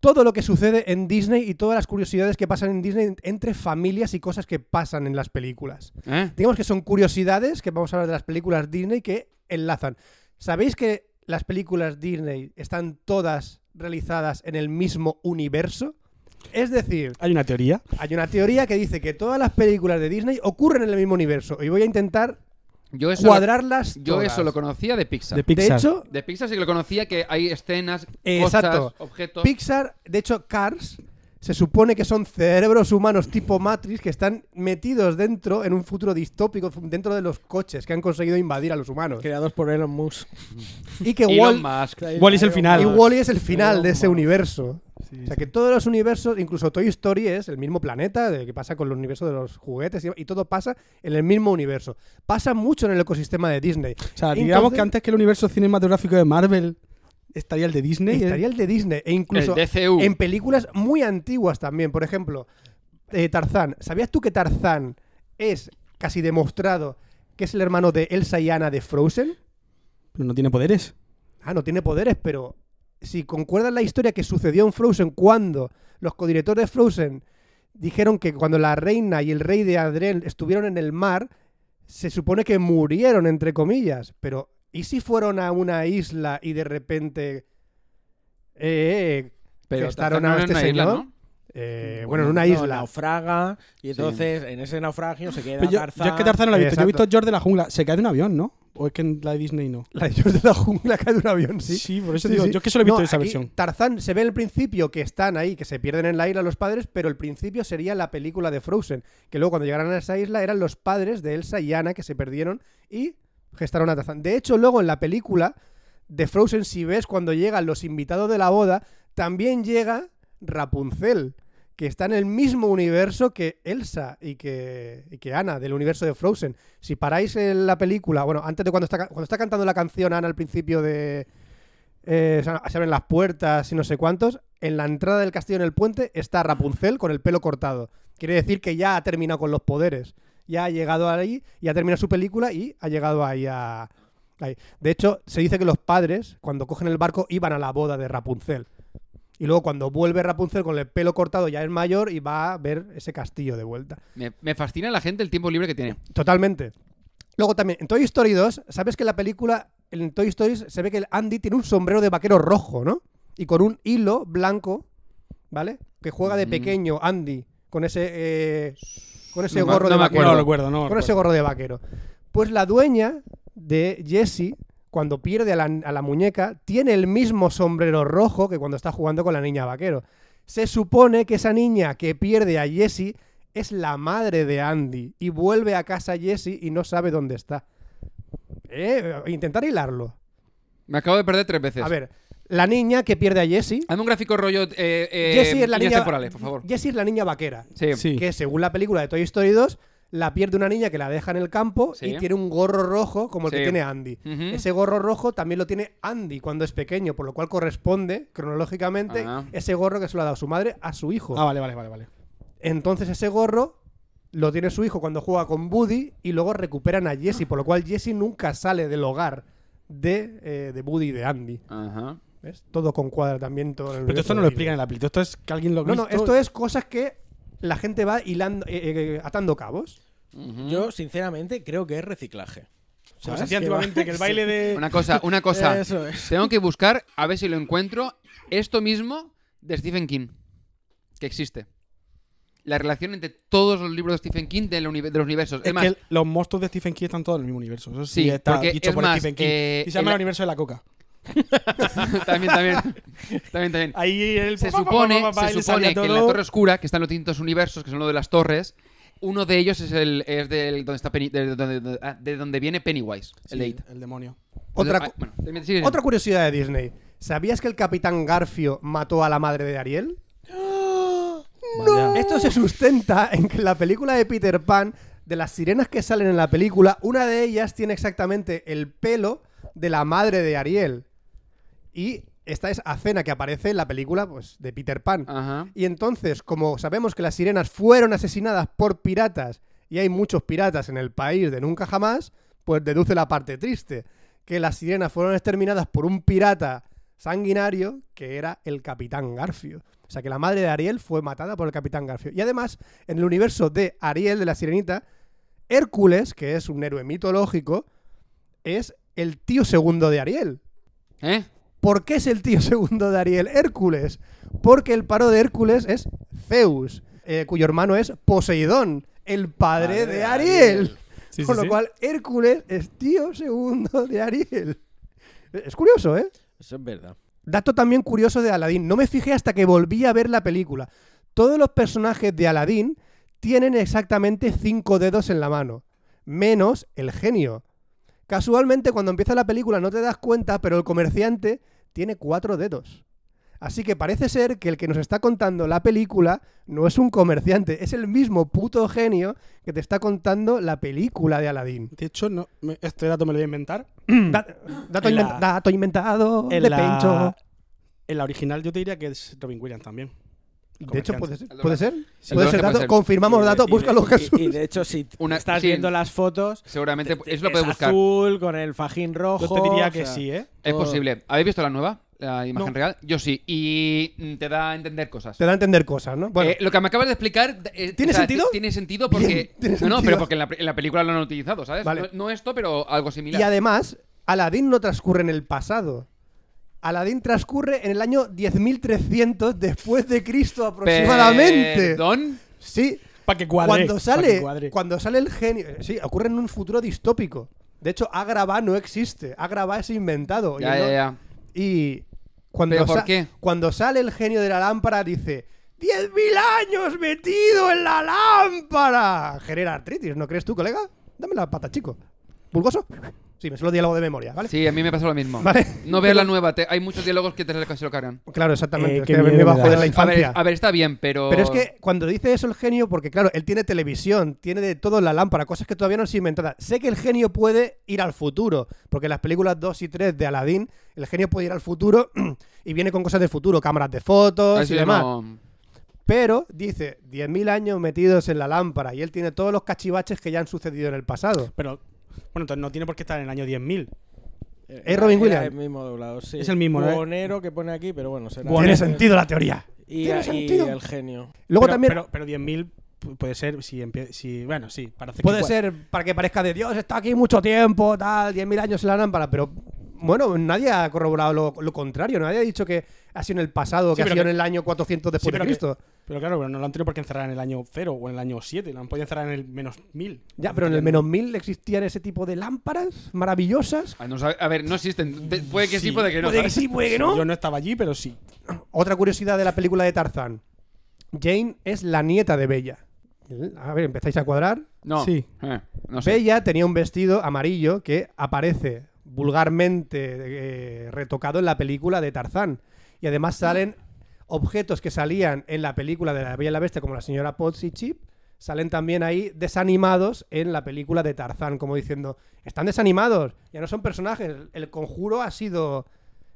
Speaker 4: todo lo que sucede en Disney y todas las curiosidades que pasan en Disney entre familias y cosas que pasan en las películas.
Speaker 3: ¿Eh?
Speaker 4: Digamos que son curiosidades que vamos a hablar de las películas Disney que enlazan. ¿Sabéis que las películas Disney están todas realizadas en el mismo universo? Es decir,
Speaker 2: Hay una teoría.
Speaker 4: hay una teoría que dice que todas las películas de Disney ocurren en el mismo universo y voy a intentar
Speaker 3: Yo eso,
Speaker 4: cuadrarlas.
Speaker 3: lo, yo
Speaker 4: todas.
Speaker 3: eso lo conocía de Pixar.
Speaker 2: De
Speaker 3: De,
Speaker 4: De
Speaker 2: Pixar.
Speaker 4: hecho,
Speaker 3: Pixar sí que lo conocía que hay escenas,
Speaker 4: Eh,
Speaker 3: cosas,
Speaker 4: exacto.
Speaker 3: objetos.
Speaker 4: Pixar, de hecho, Cars se supone que son cerebros humanos tipo Matrix que están metidos dentro en un futuro distópico dentro de los coches que han conseguido invadir a los humanos
Speaker 1: Creados por Elon Musk.
Speaker 4: y que
Speaker 3: Elon
Speaker 4: Wall
Speaker 3: Musk.
Speaker 2: Wall es el final.
Speaker 4: Y
Speaker 2: Claro.
Speaker 4: Wally es el final de ese
Speaker 1: Vamos.
Speaker 4: universo.
Speaker 2: Sí,
Speaker 4: O sea que todos los universos, incluso Toy Story es el mismo planeta, de que pasa con el universo de los juguetes y, y todo pasa en el mismo universo. Pasa mucho en el ecosistema de Disney.
Speaker 2: O sea, digamos
Speaker 4: Entonces,
Speaker 2: que antes que el universo cinematográfico de Marvel estaría el de Disney. ¿eh?
Speaker 4: Estaría el de Disney e incluso
Speaker 3: El DCU.
Speaker 4: en películas muy antiguas también. Por ejemplo, eh, Tarzán. ¿Sabías tú que Tarzán es casi demostrado que es el hermano de Elsa y Anna de Frozen?
Speaker 2: Pero no tiene poderes.
Speaker 4: Ah, no tiene poderes, pero si concuerdas la historia que sucedió en Frozen cuando los codirectores de Frozen dijeron que cuando la reina y el rey de Adriel estuvieron en el mar, se supone que murieron, entre comillas. Pero, ¿y si fueron a una isla y de repente... eh, eh,
Speaker 3: Pero
Speaker 4: estaron
Speaker 3: Tarzán
Speaker 4: a
Speaker 3: no
Speaker 4: este
Speaker 3: era una isla,
Speaker 4: señor?
Speaker 3: ¿no? Mm,
Speaker 4: eh, bueno, en una
Speaker 1: No,
Speaker 4: isla. <laughs>
Speaker 1: naufraga y entonces en ese naufragio se queda
Speaker 2: Pero yo,
Speaker 1: Tarzán.
Speaker 2: yo Pues es que Tarzán no lo he visto. Yo he
Speaker 4: Exacto.
Speaker 2: visto George de la jungla. Se cae de un avión, ¿no? O es que en la de Disney no.
Speaker 4: La de George de la jungla cae de un avión, sí.
Speaker 2: por eso
Speaker 4: Sí,
Speaker 2: digo.
Speaker 4: sí.
Speaker 2: Yo es que solo he visto
Speaker 4: No,
Speaker 2: esa
Speaker 4: aquí
Speaker 2: versión.
Speaker 4: Tarzán se ve el principio que están ahí, que se pierden en la isla los padres, pero el principio sería la película de Frozen, que luego cuando llegaron a esa isla eran los padres de Elsa y Anna que se perdieron y gestaron a Tarzán. De hecho, luego en la película de Frozen, si ves cuando llegan los invitados de la boda, también llega Rapunzel, que está en el mismo universo que Elsa y que, y que Anna, del universo de Frozen. Si paráis en la película, bueno, antes de cuando está, ca- cuando está cantando la canción Anna al principio de... eh, se se abren las puertas y no sé cuántos, en la entrada del castillo en el puente está Rapunzel con el pelo cortado. Quiere decir que ya ha terminado con los poderes. ya ha llegado ahí y ha terminado su película y ha llegado ahí a... ahí. De hecho, se dice que los padres, cuando cogen el barco, iban a la boda de Rapunzel. Y luego cuando vuelve Rapunzel con el pelo cortado ya es mayor y va a ver ese castillo de vuelta.
Speaker 3: Me, me fascina la gente el tiempo libre que tiene.
Speaker 4: Totalmente. Luego también, en Toy Story 2, ¿sabes que en la película, en Toy Story, se ve que el Andy tiene un sombrero de vaquero rojo, ¿no? Y con un hilo blanco, ¿vale? Que juega de
Speaker 3: Mm.
Speaker 4: pequeño Andy con ese, eh, con ese
Speaker 3: No me-
Speaker 4: gorro
Speaker 3: no
Speaker 4: de
Speaker 3: me
Speaker 4: vaquero.
Speaker 2: No lo recuerdo, no. lo
Speaker 4: Con ese
Speaker 2: recuerdo.
Speaker 4: gorro de vaquero. Pues la dueña de Jessie, cuando pierde a la, a la muñeca, tiene el mismo sombrero rojo que cuando está jugando con la niña vaquero. Se supone que esa niña que pierde a Jessie es la madre de Andy y vuelve a casa Jessie y no sabe dónde está. Eh, intentar hilarlo.
Speaker 3: Me acabo de perder tres veces.
Speaker 4: A ver, la niña que pierde a Jessie.
Speaker 3: Hazme un gráfico rollo. Eh, eh,
Speaker 4: Jessie es la
Speaker 3: líneas
Speaker 4: niña.
Speaker 3: temporales, por favor.
Speaker 4: Jessie es la niña vaquera
Speaker 3: Sí.
Speaker 2: Sí.
Speaker 4: que según la película de Toy Story 2, la pierde una niña que la deja en el campo
Speaker 3: Sí.
Speaker 4: y tiene un gorro rojo como el
Speaker 3: Sí.
Speaker 4: que tiene Andy.
Speaker 3: Ujú.
Speaker 4: Ese gorro rojo también lo tiene Andy cuando es pequeño, por lo cual corresponde cronológicamente
Speaker 3: Ah.
Speaker 4: ese gorro que se lo ha dado su madre a su hijo.
Speaker 2: Ah, vale, vale, vale, vale.
Speaker 4: Entonces ese gorro lo tiene su hijo cuando juega con Buddy y luego recuperan a Jesse, por lo cual Jesse nunca sale del hogar de, eh, de Buddy y de Andy.
Speaker 3: Ajá.
Speaker 4: ¿Ves? Todo concuadra también. Todo
Speaker 2: Pero
Speaker 4: el
Speaker 2: esto
Speaker 4: universo
Speaker 2: no lo
Speaker 4: de Disney.
Speaker 2: explican en la película. Esto es que alguien lo ha
Speaker 4: No, no,
Speaker 2: visto.
Speaker 4: esto es cosas que la gente va hilando, eh, eh, atando cabos.
Speaker 3: Ujú.
Speaker 1: Yo, sinceramente, creo que es reciclaje.
Speaker 2: Como
Speaker 1: ¿Sabes?
Speaker 2: se hacía
Speaker 1: Que va-
Speaker 2: antiguamente que el <laughs> baile de.
Speaker 3: Una cosa, una
Speaker 4: <laughs>
Speaker 3: cosa.
Speaker 1: Eso es.
Speaker 3: Tengo que buscar, a ver si lo encuentro, esto mismo de Stephen King, que existe. La relación entre todos los libros de Stephen King de, la uni- de los universos. Es,
Speaker 2: Es
Speaker 3: más,
Speaker 2: que los monstruos de Stephen King están todos en el mismo universo. Eso sí,
Speaker 3: Sí,
Speaker 2: está
Speaker 3: porque
Speaker 2: dicho
Speaker 3: es
Speaker 2: por
Speaker 3: más,
Speaker 2: Stephen King.
Speaker 3: eh,
Speaker 2: y se llama
Speaker 3: el-
Speaker 2: el universo de la coca.
Speaker 3: <laughs> también, también,
Speaker 4: <laughs>
Speaker 3: también, también.
Speaker 2: Ahí el
Speaker 3: Se supone, se supone que en la Torre Oscura, que están los distintos universos, que son los de las torres, uno de ellos es el es del donde está Penny- de, donde, de- ah, de donde viene Pennywise, el eight.
Speaker 2: el demonio.
Speaker 4: Otra,
Speaker 3: Entonces,
Speaker 4: cu-
Speaker 3: ah, bueno, termina- sigue, sigue.
Speaker 4: otra curiosidad de Disney. ¿Sabías que el capitán Garfio mató a la madre de
Speaker 3: <gasps>
Speaker 4: Ariel?
Speaker 2: Vaya.
Speaker 4: Esto se sustenta en que la película de Peter Pan, de las sirenas que salen en la película, una de ellas tiene exactamente el pelo de la madre de Ariel. Y esta es Acena que aparece en la película pues, de Peter Pan.
Speaker 3: Ajá.
Speaker 4: Y entonces, como sabemos que las sirenas fueron asesinadas por piratas y hay muchos piratas en el país de nunca jamás, pues deduce la parte triste, que las sirenas fueron exterminadas por un pirata sanguinario que era el capitán Garfio. O sea que la madre de Ariel fue matada por el capitán Garfio. Y además, en el universo de Ariel de la Sirenita, Hércules, que es un héroe mitológico, es el tío segundo de Ariel.
Speaker 3: ¿Eh?
Speaker 4: ¿Por qué es el tío <laughs> segundo de Ariel? Hércules. Porque el paro de Hércules es Zeus, eh, cuyo hermano es Poseidón, el padre de Ariel. <laughs>
Speaker 2: Sí,
Speaker 4: Con
Speaker 2: sí,
Speaker 4: lo
Speaker 2: sí.
Speaker 4: cual, Hércules es tío segundo de Ariel. Es curioso, ¿eh?
Speaker 1: Eso es verdad.
Speaker 4: Dato también curioso de Aladdin. No me fijé hasta que volví a ver la película. Todos los personajes de Aladdin tienen exactamente cinco dedos en la mano, menos el genio. Casualmente, cuando empieza la película no te das cuenta, pero el comerciante tiene cuatro dedos. Así que parece ser que el que nos está contando la película no es un comerciante, es el mismo puto genio que te está contando la película de Aladdin.
Speaker 2: De hecho, no, me- este dato me lo voy a inventar.
Speaker 4: Mm. Da- dato,
Speaker 2: En la-
Speaker 4: inven- dato inventado
Speaker 2: En
Speaker 4: de
Speaker 2: la-
Speaker 4: Pencho.
Speaker 2: En la original yo te diría que es Robin Williams también.
Speaker 4: De hecho,
Speaker 2: Comerciante.
Speaker 4: puede ser.
Speaker 3: El
Speaker 4: ¿Puede
Speaker 3: doblaje.
Speaker 4: ser?
Speaker 3: Sí,
Speaker 4: ¿Puede
Speaker 3: el doblaje
Speaker 4: ser dato?
Speaker 3: puede ser.
Speaker 4: Confirmamos
Speaker 1: Y de-
Speaker 4: dato.
Speaker 1: y de-
Speaker 4: Búscalo,
Speaker 1: y-
Speaker 4: Jesús.
Speaker 1: Y, de hecho, si t-
Speaker 3: Una-
Speaker 1: estás
Speaker 3: sí.
Speaker 1: viendo las fotos,
Speaker 3: Seguramente
Speaker 1: te-
Speaker 3: eso lo puedes
Speaker 1: es
Speaker 3: buscar.
Speaker 1: azul con el fajín rojo.
Speaker 2: Yo te diría
Speaker 1: o
Speaker 2: que
Speaker 1: sea,
Speaker 2: sí, ¿eh?
Speaker 3: Es
Speaker 1: todo-
Speaker 3: posible. ¿Habéis visto la nueva? La imagen
Speaker 2: No.
Speaker 3: real. Yo sí. Y mm, te da a entender cosas.
Speaker 4: Te da a entender cosas, ¿no? Bueno,
Speaker 3: Eh, lo que me acabas de explicar. eh,
Speaker 4: ¿Tiene
Speaker 3: o sea,
Speaker 4: sentido?
Speaker 3: ti- Tiene sentido
Speaker 4: Bien,
Speaker 3: porque.
Speaker 4: tiene
Speaker 3: no, no,
Speaker 4: sentido.
Speaker 3: pero porque en la, en la película lo han utilizado, ¿sabes?
Speaker 4: Vale.
Speaker 3: No, no esto, pero algo similar.
Speaker 4: y además, Aladdin no transcurre en el pasado. Aladdin transcurre en el año 10.300 después de Cristo aproximadamente.
Speaker 3: Perdón.
Speaker 4: Sí,
Speaker 2: Para que cuadre.
Speaker 4: cuando
Speaker 2: pa' que
Speaker 4: sale,
Speaker 2: cuadre.
Speaker 4: cuando sale el genio... eh, Sí, ocurre en un futuro distópico. De hecho, Agrava no existe. Agrava es inventado. Y
Speaker 3: Ya,
Speaker 4: no-
Speaker 3: ya, ya.
Speaker 4: Y cuando,
Speaker 3: ¿Pero por
Speaker 4: sa-
Speaker 3: qué?
Speaker 4: cuando sale el genio de la lámpara, dice: ¡10.000 años metido en la lámpara! Genera artritis, ¿no crees tú, colega? Dame la pata, chico. ¿Pulgoso? Sí, me suelo diálogo de memoria, ¿vale?
Speaker 3: Sí, a mí me pasa lo mismo.
Speaker 4: Vale.
Speaker 3: No veas la nueva. te- hay muchos diálogos que te se lo cargan.
Speaker 4: Claro, exactamente.
Speaker 2: Eh,
Speaker 4: es
Speaker 2: qué
Speaker 4: que me- me
Speaker 2: miedo
Speaker 4: va a
Speaker 2: me das.
Speaker 4: joder la
Speaker 3: A ver,
Speaker 4: infancia.
Speaker 3: a ver, está bien, pero.
Speaker 4: Pero es que cuando dice eso el genio, porque claro, él tiene televisión, tiene de todo en la lámpara, cosas que todavía no han sido inventadas. Sé que el genio puede ir al futuro, porque en las películas 2 y 3 de Aladdin, <clears throat> el genio puede ir al futuro y viene con cosas del futuro, cámaras de
Speaker 3: A
Speaker 4: fotos
Speaker 3: ver si
Speaker 4: y
Speaker 3: yo
Speaker 4: demás.
Speaker 3: no-
Speaker 4: Pero dice 10.000 años metidos en la lámpara y él tiene todos los cachivaches que ya han sucedido en el pasado.
Speaker 2: Pero, bueno, entonces no tiene por qué estar en el año 10.000.
Speaker 4: ¿Es Robin Williams?
Speaker 1: eh, el mismo doblador, sí.
Speaker 2: Es el mismo, ¿eh? ¿no?
Speaker 1: Buonero que pone aquí, pero bueno, será.
Speaker 4: Tiene sentido la teoría.
Speaker 1: Y,
Speaker 4: tiene
Speaker 1: y
Speaker 4: sentido.
Speaker 1: el genio.
Speaker 4: Luego
Speaker 2: pero,
Speaker 4: también
Speaker 2: Pero, pero 10.000 pu- puede ser si, empie- si. Bueno, sí, parece
Speaker 4: puede
Speaker 2: que.
Speaker 4: ser para que parezca de Dios, está aquí mucho tiempo, tal, 10.000 años en la lámpara, pero bueno, nadie ha corroborado lo, lo contrario, nadie ha dicho que ha sido en el pasado,
Speaker 2: Sí,
Speaker 4: que ha
Speaker 2: pero
Speaker 4: sido
Speaker 2: que-
Speaker 4: en el año 400
Speaker 2: Sí,
Speaker 4: después de
Speaker 2: pero, que-
Speaker 4: Cristo.
Speaker 2: pero claro, pero no lo han tenido por qué encerrar en el año 0 o en el año 7. Lo han podido encerrar en el menos 1.000.
Speaker 4: Ya, pero en el menos 1000 existían ese tipo de lámparas maravillosas.
Speaker 3: Ah, no sabe- A ver, no existen. Te- Puede que sí,
Speaker 2: Sí.
Speaker 3: puede que no.
Speaker 4: Puede que
Speaker 3: ¿sabes?
Speaker 4: sí, puede que no.
Speaker 2: Yo no estaba allí, pero sí.
Speaker 4: Otra curiosidad de la película de Tarzán. Jane es la nieta de Bella. A ver, empezáis a cuadrar.
Speaker 3: No.
Speaker 2: Sí.
Speaker 3: Eh, no sé.
Speaker 4: Bella tenía un vestido amarillo que aparece vulgarmente eh, retocado en la película de Tarzán. Y además salen objetos que salían en la película de La Bella y la Bestia, como la señora Potts y Chip, salen también ahí desanimados en la película de Tarzán, como diciendo, están desanimados, ya no son personajes, el conjuro ha sido...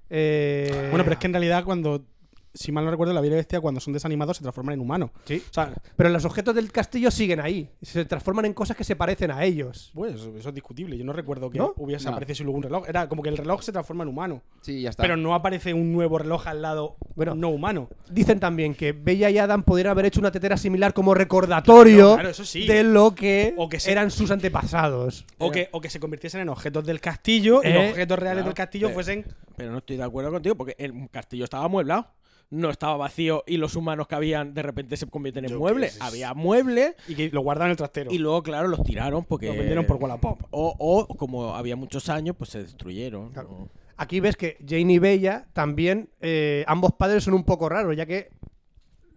Speaker 4: eh,
Speaker 2: Bueno, pero es que en realidad cuando. Si mal no recuerdo, la Bella y la Bestia cuando son desanimados se transforman en humanos.
Speaker 4: Sí.
Speaker 2: O sea,
Speaker 4: Pero los objetos del castillo siguen ahí. Se transforman en cosas que se parecen a ellos.
Speaker 2: pues eso, eso es discutible. Yo no recuerdo que
Speaker 4: ¿No?
Speaker 2: hubiese
Speaker 3: No.
Speaker 2: aparecido luego un reloj. Era como que el reloj se transforma en humano.
Speaker 3: Sí, ya está.
Speaker 2: Pero no aparece un nuevo reloj al lado
Speaker 4: Bueno.
Speaker 2: no humano.
Speaker 4: Dicen también que Bella y Adam podrían haber hecho una tetera similar como recordatorio
Speaker 2: No, claro, eso sí.
Speaker 4: de lo que,
Speaker 2: O que se-
Speaker 4: eran sus antepasados.
Speaker 2: O que, o que se convirtiesen en objetos del castillo y
Speaker 4: Eh,
Speaker 2: los objetos reales
Speaker 1: claro,
Speaker 2: del castillo
Speaker 1: eh.
Speaker 2: fuesen.
Speaker 1: Pero no estoy de acuerdo contigo porque el castillo estaba amueblado. No estaba vacío y los humanos que habían de repente se convierten en
Speaker 2: Yo
Speaker 1: muebles.
Speaker 2: qué sé.
Speaker 1: Había muebles
Speaker 2: Y que lo guardan en el trastero.
Speaker 1: y luego, claro, los tiraron porque.
Speaker 2: Lo vendieron por
Speaker 4: Eh,
Speaker 2: Wallapop.
Speaker 1: O, o, como había muchos años, pues se destruyeron.
Speaker 4: Claro.
Speaker 1: ¿no?
Speaker 4: Aquí ves que Jane y Bella también, eh, ambos padres son un poco raros, ya que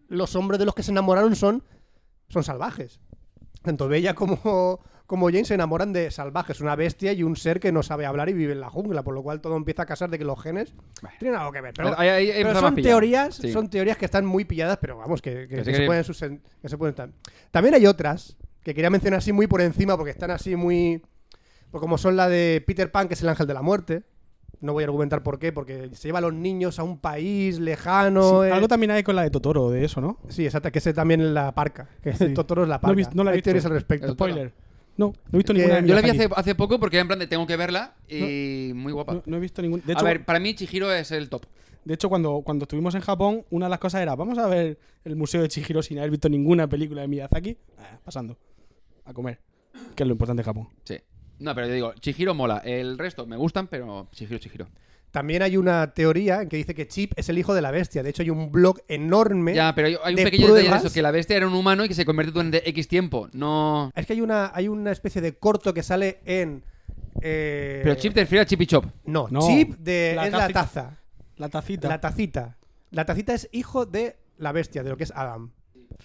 Speaker 4: los hombres de los que se enamoraron son, son salvajes. Tanto Bella como, como Jane se enamoran de salvajes, una bestia y un ser que no sabe hablar y vive en la jungla, por lo cual todo empieza a casar de que los genes tienen algo que ver. Pero,
Speaker 3: Ahí- ahí- ahí
Speaker 4: pero
Speaker 3: empezaba
Speaker 4: son
Speaker 3: a pillar.
Speaker 4: teorías,
Speaker 3: Sí.
Speaker 4: son teorías que están muy pilladas, pero vamos, que, que-
Speaker 3: Que sí,
Speaker 4: que
Speaker 3: que
Speaker 4: se
Speaker 3: sí.
Speaker 4: pueden susen- que se pueden tan- También hay otras que quería mencionar así muy por encima porque están así muy... pues como son la de Peter Pan, que es el ángel de la muerte. No voy a argumentar por qué, porque se lleva a los niños a un país lejano.
Speaker 2: Sí,
Speaker 4: eh.
Speaker 2: Algo también hay con la de Totoro, de eso, ¿no?
Speaker 4: Sí, exacto, que ese también es la parca. Que
Speaker 2: Sí.
Speaker 4: <laughs> Totoro es la
Speaker 2: No
Speaker 4: parca.
Speaker 2: he visto- no la he
Speaker 4: Hay
Speaker 2: visto.
Speaker 4: teorías al respecto.
Speaker 2: Spoiler. No, no he visto
Speaker 4: Que
Speaker 2: ninguna.
Speaker 4: yo
Speaker 3: Yo la
Speaker 2: de
Speaker 3: vi
Speaker 2: Miyazaki.
Speaker 3: hace, hace poco porque era en plan de tengo que verla y muy guapa.
Speaker 2: No, no he visto ningún. De hecho,
Speaker 3: a ver, para mí Chihiro es el top.
Speaker 2: de hecho cuando, cuando estuvimos en Japón, una de las cosas era: vamos a ver el museo de Chihiro sin haber visto ninguna película de Miyazaki. Ah, pasando. A comer. Que es lo importante de Japón.
Speaker 3: Sí. No, pero yo digo, Chihiro mola. El resto me gustan, pero Chihiro, Chihiro.
Speaker 4: También hay una teoría en que dice que Chip es el hijo de la bestia. De hecho, hay un blog enorme.
Speaker 3: Ya, pero hay- hay un
Speaker 4: ¿Eh? de
Speaker 3: pequeño detalle de
Speaker 4: pruebas.
Speaker 3: eso, que la bestia era un humano y que se convierte durante X tiempo. No...
Speaker 4: Es que hay una, hay una especie de corto que sale en. eh,
Speaker 3: Pero Chip te refiere a Chip y Chop.
Speaker 4: No,
Speaker 2: No.
Speaker 4: Chip de,
Speaker 2: La
Speaker 4: es la
Speaker 2: tacita.
Speaker 4: taza.
Speaker 2: La tacita.
Speaker 4: La tacita. La tacita es hijo de la bestia, de lo que es Adam.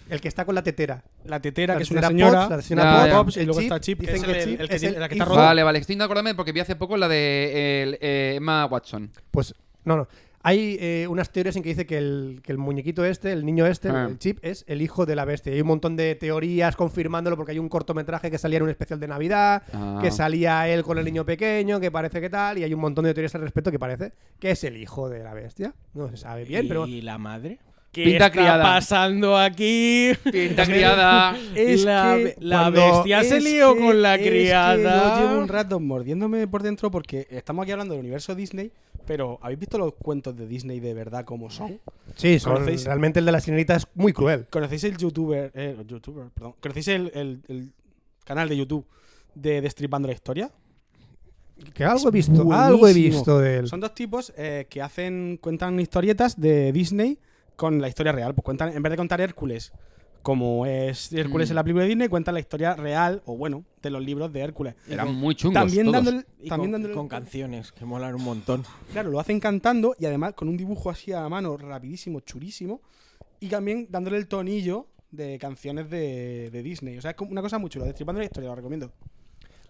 Speaker 4: El que está con la tetera.
Speaker 2: La tetera,
Speaker 4: La
Speaker 2: que es una
Speaker 4: tetera
Speaker 2: señora.
Speaker 4: Pops, la
Speaker 3: Ya,
Speaker 4: señora
Speaker 3: ya.
Speaker 4: Pops,
Speaker 2: Y
Speaker 4: el
Speaker 2: luego
Speaker 4: Chip,
Speaker 2: está Chip, que
Speaker 4: dicen
Speaker 2: es el-
Speaker 4: Chip
Speaker 2: el que
Speaker 4: es
Speaker 2: tiene- la que está
Speaker 4: hijo-
Speaker 2: rodando.
Speaker 3: Vale, vale, estoy intentando acordarme porque vi hace poco la de el, eh, Emma Watson.
Speaker 4: Pues no, no. Hay eh, unas teorías en que dice que el, que el muñequito este, el niño este,
Speaker 3: Ah.
Speaker 4: el chip, es el hijo de la bestia. Hay un montón de teorías confirmándolo porque hay un cortometraje que salía en un especial de Navidad,
Speaker 3: Ah.
Speaker 4: que salía él con el niño pequeño, que parece que tal, y hay un montón de teorías al respecto que parece que es el hijo de la bestia. No se sabe bien, pero...
Speaker 1: ¿Y la madre? ¿Qué
Speaker 3: Pinta
Speaker 1: está
Speaker 3: criada.
Speaker 1: pasando
Speaker 4: <laughs>
Speaker 1: aquí?
Speaker 3: Pinta criada.
Speaker 4: Es
Speaker 1: la,
Speaker 4: que
Speaker 1: la
Speaker 4: cuando-
Speaker 1: bestia se
Speaker 2: Es
Speaker 1: lió
Speaker 2: que-
Speaker 1: con la
Speaker 2: es que
Speaker 1: criada.
Speaker 2: yo llevo un rato mordiéndome por dentro porque estamos aquí hablando del universo Disney, pero ¿habéis visto los cuentos de Disney de verdad como son?
Speaker 4: Sí, son-
Speaker 2: ¿Conocéis?
Speaker 4: realmente el de la señorita es muy cruel.
Speaker 2: ¿Conocéis el youtuber, eh, youtuber, perdón, conocéis el, el- el canal de YouTube de Destripando la Historia?
Speaker 4: Que algo he visto,
Speaker 2: Buenísimo.
Speaker 4: algo he visto de él.
Speaker 2: Son dos tipos eh, que hacen, cuentan historietas de Disney con la historia real. Pues cuentan, en vez de contar Hércules, como es Hércules
Speaker 3: Mm.
Speaker 2: en la película de Disney, cuentan la historia real, o bueno, de los libros de Hércules.
Speaker 3: Eran muy chungos
Speaker 2: También
Speaker 3: todos.
Speaker 2: dándole,
Speaker 1: Y con,
Speaker 2: también dándole-
Speaker 1: con canciones que molan un
Speaker 4: <laughs>
Speaker 1: montón.
Speaker 2: Claro, lo hacen cantando y además con un dibujo así a mano rapidísimo, churísimo. Y también dándole el tonillo de canciones de, de Disney. O sea, es como una cosa muy chula. Destripando la historia, lo recomiendo.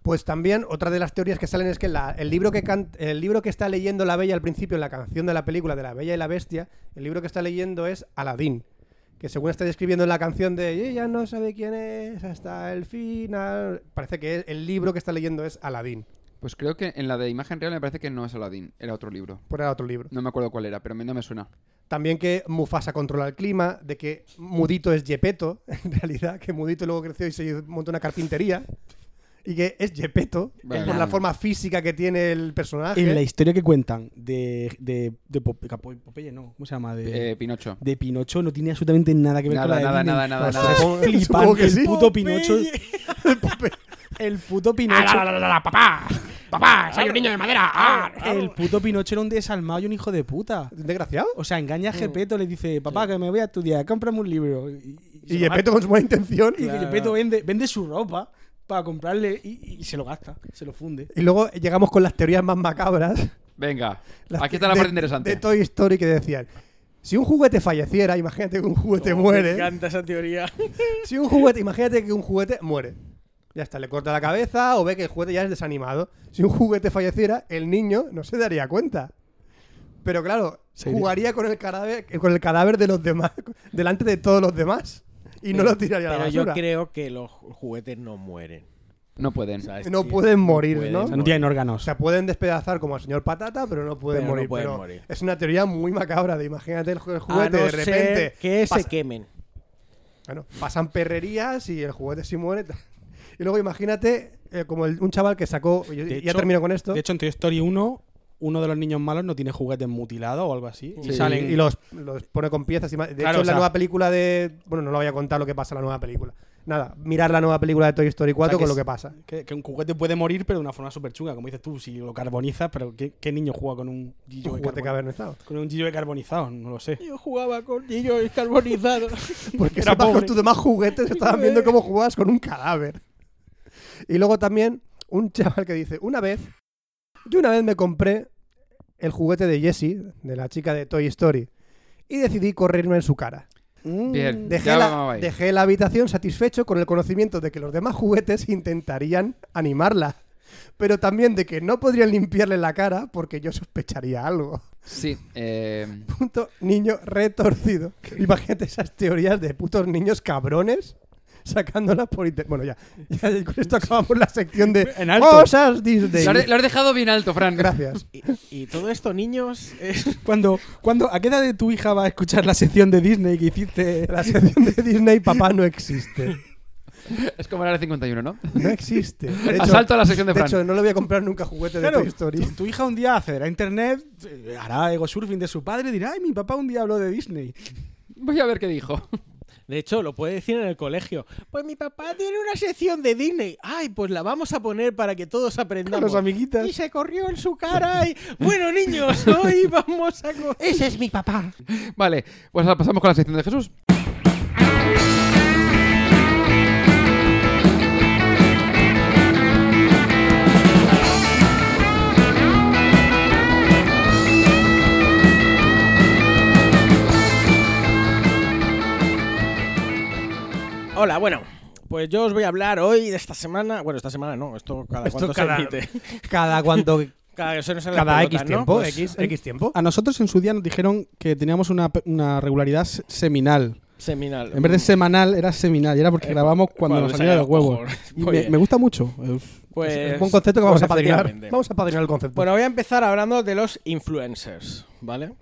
Speaker 4: Pues también otra de las teorías que salen es que la- el, libro que can- el libro que está leyendo la Bella al principio, en la canción de la película de la Bella y la Bestia, el libro que está leyendo es Aladín, que según está describiendo en la canción de "Y ella no sabe quién es hasta el final, parece que el libro que está leyendo es Aladín.
Speaker 3: Pues creo que en la de imagen real me parece que no es Aladdin, era otro libro.
Speaker 4: Por pues era otro libro.
Speaker 3: No me acuerdo cuál era, pero me- no me suena.
Speaker 4: También que Mufasa controla el clima, de que Mudito es Yepeto, <laughs> en realidad, que Mudito luego creció y se montó una carpintería. Y que es Yepeto,
Speaker 3: Vale.
Speaker 4: por la forma física que tiene el personaje.
Speaker 2: En la historia que cuentan de, de, de Pop- Capo- Popeye, no, ¿cómo se llama? De,
Speaker 3: Eh, Pinocho.
Speaker 2: de Pinocho no tiene absolutamente nada que ver con
Speaker 3: Nada,
Speaker 2: la de
Speaker 3: nada,
Speaker 2: Disney.
Speaker 3: nada, nada,
Speaker 4: O sea,
Speaker 3: nada.
Speaker 4: supongo- supongo
Speaker 2: Flipante,
Speaker 4: que sí.
Speaker 2: el puto
Speaker 4: <laughs>
Speaker 2: Pinocho. El puto Pinocho.
Speaker 1: papá! ¡Papá! ¡Soy un niño de madera!
Speaker 2: El puto Pinocho era un desalmado y un hijo de puta.
Speaker 4: ¿Desgraciado?
Speaker 2: O sea, engaña
Speaker 4: Mm.
Speaker 2: a Gepeto, le dice, papá, que me voy a estudiar, cómprame un libro. Y,
Speaker 4: Y Yepeto con su buena intención.
Speaker 2: Y que Gepetto vende, vende su ropa para comprarle y, y se lo gasta, se lo funde.
Speaker 4: Y luego llegamos con las teorías más macabras.
Speaker 3: Venga,
Speaker 4: Las
Speaker 3: aquí
Speaker 4: que-
Speaker 3: está la
Speaker 4: de-
Speaker 3: parte interesante.
Speaker 4: De Toy Story que decían: si un juguete falleciera, imagínate que un
Speaker 3: Oh,
Speaker 4: juguete
Speaker 1: Me
Speaker 4: muere.
Speaker 1: encanta esa teoría.
Speaker 4: Si un juguete, imagínate que un juguete muere. Ya está, le corta la cabeza o ve que el juguete ya es desanimado. Si un juguete falleciera, el niño no se daría cuenta. Pero claro,
Speaker 2: Sí.
Speaker 4: jugaría con el cadáver, con el cadáver de los demás, <laughs> delante de todos los demás y no lo tiraría a la
Speaker 1: Pero yo
Speaker 4: basura.
Speaker 1: creo que los juguetes no mueren.
Speaker 3: No pueden.
Speaker 1: ¿sabes,
Speaker 4: No
Speaker 1: tío?
Speaker 4: pueden morir,
Speaker 1: pueden
Speaker 4: ¿no?
Speaker 2: O sea, no
Speaker 1: morir.
Speaker 2: tienen
Speaker 4: O
Speaker 2: órganos.
Speaker 4: sea, pueden despedazar como al señor Patata, pero no pueden
Speaker 1: Pero no
Speaker 4: morir.
Speaker 1: pueden
Speaker 4: pero
Speaker 1: morir.
Speaker 4: Es una teoría muy macabra de imagínate el ju- el
Speaker 1: A
Speaker 4: juguete
Speaker 1: no
Speaker 4: de
Speaker 1: ser
Speaker 4: repente.
Speaker 1: que se
Speaker 4: pasa-
Speaker 1: quemen.
Speaker 4: Bueno, pasan perrerías y el juguete sí muere. <laughs> Y luego imagínate eh, como el- un chaval que sacó. y- y ya
Speaker 2: hecho-
Speaker 4: termino con esto.
Speaker 2: De hecho, en Toy Story 1, uno de los niños malos no tiene juguetes mutilados o algo así.
Speaker 4: y
Speaker 2: Y salen.
Speaker 4: y los, los pone con piezas. y ma- De
Speaker 2: Claro,
Speaker 4: hecho,
Speaker 2: o
Speaker 4: en la
Speaker 2: sea-
Speaker 4: nueva película de. Bueno, no lo voy a contar lo que pasa en la nueva película. Nada, mirar la nueva película de Toy Story 4
Speaker 2: O sea, que
Speaker 4: con lo
Speaker 2: es-
Speaker 4: que pasa.
Speaker 2: Que, que un juguete puede morir, pero de una forma súper chunga. Como dices tú, si lo carbonizas, pero ¿qué, qué niño juega con un
Speaker 4: Un
Speaker 2: Gillo de
Speaker 4: juguete
Speaker 2: carbonizado?
Speaker 4: carbonizado.
Speaker 2: Con un Gillo de carbonizado, no lo sé. <laughs>
Speaker 1: Yo jugaba con niños carbonizados.
Speaker 4: Porque
Speaker 2: Era
Speaker 4: sepas con
Speaker 2: pobre.
Speaker 4: tus demás juguetes que estaban viendo cómo jugabas con un cadáver. Y luego también un chaval que dice, una vez, yo una vez me compré el juguete de Jessie, de la chica de Toy Story, y decidí correrme en su cara.
Speaker 3: Bien.
Speaker 4: Dejé
Speaker 3: Ya
Speaker 4: la,
Speaker 3: vamos ahí.
Speaker 4: dejé la habitación satisfecho con el conocimiento de que los demás juguetes intentarían animarla, pero también de que no podrían limpiarle la cara porque yo sospecharía algo.
Speaker 3: Sí. eh,
Speaker 4: Punto niño retorcido. Imagínate esas teorías de putos niños cabrones sacándolas por internet. Bueno, ya. Ya con esto acabamos la sección de
Speaker 2: En alto.
Speaker 4: cosas Disney.
Speaker 3: lo, has, de- lo has dejado bien alto, Fran.
Speaker 4: Gracias.
Speaker 1: Y, y todo esto, niños, es
Speaker 2: Cuando, cuando, ¿A qué edad de tu hija va a escuchar la sección de Disney que hiciste?
Speaker 4: <laughs> La sección de Disney, papá, no existe.
Speaker 3: <laughs> Es como la hora 51, ¿no?
Speaker 4: No existe. De hecho,
Speaker 3: Asalto a la sección de
Speaker 4: de
Speaker 3: Fran.
Speaker 4: hecho, no le voy a comprar nunca juguete de
Speaker 2: Claro.
Speaker 4: Toy Story.
Speaker 2: Tu hija un día accederá a internet, eh, hará ego surfing de su padre y dirá, ay, mi papá un día habló de Disney.
Speaker 3: Voy a ver qué dijo.
Speaker 1: <laughs> De hecho, lo puede decir en el colegio. Pues mi papá tiene una sección de Disney. Ay, pues la vamos a poner para que todos aprendamos.
Speaker 4: Con los amiguitas.
Speaker 1: Y se corrió en su cara y... Bueno, niños, hoy vamos a... co-
Speaker 4: Ese es mi papá.
Speaker 3: Vale, pues ahora pasamos con la sección de Jesús.
Speaker 1: Hola, bueno. Pues yo os voy a hablar hoy de esta semana... Bueno, esta semana no, esto cada
Speaker 4: Esto
Speaker 1: cuánto
Speaker 4: cada-
Speaker 1: se emite.
Speaker 4: <laughs> Cada cuando.
Speaker 1: Cada, que se nos salen las
Speaker 4: Cada
Speaker 1: pelotas,
Speaker 4: X
Speaker 1: ¿no?
Speaker 4: tiempo.
Speaker 1: Pues-
Speaker 4: X, X tiempo.
Speaker 2: <laughs> A nosotros en su día nos dijeron que teníamos una, pe- una regularidad se- seminal.
Speaker 1: Seminal.
Speaker 2: En vez de semanal, era seminal. Y era porque
Speaker 1: Eh,
Speaker 2: grabamos cuando
Speaker 1: cuando
Speaker 2: nos
Speaker 1: nos
Speaker 2: salía de los
Speaker 1: salía los
Speaker 2: huevos.
Speaker 1: cojones.
Speaker 2: Y
Speaker 1: Muy
Speaker 2: me,
Speaker 1: bien.
Speaker 2: me gusta mucho.
Speaker 1: Pues...
Speaker 4: Es un buen concepto que vamos
Speaker 1: pues
Speaker 4: a padrinar.
Speaker 1: efectivamente.
Speaker 4: Vamos a padrinar el concepto.
Speaker 1: Bueno, voy a empezar hablando de los influencers, ¿vale?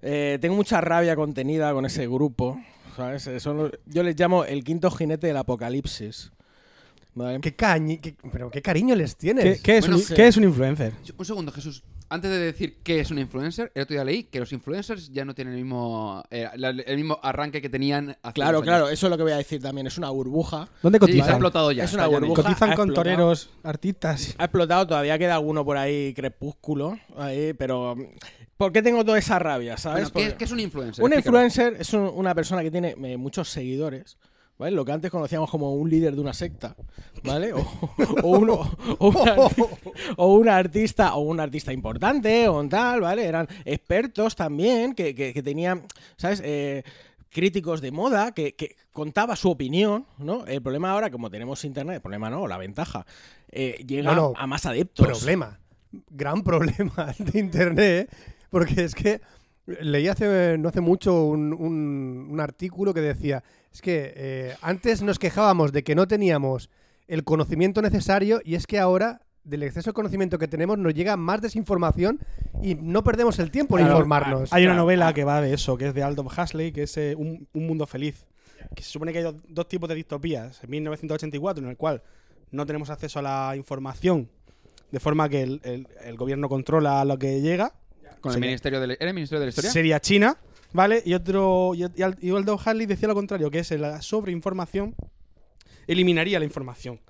Speaker 1: Eh, tengo mucha rabia contenida con ese grupo, ¿sabes? Eh, son los- yo les llamo el quinto jinete del apocalipsis. ¿vale?
Speaker 4: ¿Qué, cañi- qué- pero qué cariño les tienes.
Speaker 2: ¿Qué, qué es
Speaker 3: Bueno,
Speaker 2: un,
Speaker 1: sí.
Speaker 2: qué es un influencer?
Speaker 3: Un segundo, Jesús. Antes de decir qué es un influencer, el otro día leí que los influencers ya no tienen el mismo, eh, la- el mismo arranque que tenían hace
Speaker 1: Claro,
Speaker 3: unos años.
Speaker 1: claro, eso es lo que voy a decir también. Es una burbuja.
Speaker 2: ¿Dónde
Speaker 3: Sí, se ha
Speaker 2: cotizan?
Speaker 3: explotado ya.
Speaker 1: Es una
Speaker 3: está ya en
Speaker 1: burbuja.
Speaker 3: ello.
Speaker 2: cotizan
Speaker 1: ha
Speaker 2: con
Speaker 1: explotado.
Speaker 2: toreros, artistas.
Speaker 1: Ha explotado, todavía queda alguno por ahí crepúsculo, ahí, pero mm, ¿por qué tengo toda esa rabia, sabes?
Speaker 3: Bueno, ¿qué,
Speaker 1: Porque-
Speaker 3: qué es un influencer?
Speaker 1: Un
Speaker 3: Explícalo.
Speaker 1: influencer es un- una persona que tiene eh, muchos seguidores, ¿vale? Lo que antes conocíamos como un líder de una secta, ¿vale? O, o un, o- o un arti- o un artista o un artista importante o un tal, ¿vale? Eran expertos también que, que- que tenían, ¿sabes? Eh, críticos de moda que, que contaba su opinión, ¿no? El problema ahora, como tenemos internet, el problema no, la ventaja, eh, llega
Speaker 4: No, no.
Speaker 1: a más adeptos.
Speaker 4: Problema. Gran problema <laughs> de internet. Porque es que leí hace, no hace mucho un, un- un artículo que decía, es que eh, antes nos quejábamos de que no teníamos el conocimiento necesario y es que ahora del exceso de conocimiento que tenemos nos llega más desinformación y no perdemos el tiempo en
Speaker 2: Claro,
Speaker 4: informarnos.
Speaker 2: Hay una
Speaker 1: Claro.
Speaker 2: novela que va de eso, que es de Aldous Huxley, que es eh, un, Un mundo feliz. Que se supone que hay dos, dos tipos de distopías. En 1984, en el cual no tenemos acceso a la información, de forma que el, el- el gobierno controla lo que llega.
Speaker 3: Con el
Speaker 2: Sería-
Speaker 3: ministerio de la- ¿Era el ministerio de la historia?
Speaker 2: Sería China, ¿vale? Y otro. Y, y Al- y Aldous Huxley decía lo contrario, que es la sobreinformación eliminaría la información.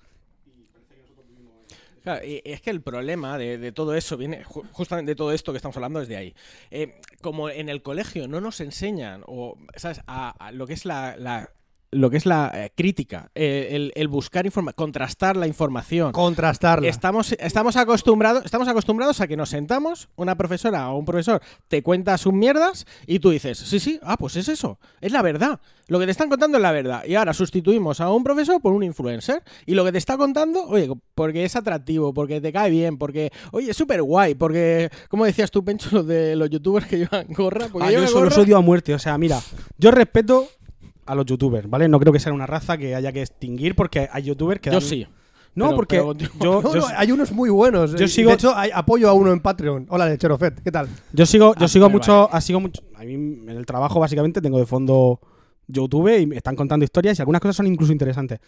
Speaker 1: Claro, y es que el problema de, de todo eso viene, ju- justamente de todo esto que estamos hablando desde ahí. Eh, como en el colegio no nos enseñan o, ¿sabes? A, a lo que es la, la- lo que es la eh, crítica, eh, el, el buscar información, contrastar la información.
Speaker 4: Contrastarla.
Speaker 1: Estamos, estamos, acostumbrados, estamos acostumbrados a que nos sentamos, una profesora o un profesor te cuenta sus mierdas y tú dices, sí, sí, ah, pues es eso, es la verdad. Lo que te están contando es la verdad. Y ahora sustituimos a un profesor por un influencer y lo que te está contando, oye, porque es atractivo, porque te cae bien, porque, oye, es súper guay, porque, como decías tú, Pencho, lo de los youtubers que llevan gorra, porque
Speaker 2: Ah, yo
Speaker 1: llevan
Speaker 2: eso
Speaker 1: gorra-
Speaker 2: los odio a muerte. O sea, mira, yo respeto a los youtubers, ¿vale? No creo que sea una raza que haya que extinguir porque hay youtubers que
Speaker 1: Yo
Speaker 2: dan-
Speaker 1: sí.
Speaker 2: No,
Speaker 1: Pero-
Speaker 2: porque
Speaker 1: pero continúa. <laughs>
Speaker 2: yo,
Speaker 4: No,
Speaker 2: yo,
Speaker 4: no, hay unos muy buenos.
Speaker 2: yo
Speaker 4: Eh,
Speaker 2: sigo-
Speaker 4: De hecho, hay- apoyo a uno en Patreon. Hola, Lechero Fed, ¿qué tal?
Speaker 2: yo sigo, yo
Speaker 1: Ah,
Speaker 2: sigo
Speaker 1: vale,
Speaker 2: mucho, ah, sigo mucho. A mí en el trabajo básicamente tengo de fondo YouTube y me están contando historias y algunas cosas son incluso interesantes.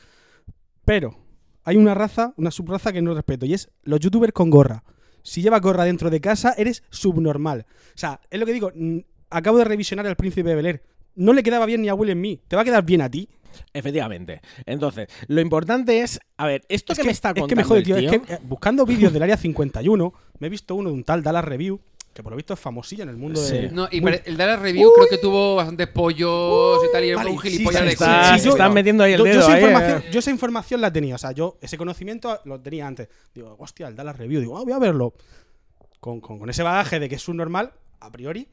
Speaker 2: Pero hay una raza, una subraza que no respeto y es los youtubers con gorra. Si llevas gorra dentro de casa, eres subnormal. O sea, es lo que digo. mm, Acabo de revisionar al príncipe de Bel Air. No le quedaba bien ni a Will en mí. ¿Te va a quedar bien a ti?
Speaker 1: Efectivamente. Entonces, lo importante es, a ver, esto que, me está
Speaker 2: es
Speaker 1: contando
Speaker 2: que me jode,
Speaker 1: el
Speaker 2: tío.
Speaker 1: tío,
Speaker 2: Es que eh, buscando vídeos del área 51, me he visto uno de un tal Dallas Review, que por lo visto es famosillo en el mundo
Speaker 1: Sí.
Speaker 2: de.
Speaker 3: No, y
Speaker 2: Muy-
Speaker 3: pare- el de la review creo que tuvo bastantes pollos y tal, y
Speaker 2: Vale,
Speaker 3: era un
Speaker 2: sí,
Speaker 3: gilipollas
Speaker 2: sí,
Speaker 3: de
Speaker 2: sí,
Speaker 1: Estás-
Speaker 2: sí, sí, yo-
Speaker 1: estás metiendo ahí el
Speaker 2: yo, yo
Speaker 1: dedo.
Speaker 2: esa
Speaker 1: ahí,
Speaker 2: información,
Speaker 1: eh.
Speaker 2: yo esa información la tenía, o sea, yo ese conocimiento lo tenía antes. Digo, hostia, el Dallas Review, digo, ah, voy a verlo. Con, con- con ese bagaje de que es subnormal, a priori,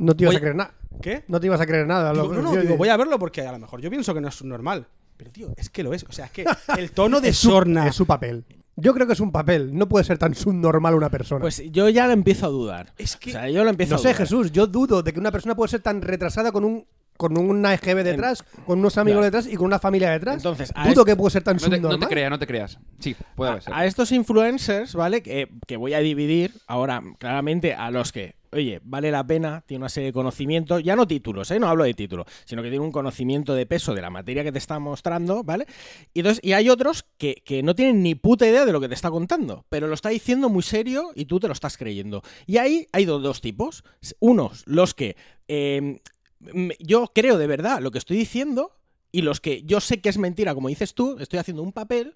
Speaker 4: No te ibas
Speaker 2: Voy-
Speaker 4: a creer nada.
Speaker 2: ¿qué?
Speaker 4: No te ibas a creer nada.
Speaker 2: Digo,
Speaker 4: Lo-
Speaker 2: no, no,
Speaker 4: yo-
Speaker 2: digo, voy a verlo porque a lo mejor yo pienso que no es subnormal. Pero, tío, es que lo es. O sea, es que el tono de
Speaker 4: es su,
Speaker 2: sorna.
Speaker 4: es su papel. Yo creo que es un papel. No puede ser tan subnormal una persona.
Speaker 1: Pues yo ya lo empiezo a dudar.
Speaker 2: Es que-
Speaker 1: O sea, yo lo empiezo
Speaker 4: no
Speaker 1: a
Speaker 4: sé,
Speaker 1: dudar.
Speaker 4: Jesús, yo dudo de que una persona puede ser tan retrasada con un con una EGB detrás, con unos amigos
Speaker 1: Claro.
Speaker 4: detrás y con una familia detrás.
Speaker 1: Entonces, a
Speaker 4: dudo
Speaker 1: este-
Speaker 4: que puede ser tan
Speaker 3: No te,
Speaker 4: subnormal.
Speaker 3: no te creas, no te creas. Sí, puede haber. sido.
Speaker 1: A este estos influencers, ¿vale? Que, que voy a dividir ahora claramente a los que, oye, vale la pena, tiene una serie de conocimientos, ya no títulos, ¿eh? No hablo de títulos, sino que tiene un conocimiento de peso de la materia que te está mostrando, ¿vale? Y, entonces, y hay otros que, que no tienen ni puta idea de lo que te está contando, pero lo está diciendo muy serio y tú te lo estás creyendo. Y ahí hay do- dos tipos. Unos, los que... eh, m- yo creo de verdad lo que estoy diciendo y los que yo sé que es mentira, como dices tú, estoy haciendo un papel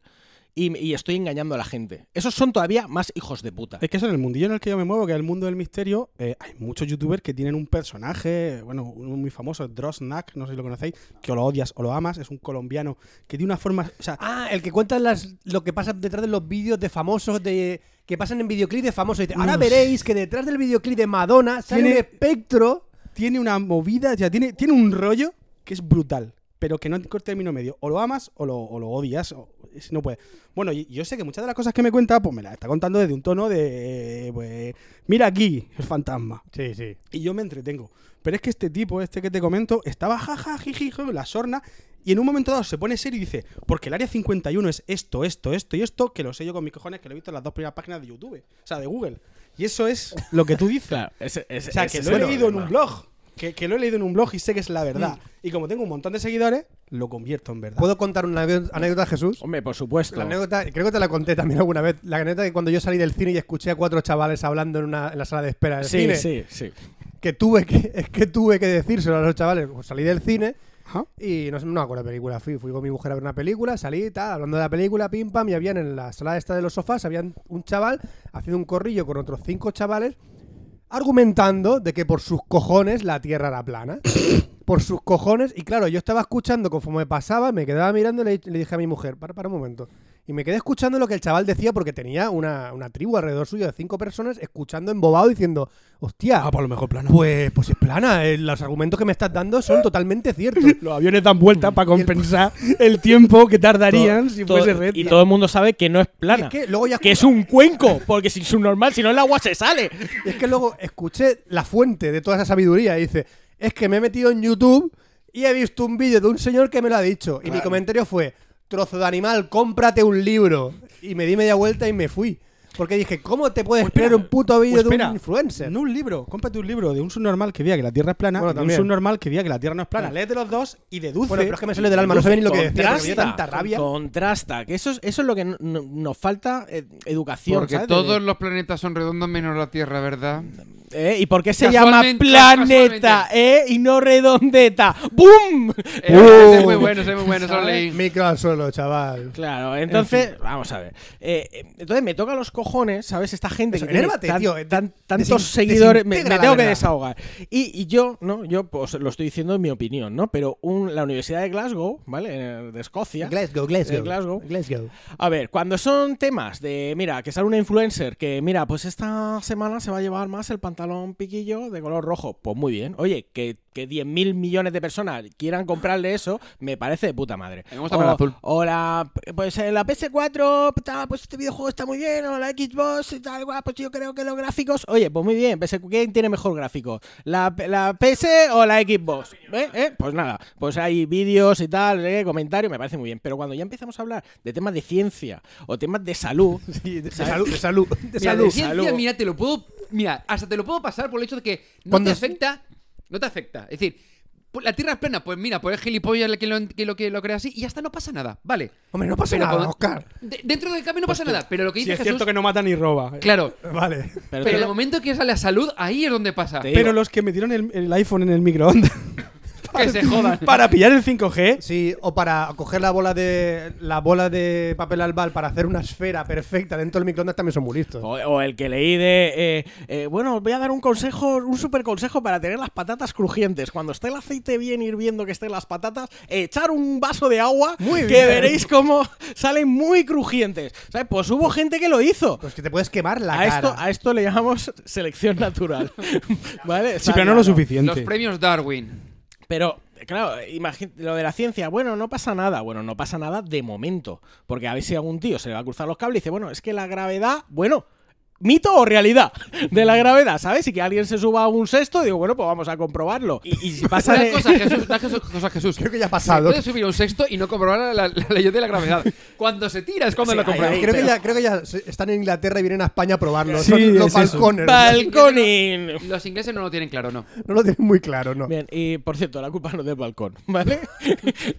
Speaker 1: y, y estoy engañando a la gente. Esos son todavía más hijos de puta.
Speaker 2: Es que eso en el mundillo en el que yo me muevo, que es el mundo del misterio, eh, hay muchos youtubers que tienen un personaje, bueno, uno muy famoso, Drosnak, no sé si lo conocéis, que o lo odias o lo amas, es un colombiano que tiene una forma, o sea,
Speaker 4: Ah, el que cuenta las, lo que pasa detrás de los vídeos de famosos de que pasan en videoclip de famosos. Y dice, Ahora
Speaker 2: No
Speaker 4: veréis que detrás del videoclip de Madonna sale
Speaker 2: Tiene-
Speaker 4: un espectro.
Speaker 2: tiene una movida, o sea, tiene, tiene un rollo que es brutal, pero que no corta término medio, o lo amas o lo, o lo odias, o- es- no puede. Bueno, y- yo sé que muchas de las cosas que me cuenta, pues me las está contando desde un tono de, pues, mira aquí, el fantasma.
Speaker 4: Sí, sí.
Speaker 2: y yo me entretengo. Pero es que este tipo, este que te comento, estaba jaja, jiji, jo, la sorna, y en un momento dado se pone serio y dice, porque el área 51 es esto, esto, esto y esto, que lo sé yo con mis cojones, que lo he visto en las dos primeras páginas de YouTube, o sea, de Google. Y eso es lo que tú dices.
Speaker 1: Claro, ese- ese-
Speaker 2: o sea,
Speaker 1: ese
Speaker 2: que
Speaker 1: es
Speaker 2: lo he
Speaker 1: el
Speaker 2: leído en
Speaker 1: problema.
Speaker 2: un blog, que, que lo he leído en un blog y sé que es la verdad. Y como tengo un montón de seguidores, lo convierto en verdad.
Speaker 4: Mm. ¿Puedo contar una anécdota- anécdota, Jesús?
Speaker 1: Hombre, por supuesto.
Speaker 4: La anécdota, creo que te la conté también alguna vez. La anécdota de cuando yo salí del cine y escuché a cuatro chavales hablando en, una, en la sala de espera del
Speaker 1: Sí,
Speaker 4: cine.
Speaker 1: sí, sí.
Speaker 4: Que tuve que, <laughs> es que tuve que decírselo a los chavales. Pues salí del cine
Speaker 2: Ajá.
Speaker 4: y no, sé- no me acuerdo de película. Fui, fui con mi mujer a ver una película, salí, tal, hablando de la película, pim pam, y habían en la sala esta de los sofás, habían un chaval haciendo un corrillo con otros cinco chavales argumentando de que por sus cojones la tierra
Speaker 2: <coughs>
Speaker 4: era plana. Por sus cojones. Y claro, yo estaba escuchando conforme me pasaba, me quedaba mirando y le, le dije a mi mujer, para, para un momento. Y me quedé escuchando lo que el chaval decía porque tenía una, una tribu alrededor suyo de cinco personas escuchando embobado diciendo, hostia,
Speaker 2: Ah, por lo mejor plano.
Speaker 4: pues, pues es plana, eh, los argumentos que me estás dando son
Speaker 2: <laughs>
Speaker 4: totalmente ciertos.
Speaker 2: Los aviones dan
Speaker 4: Mm.
Speaker 2: vueltas para compensar el tiempo que tardarían si
Speaker 1: Todo-
Speaker 2: fuese recta.
Speaker 1: y todo el mundo sabe que no es plana.
Speaker 4: Y es que luego ya
Speaker 1: que es un cuenco, porque si es un normal, si no el agua se sale.
Speaker 4: Y es que luego escuché la fuente de toda esa sabiduría y dice, es que me he metido en YouTube y he visto un vídeo de un señor que me lo ha dicho. Y mi comentario fue, trozo de animal, cómprate un libro. Y me di media vuelta y me fui. Porque dije, ¿cómo te puedes
Speaker 2: Pues
Speaker 4: creer
Speaker 2: espera,
Speaker 4: un puto
Speaker 2: pues
Speaker 4: vídeo de
Speaker 2: espera,
Speaker 4: un influencer?
Speaker 2: No un libro, cómprate un libro de un subnormal que diga que la Tierra es plana
Speaker 4: Bueno,
Speaker 2: y de un
Speaker 4: también.
Speaker 2: subnormal que diga que la Tierra no es plana. Léete los dos y deduce.
Speaker 4: Bueno, pero es que me sale del alma, no sé ni lo que decía. porque me dio
Speaker 1: Contrasta,
Speaker 4: tanta rabia.
Speaker 1: contrasta, que eso es, eso es lo que no- no- nos falta eh, educación.
Speaker 3: Porque
Speaker 1: ¿sabes? De-
Speaker 3: todos los planetas son redondos menos la Tierra, ¿verdad?
Speaker 1: ¿Eh? ¿Y por qué se llama
Speaker 3: Casualmente,
Speaker 1: planeta eh? y no redondeta? ¡Bum!
Speaker 3: Eh, ese es muy bueno, ese es muy bueno, eso lo
Speaker 4: ¿Sabes?
Speaker 3: leí.
Speaker 4: Micro al suelo, chaval.
Speaker 1: Claro, entonces, vamos a ver. Eh, eh, entonces me toca los cojones, ¿sabes? Esta gente
Speaker 4: Eso,
Speaker 1: que tiene
Speaker 4: enérvate,
Speaker 1: tan-
Speaker 4: tío, eh,
Speaker 1: tan-
Speaker 4: desin-
Speaker 1: tantos seguidores, me,
Speaker 4: desintegra
Speaker 1: me
Speaker 4: la
Speaker 1: tengo que
Speaker 4: verdad.
Speaker 1: desahogar. Y, y yo, ¿no? Yo pues, lo estoy diciendo en mi opinión, ¿no? Pero un- la Universidad de Glasgow, ¿vale? Eh, De Escocia.
Speaker 4: Glasgow,
Speaker 1: Eh, Glasgow.
Speaker 4: Glasgow.
Speaker 1: A ver, cuando son temas de, mira, que sale una influencer que, mira, pues esta semana se va a llevar más el pantalón piquillo de color rojo. Pues muy bien. Oye, que, que 10.000 millones de personas quieran comprarle eso, me parece de puta madre.
Speaker 3: Me gusta más el
Speaker 1: O-
Speaker 3: azul.
Speaker 1: O la, pues en la PS4, ta, pues este videojuego está muy bien, o la Xbox, y tal, guau, pues yo creo que los gráficos... Oye, pues muy bien, PS, ¿quién tiene mejor gráfico? ¿La, la PS o la Xbox? ¿Eh? ¿Eh? Pues nada, pues hay vídeos y tal, ¿eh? comentarios, me parece muy bien. Pero cuando ya empezamos a hablar de temas de ciencia o temas de salud...
Speaker 4: de salud, de salud. De
Speaker 3: Mira,
Speaker 4: salud.
Speaker 3: de ciencia,
Speaker 1: salud.
Speaker 3: mira, te lo puedo. Mira, hasta te lo puedo pasar por el hecho de que no
Speaker 4: Cuando
Speaker 3: te
Speaker 4: es-
Speaker 3: afecta. No te afecta. Es decir, pues la tierra es plana. Pues mira, pues el gilipollas el que lo, que lo, que lo crea así y hasta no pasa nada. Vale.
Speaker 4: Hombre, no pasa
Speaker 3: Pero
Speaker 4: nada,
Speaker 3: cuando-
Speaker 4: Oscar.
Speaker 3: De- dentro del cambio no pasa nada. Pero lo que
Speaker 2: Si
Speaker 3: dice
Speaker 2: es
Speaker 3: Jesús.
Speaker 2: cierto que no mata ni roba.
Speaker 3: Claro.
Speaker 4: eh. Vale.
Speaker 1: Pero,
Speaker 3: Pero, en el momento que sale la salud, ahí es donde pasa.
Speaker 1: Te-
Speaker 2: Pero los que metieron el, el iPhone en el microondas <laughs>
Speaker 3: Que se jodan.
Speaker 2: para pillar el 5G.
Speaker 4: Sí, o para coger la bola de la bola de papel albal para hacer una esfera perfecta dentro del microondas también son muy
Speaker 2: Oh.
Speaker 4: listos.
Speaker 1: O, o el que leí de, eh, eh, bueno, os voy a dar un consejo, un super consejo para tener las patatas crujientes. Cuando esté el aceite bien hirviendo, que estén las patatas, echar un vaso de agua que
Speaker 4: bien.
Speaker 1: veréis cómo salen muy crujientes. ¿Sabes? Pues hubo gente que lo hizo.
Speaker 4: Pues que te puedes quemar la
Speaker 1: A
Speaker 4: cara.
Speaker 1: esto, a esto le llamamos selección natural. <laughs> ¿Vale?
Speaker 2: Sí,
Speaker 1: Está
Speaker 2: pero no lo
Speaker 1: claro.
Speaker 2: suficiente.
Speaker 3: Los premios Darwin.
Speaker 1: Pero, claro, imagi- lo de la ciencia, bueno, no pasa nada. Bueno, no pasa nada de momento. Porque a ver si algún tío se le va a cruzar los cables y dice, bueno, es que la gravedad, bueno, mito o realidad <laughs> de la gravedad, ¿sabes? Y que alguien se suba a un sexto, digo, bueno, pues vamos a comprobarlo. Y, y si <laughs> pasa
Speaker 3: Una
Speaker 1: de-
Speaker 3: cosa, <laughs> Jesús, una cosa, cosa, Jesús.
Speaker 4: Creo que ya ha pasado.
Speaker 3: Se puede subir a un sexto y no comprobar la, la- la ley de la gravedad. Cuando se tira es cuando
Speaker 1: Sí,
Speaker 3: lo compruebas.
Speaker 1: ahí, ahí,
Speaker 4: creo, que
Speaker 1: pero-
Speaker 4: ya, creo que ya se- están en Inglaterra y vienen a España a probarlo.
Speaker 2: Sí,
Speaker 4: Son los
Speaker 2: es eso.
Speaker 4: balcones.
Speaker 1: Balconing.
Speaker 3: Los ingleses no lo tienen claro, no.
Speaker 4: No lo tienen muy claro, ¿no?
Speaker 1: Bien, y por cierto, la culpa no es del balcón, <laughs> ¿vale?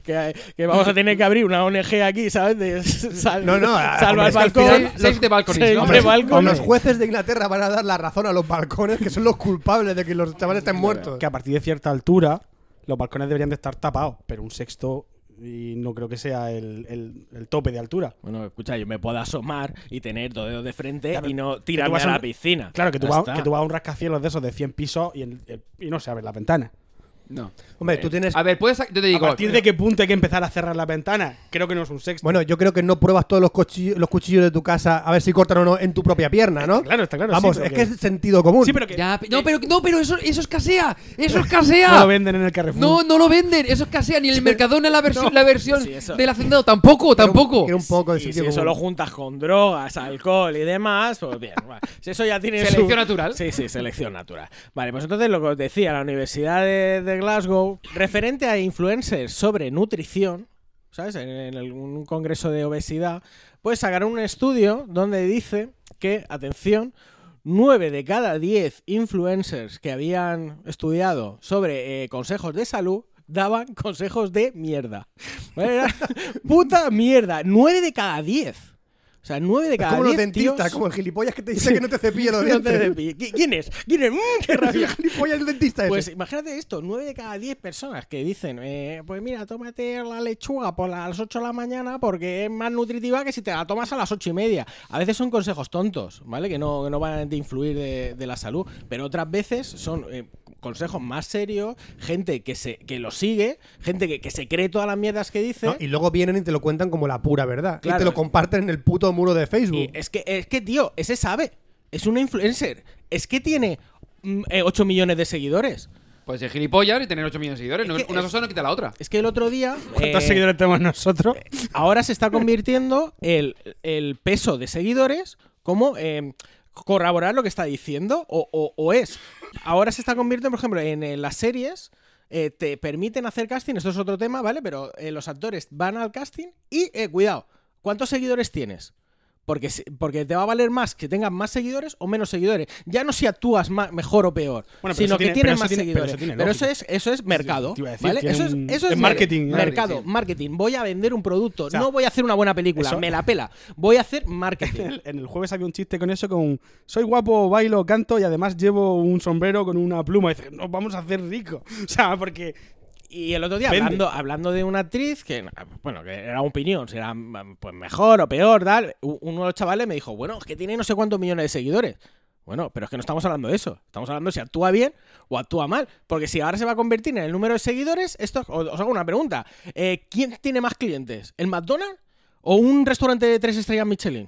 Speaker 1: que, que vamos a tener que abrir una ONG aquí, ¿sabes? De sal-
Speaker 4: No, no,
Speaker 1: <laughs>
Speaker 4: a-
Speaker 1: salva el
Speaker 4: hombre, es que al
Speaker 1: balcón.
Speaker 4: final
Speaker 3: Seis- seis de balcones,
Speaker 1: seis
Speaker 3: ¿no?
Speaker 1: de
Speaker 4: Hombre,
Speaker 1: balcones.
Speaker 4: Los jueces de Inglaterra van a dar la razón a los balcones, que son los culpables de que los chavales estén muertos.
Speaker 2: Que a partir de cierta altura, los balcones deberían de estar tapados. Pero un sexto, y no creo que sea el, el- el tope de altura.
Speaker 1: Bueno, escucha, yo me puedo asomar y tener dos dedos de frente
Speaker 2: Claro,
Speaker 1: y no
Speaker 2: que tú
Speaker 1: tirarme
Speaker 2: vas
Speaker 1: a
Speaker 2: a
Speaker 1: la
Speaker 2: un-
Speaker 1: piscina.
Speaker 2: Claro, que tú,
Speaker 1: Ya
Speaker 2: vas,
Speaker 1: está.
Speaker 2: que tú vas a un rascacielos de esos de 100 pisos y, el- el- y no se abren las ventanas.
Speaker 3: No.
Speaker 4: Hombre, tú tienes.
Speaker 3: A ver, puedes. Yo te
Speaker 2: ¿A
Speaker 3: digo.
Speaker 2: partir de qué punto hay que empezar a cerrar las ventanas? Creo que no es un sexto.
Speaker 4: Bueno, yo creo que no pruebas todos los cuchillos, los cuchillos de tu casa a ver si cortan o no en tu propia pierna, ¿no?
Speaker 2: Está claro, está claro,
Speaker 4: Vamos,
Speaker 2: sí, pero
Speaker 4: es que
Speaker 2: que-
Speaker 4: es sentido común.
Speaker 2: sí, pero que
Speaker 3: Ya, pe- no, pero, no, pero eso, eso escasea. Eso escasea.
Speaker 2: no lo venden en el Carrefour.
Speaker 3: eh,
Speaker 2: <laughs>
Speaker 3: No, no lo venden. Eso escasea. Ni el Mercadona la versión, la versión
Speaker 1: Sí, eso.
Speaker 3: del hacendado. Tampoco,
Speaker 4: Quiero un-
Speaker 3: tampoco.
Speaker 4: quiero un poco de
Speaker 1: Y si
Speaker 4: sentido
Speaker 1: eso
Speaker 4: común.
Speaker 1: lo juntas con drogas, alcohol y demás, pues bien. va. Si eso ya tiene
Speaker 3: Selección
Speaker 1: su-
Speaker 3: natural.
Speaker 1: Sí, sí, selección natural. Vale, pues entonces lo que os decía, la Universidad de, de Glasgow, referente a influencers sobre nutrición, ¿sabes? En, en el- un congreso de obesidad, pues sacaron un estudio donde dice que, atención, 9 de cada 10 influencers que habían estudiado sobre eh, consejos de salud daban <laughs> consejos de mierda. ¿Vale? Era <laughs> puta mierda. 9 de cada 10. O sea, 9 de
Speaker 4: Es
Speaker 1: cada
Speaker 4: como
Speaker 1: 10
Speaker 4: los dentistas,
Speaker 1: tíos- <laughs>
Speaker 4: como el gilipollas que te dice que no te cepille los
Speaker 1: No te
Speaker 4: dientes.
Speaker 1: cepille. ¿Qui- ¿Quién es? ¿Quién es? ¡Mmm, qué
Speaker 4: <laughs> el
Speaker 1: rabia!
Speaker 4: gilipollas el dentista ese.
Speaker 1: Pues imagínate esto, 9 de cada 10 personas que dicen, eh, pues mira, tómate la lechuga por la- a las 8 de la mañana porque es más nutritiva que si te la tomas a las 8 y media. A veces son consejos tontos, ¿vale? Que no, que no van a influir de, de la salud, pero otras veces son eh, consejos más serios, gente que se que lo sigue, gente que, que se cree todas las mierdas que dice.
Speaker 4: No, y luego vienen y te lo cuentan como la pura verdad. Y
Speaker 1: Claro.
Speaker 4: te lo comparten en el puto muro de
Speaker 1: Y
Speaker 4: Facebook.
Speaker 1: es que, es que, tío, ese sabe. Es una influencer. Es que tiene mm, eh, 8 millones de seguidores.
Speaker 3: Pues el gilipollas y tener 8 millones de seguidores.
Speaker 1: Es
Speaker 3: no-
Speaker 1: que
Speaker 3: una
Speaker 1: es-
Speaker 3: cosa no quita la otra.
Speaker 1: Es que el otro día.
Speaker 2: ¿Cuántos
Speaker 1: eh,
Speaker 2: seguidores tenemos nosotros?
Speaker 1: Ahora se está convirtiendo el, el peso de seguidores como eh, corroborar lo que está diciendo o, o- o es. Ahora se está convirtiendo, por ejemplo, en eh, las series. eh, te permiten hacer casting, esto es otro tema, ¿vale? Pero eh, los actores van al casting y, eh, cuidado, ¿cuántos seguidores tienes? Porque, se- porque te va a valer más que tengas más seguidores o menos seguidores. Ya no si actúas ma- mejor o peor,
Speaker 2: Bueno, pero eso
Speaker 1: sino que
Speaker 2: tiene- pero
Speaker 1: tienes
Speaker 2: eso
Speaker 1: más
Speaker 2: tiene- pero
Speaker 1: seguidores.
Speaker 2: eso tiene
Speaker 1: Pero eso
Speaker 2: lógica.
Speaker 1: es, eso es mercado.
Speaker 2: te iba a decir,
Speaker 1: ¿vale?
Speaker 2: tiene
Speaker 1: Eso es,
Speaker 2: un-
Speaker 1: eso
Speaker 2: es
Speaker 1: mer-
Speaker 2: marketing, ¿no?
Speaker 1: Mercado,
Speaker 3: Sí.
Speaker 1: marketing. Voy a vender un producto.
Speaker 2: sea,
Speaker 1: no voy a hacer una buena película.
Speaker 2: eso-
Speaker 1: Me la pela. Voy a hacer marketing.
Speaker 2: En el jueves había un chiste con eso, con soy guapo, bailo, canto y además llevo un sombrero con una pluma. Y dice, nos vamos a hacer ricos. <laughs> O sea, porque...
Speaker 1: Y el otro día,
Speaker 2: Vende.
Speaker 1: hablando, hablando de una actriz que, bueno, que era opinión, será mm, pues mejor o peor, tal, u- uno de los chavales me dijo, bueno, es que tiene no sé cuántos millones de seguidores. Bueno, pero es que no estamos hablando de eso. Estamos hablando de si actúa bien o actúa mal. Porque si ahora se va a convertir en el número de seguidores, esto es- os os hago una pregunta. Eh, ¿Quién tiene más clientes? ¿El McDonald's o un restaurante de tres estrellas Michelin?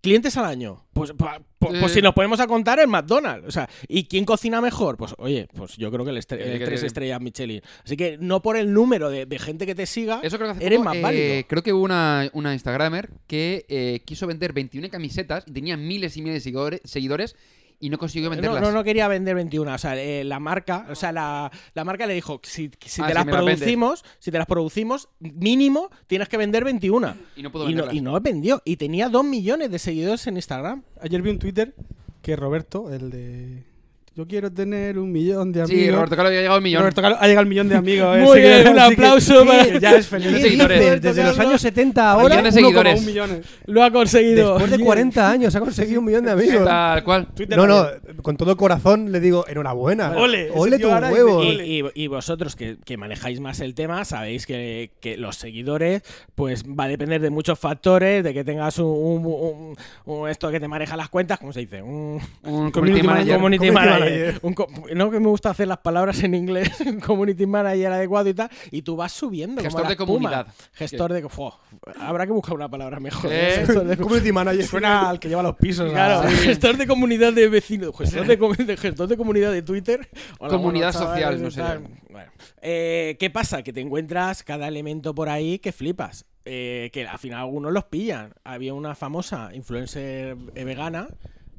Speaker 1: ¿Clientes al año? Pues, pa- po-
Speaker 3: Eh.
Speaker 1: pues si nos ponemos a contar el McDonald's. O sea, ¿y quién cocina mejor? Pues oye, pues yo creo que el, estre-
Speaker 3: Eh,
Speaker 1: el
Speaker 3: que-
Speaker 1: tres
Speaker 3: que-
Speaker 1: estrellas Michelin. Así que no por el número de, de gente que te siga,
Speaker 3: Eso creo que hace
Speaker 1: eres
Speaker 3: poco,
Speaker 1: más
Speaker 3: eh,
Speaker 1: válido.
Speaker 3: Creo que hubo una, una Instagramer que eh, quiso vender 21 camisetas y tenía miles y miles de seguidores, seguidores y no consiguió
Speaker 1: No,
Speaker 3: venderlas.
Speaker 1: no, no quería vender 21, o sea, eh, la marca, o sea, la, la marca le dijo, si, si
Speaker 3: Ah,
Speaker 1: te
Speaker 3: si
Speaker 1: las
Speaker 3: me las vendes.
Speaker 1: producimos, si te las producimos, mínimo tienes que vender 21.
Speaker 3: Y no pudo
Speaker 1: y no,
Speaker 3: venderlas.
Speaker 1: y no vendió, y tenía 2 millones de seguidores en Instagram.
Speaker 2: Ayer vi un Twitter que Roberto, el de... Yo quiero tener un millón de amigos.
Speaker 3: Sí, Roberto Carlos había llegado al millón.
Speaker 2: Roberto Carlos ha llegado al millón de amigos. eh,
Speaker 1: Muy bien,
Speaker 2: seguidores,
Speaker 1: un
Speaker 2: así que-
Speaker 1: aplauso para-
Speaker 2: que ya es
Speaker 4: ¿Qué
Speaker 2: feliz.
Speaker 3: Millones de seguidores.
Speaker 4: dices? Desde los
Speaker 1: Carlos.
Speaker 4: años 70
Speaker 3: Un
Speaker 4: ahora,
Speaker 3: millón de seguidores.
Speaker 2: 1,1 millones.
Speaker 1: Lo ha <laughs> conseguido.
Speaker 4: después de 40 años, ha conseguido un millón de amigos.
Speaker 3: Tal cual.
Speaker 2: Twitter
Speaker 4: No, no, con todo el corazón le digo enhorabuena.
Speaker 2: Ole, ese
Speaker 4: ole
Speaker 2: tío
Speaker 4: tus
Speaker 2: ahora dice,
Speaker 4: huevos.
Speaker 2: ole.
Speaker 1: Y, y- y vosotros que, que manejáis más el tema, sabéis que, que los seguidores, pues va a depender de muchos factores, de que tengas un, un- un- un- esto que te maneja las cuentas, ¿cómo se dice? Un
Speaker 3: Un
Speaker 2: Community
Speaker 3: community manager. Eh,
Speaker 2: manager.
Speaker 1: community
Speaker 2: community
Speaker 1: manager.
Speaker 2: manager.
Speaker 1: Un co- no que me gusta hacer las palabras en inglés, <laughs> un community manager adecuado y tal, y tú vas subiendo. como
Speaker 3: Gestor
Speaker 1: las
Speaker 3: de
Speaker 1: pumas.
Speaker 3: comunidad.
Speaker 1: Gestor de. Fua, habrá que buscar una palabra mejor.
Speaker 3: Eh.
Speaker 1: Gestor de-
Speaker 4: Community manager.
Speaker 2: Suena al que lleva los pisos.
Speaker 1: Claro,
Speaker 2: a-
Speaker 1: gestor de comunidad de vecinos, gestor de, comu- de- gestor de comunidad de Twitter.
Speaker 3: Comunidad
Speaker 1: buenos
Speaker 3: social,
Speaker 1: chavales,
Speaker 3: no sé.
Speaker 1: tal. Bueno. Eh, ¿Qué pasa? Que te encuentras cada elemento por ahí que flipas. Eh, que al final algunos los pillan. Había una famosa influencer eh, vegana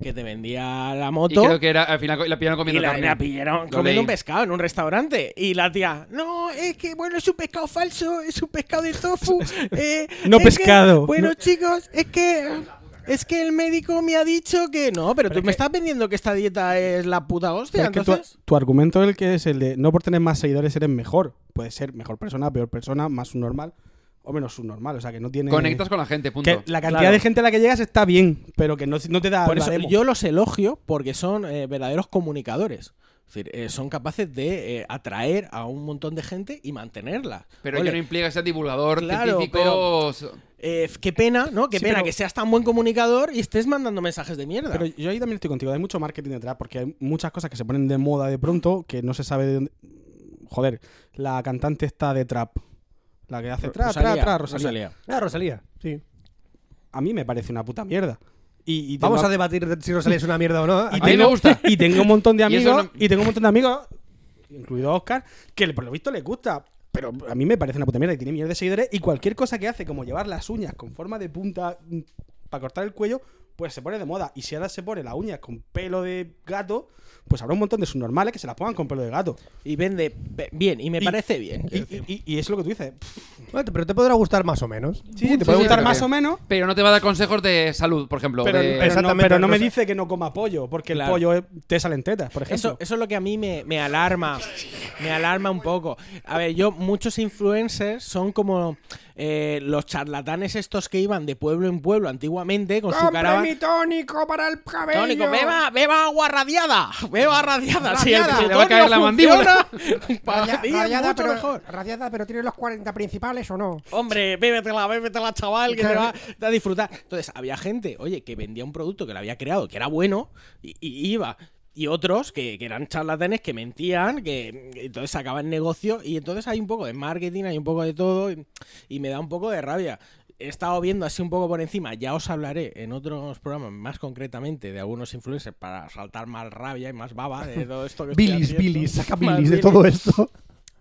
Speaker 1: que te vendía la moto.
Speaker 3: Y creo que era, al final la pillaron comiendo
Speaker 1: Y la,
Speaker 3: carne.
Speaker 1: la pillaron
Speaker 3: Lo
Speaker 1: comiendo
Speaker 3: leí.
Speaker 1: un pescado en un restaurante. Y la tía, no, es que bueno, es un pescado falso, es un pescado de
Speaker 2: <laughs>
Speaker 1: tofu. eh,
Speaker 2: No
Speaker 1: es que,
Speaker 2: pescado.
Speaker 1: bueno,
Speaker 2: No-
Speaker 1: chicos, es que. Es que el médico me ha dicho que no, pero, tú me estás vendiendo que esta dieta es la puta hostia.
Speaker 2: Pero es que tu-
Speaker 1: Entonces,
Speaker 2: tu, argumento es el que es el de no por tener más seguidores eres mejor. Puedes ser mejor persona, peor persona, más subnormal o menos subnormal. O sea, que no tiene...
Speaker 3: Conectas con la gente, punto.
Speaker 2: Que la cantidad
Speaker 1: Claro.
Speaker 2: de gente a la que llegas está bien, pero que no, no te da
Speaker 1: por
Speaker 2: la
Speaker 1: eso
Speaker 2: demo.
Speaker 1: yo los elogio porque son eh, verdaderos comunicadores. Es decir, eh, son capaces de eh, atraer a un montón de gente y mantenerla.
Speaker 3: Pero
Speaker 1: Ole.
Speaker 3: ya no implica ser divulgador,
Speaker 1: Claro,
Speaker 3: científico.
Speaker 1: pero-
Speaker 3: s-
Speaker 1: Eh, qué pena, ¿no? Qué
Speaker 2: Sí,
Speaker 1: pena
Speaker 2: pero-
Speaker 1: que seas tan buen comunicador y estés mandando mensajes de mierda.
Speaker 2: Pero yo ahí también estoy contigo. Hay mucho marketing detrás porque hay muchas cosas que se ponen de moda de pronto que no se sabe de dónde... Joder, la cantante está de trap. La que hace trap, trap, trap, Rosalía.
Speaker 4: Ah, Rosalía. Sí.
Speaker 2: A mí me parece una puta mierda. Y, y
Speaker 4: Vamos
Speaker 2: tengo-
Speaker 4: a debatir de si Rosalía es una mierda o no.
Speaker 3: A
Speaker 4: ¿eh?
Speaker 3: mí me gusta.
Speaker 2: <laughs> Y tengo un montón de
Speaker 3: Y eso
Speaker 2: amigos, y,
Speaker 3: no-
Speaker 2: tengo un montón de amigos, incluido Oscar, que por lo visto le gusta. Pero a mí me parece una puta mierda y tiene millones de seguidores. Y cualquier cosa que hace, como llevar las uñas con forma de punta para cortar el cuello, pues se pone de moda. Y si ahora se pone las uñas con pelo de gato, pues habrá un montón de subnormales que se las pongan con pelo de gato.
Speaker 1: Y vende pe- bien, y me
Speaker 2: Y-
Speaker 1: parece bien.
Speaker 2: Y, y- y- y es lo que tú dices. Pff,
Speaker 4: Bueno, pero te podrá gustar más o menos.
Speaker 2: Sí, sí, te
Speaker 3: Sí,
Speaker 2: puede
Speaker 3: sí,
Speaker 2: gustar
Speaker 3: pero
Speaker 2: más
Speaker 3: que-
Speaker 2: o menos.
Speaker 3: Pero no te va a dar consejos de salud, por ejemplo.
Speaker 2: Pero,
Speaker 3: de-
Speaker 2: pero no,
Speaker 4: Exactamente,
Speaker 2: pero no me
Speaker 4: Rosa.
Speaker 2: dice que no coma pollo, porque el
Speaker 1: Claro.
Speaker 2: pollo es- te salen tetas, por ejemplo.
Speaker 1: Eso, eso es lo que a mí me, me alarma. Me alarma un poco. A ver, yo, muchos influencers son como eh, los charlatanes estos que iban de pueblo en pueblo antiguamente con su caravana.
Speaker 4: tónico para el cabello.
Speaker 1: Tónico, beba, beba agua radiada. Beba radiada. Si el
Speaker 4: Radiada.
Speaker 1: plutonio
Speaker 3: Le va a caer la
Speaker 1: funciona, <laughs> para ti es mucho
Speaker 4: pero,
Speaker 1: mejor.
Speaker 4: Radiada, pero tiene los 40 principales o no.
Speaker 1: Hombre, bébetela, bébetela, chaval, que te
Speaker 4: Claro.
Speaker 1: va te va a disfrutar. Entonces, había gente, oye, que vendía un producto que lo había creado, que era bueno, y, y iba. Y otros que, que eran charlatanes, que mentían, que que entonces sacaban negocio. Y entonces hay un poco de marketing, hay un poco de todo, y, y me da un poco de rabia. He estado viendo así un poco por encima, ya os hablaré en otros programas, más concretamente, de algunos influencers para saltar más rabia y más baba de todo esto que estoy
Speaker 4: Bilis,
Speaker 1: haciendo.
Speaker 4: bilis, saca
Speaker 1: Más
Speaker 4: bilis de todo <laughs> esto.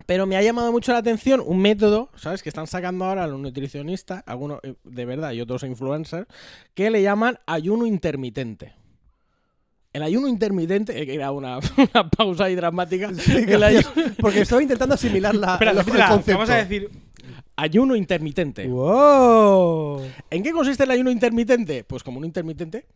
Speaker 1: pero me ha llamado mucho la atención un método, ¿sabes? Que están sacando ahora los nutricionistas, algunos eh, de verdad y otros influencers, que le llaman ayuno intermitente. El ayuno intermitente, eh, que era una, <laughs> una pausa ahí dramática.
Speaker 4: Sí,
Speaker 1: El ayu-
Speaker 4: gracias, Porque estoy intentando asimilar la,
Speaker 2: Espera,
Speaker 4: los- el
Speaker 2: repítela,
Speaker 4: concepto.
Speaker 2: vamos a decir.
Speaker 1: Ayuno intermitente.
Speaker 2: ¡Wow!
Speaker 1: ¿En qué consiste el ayuno intermitente? Pues como un intermitente.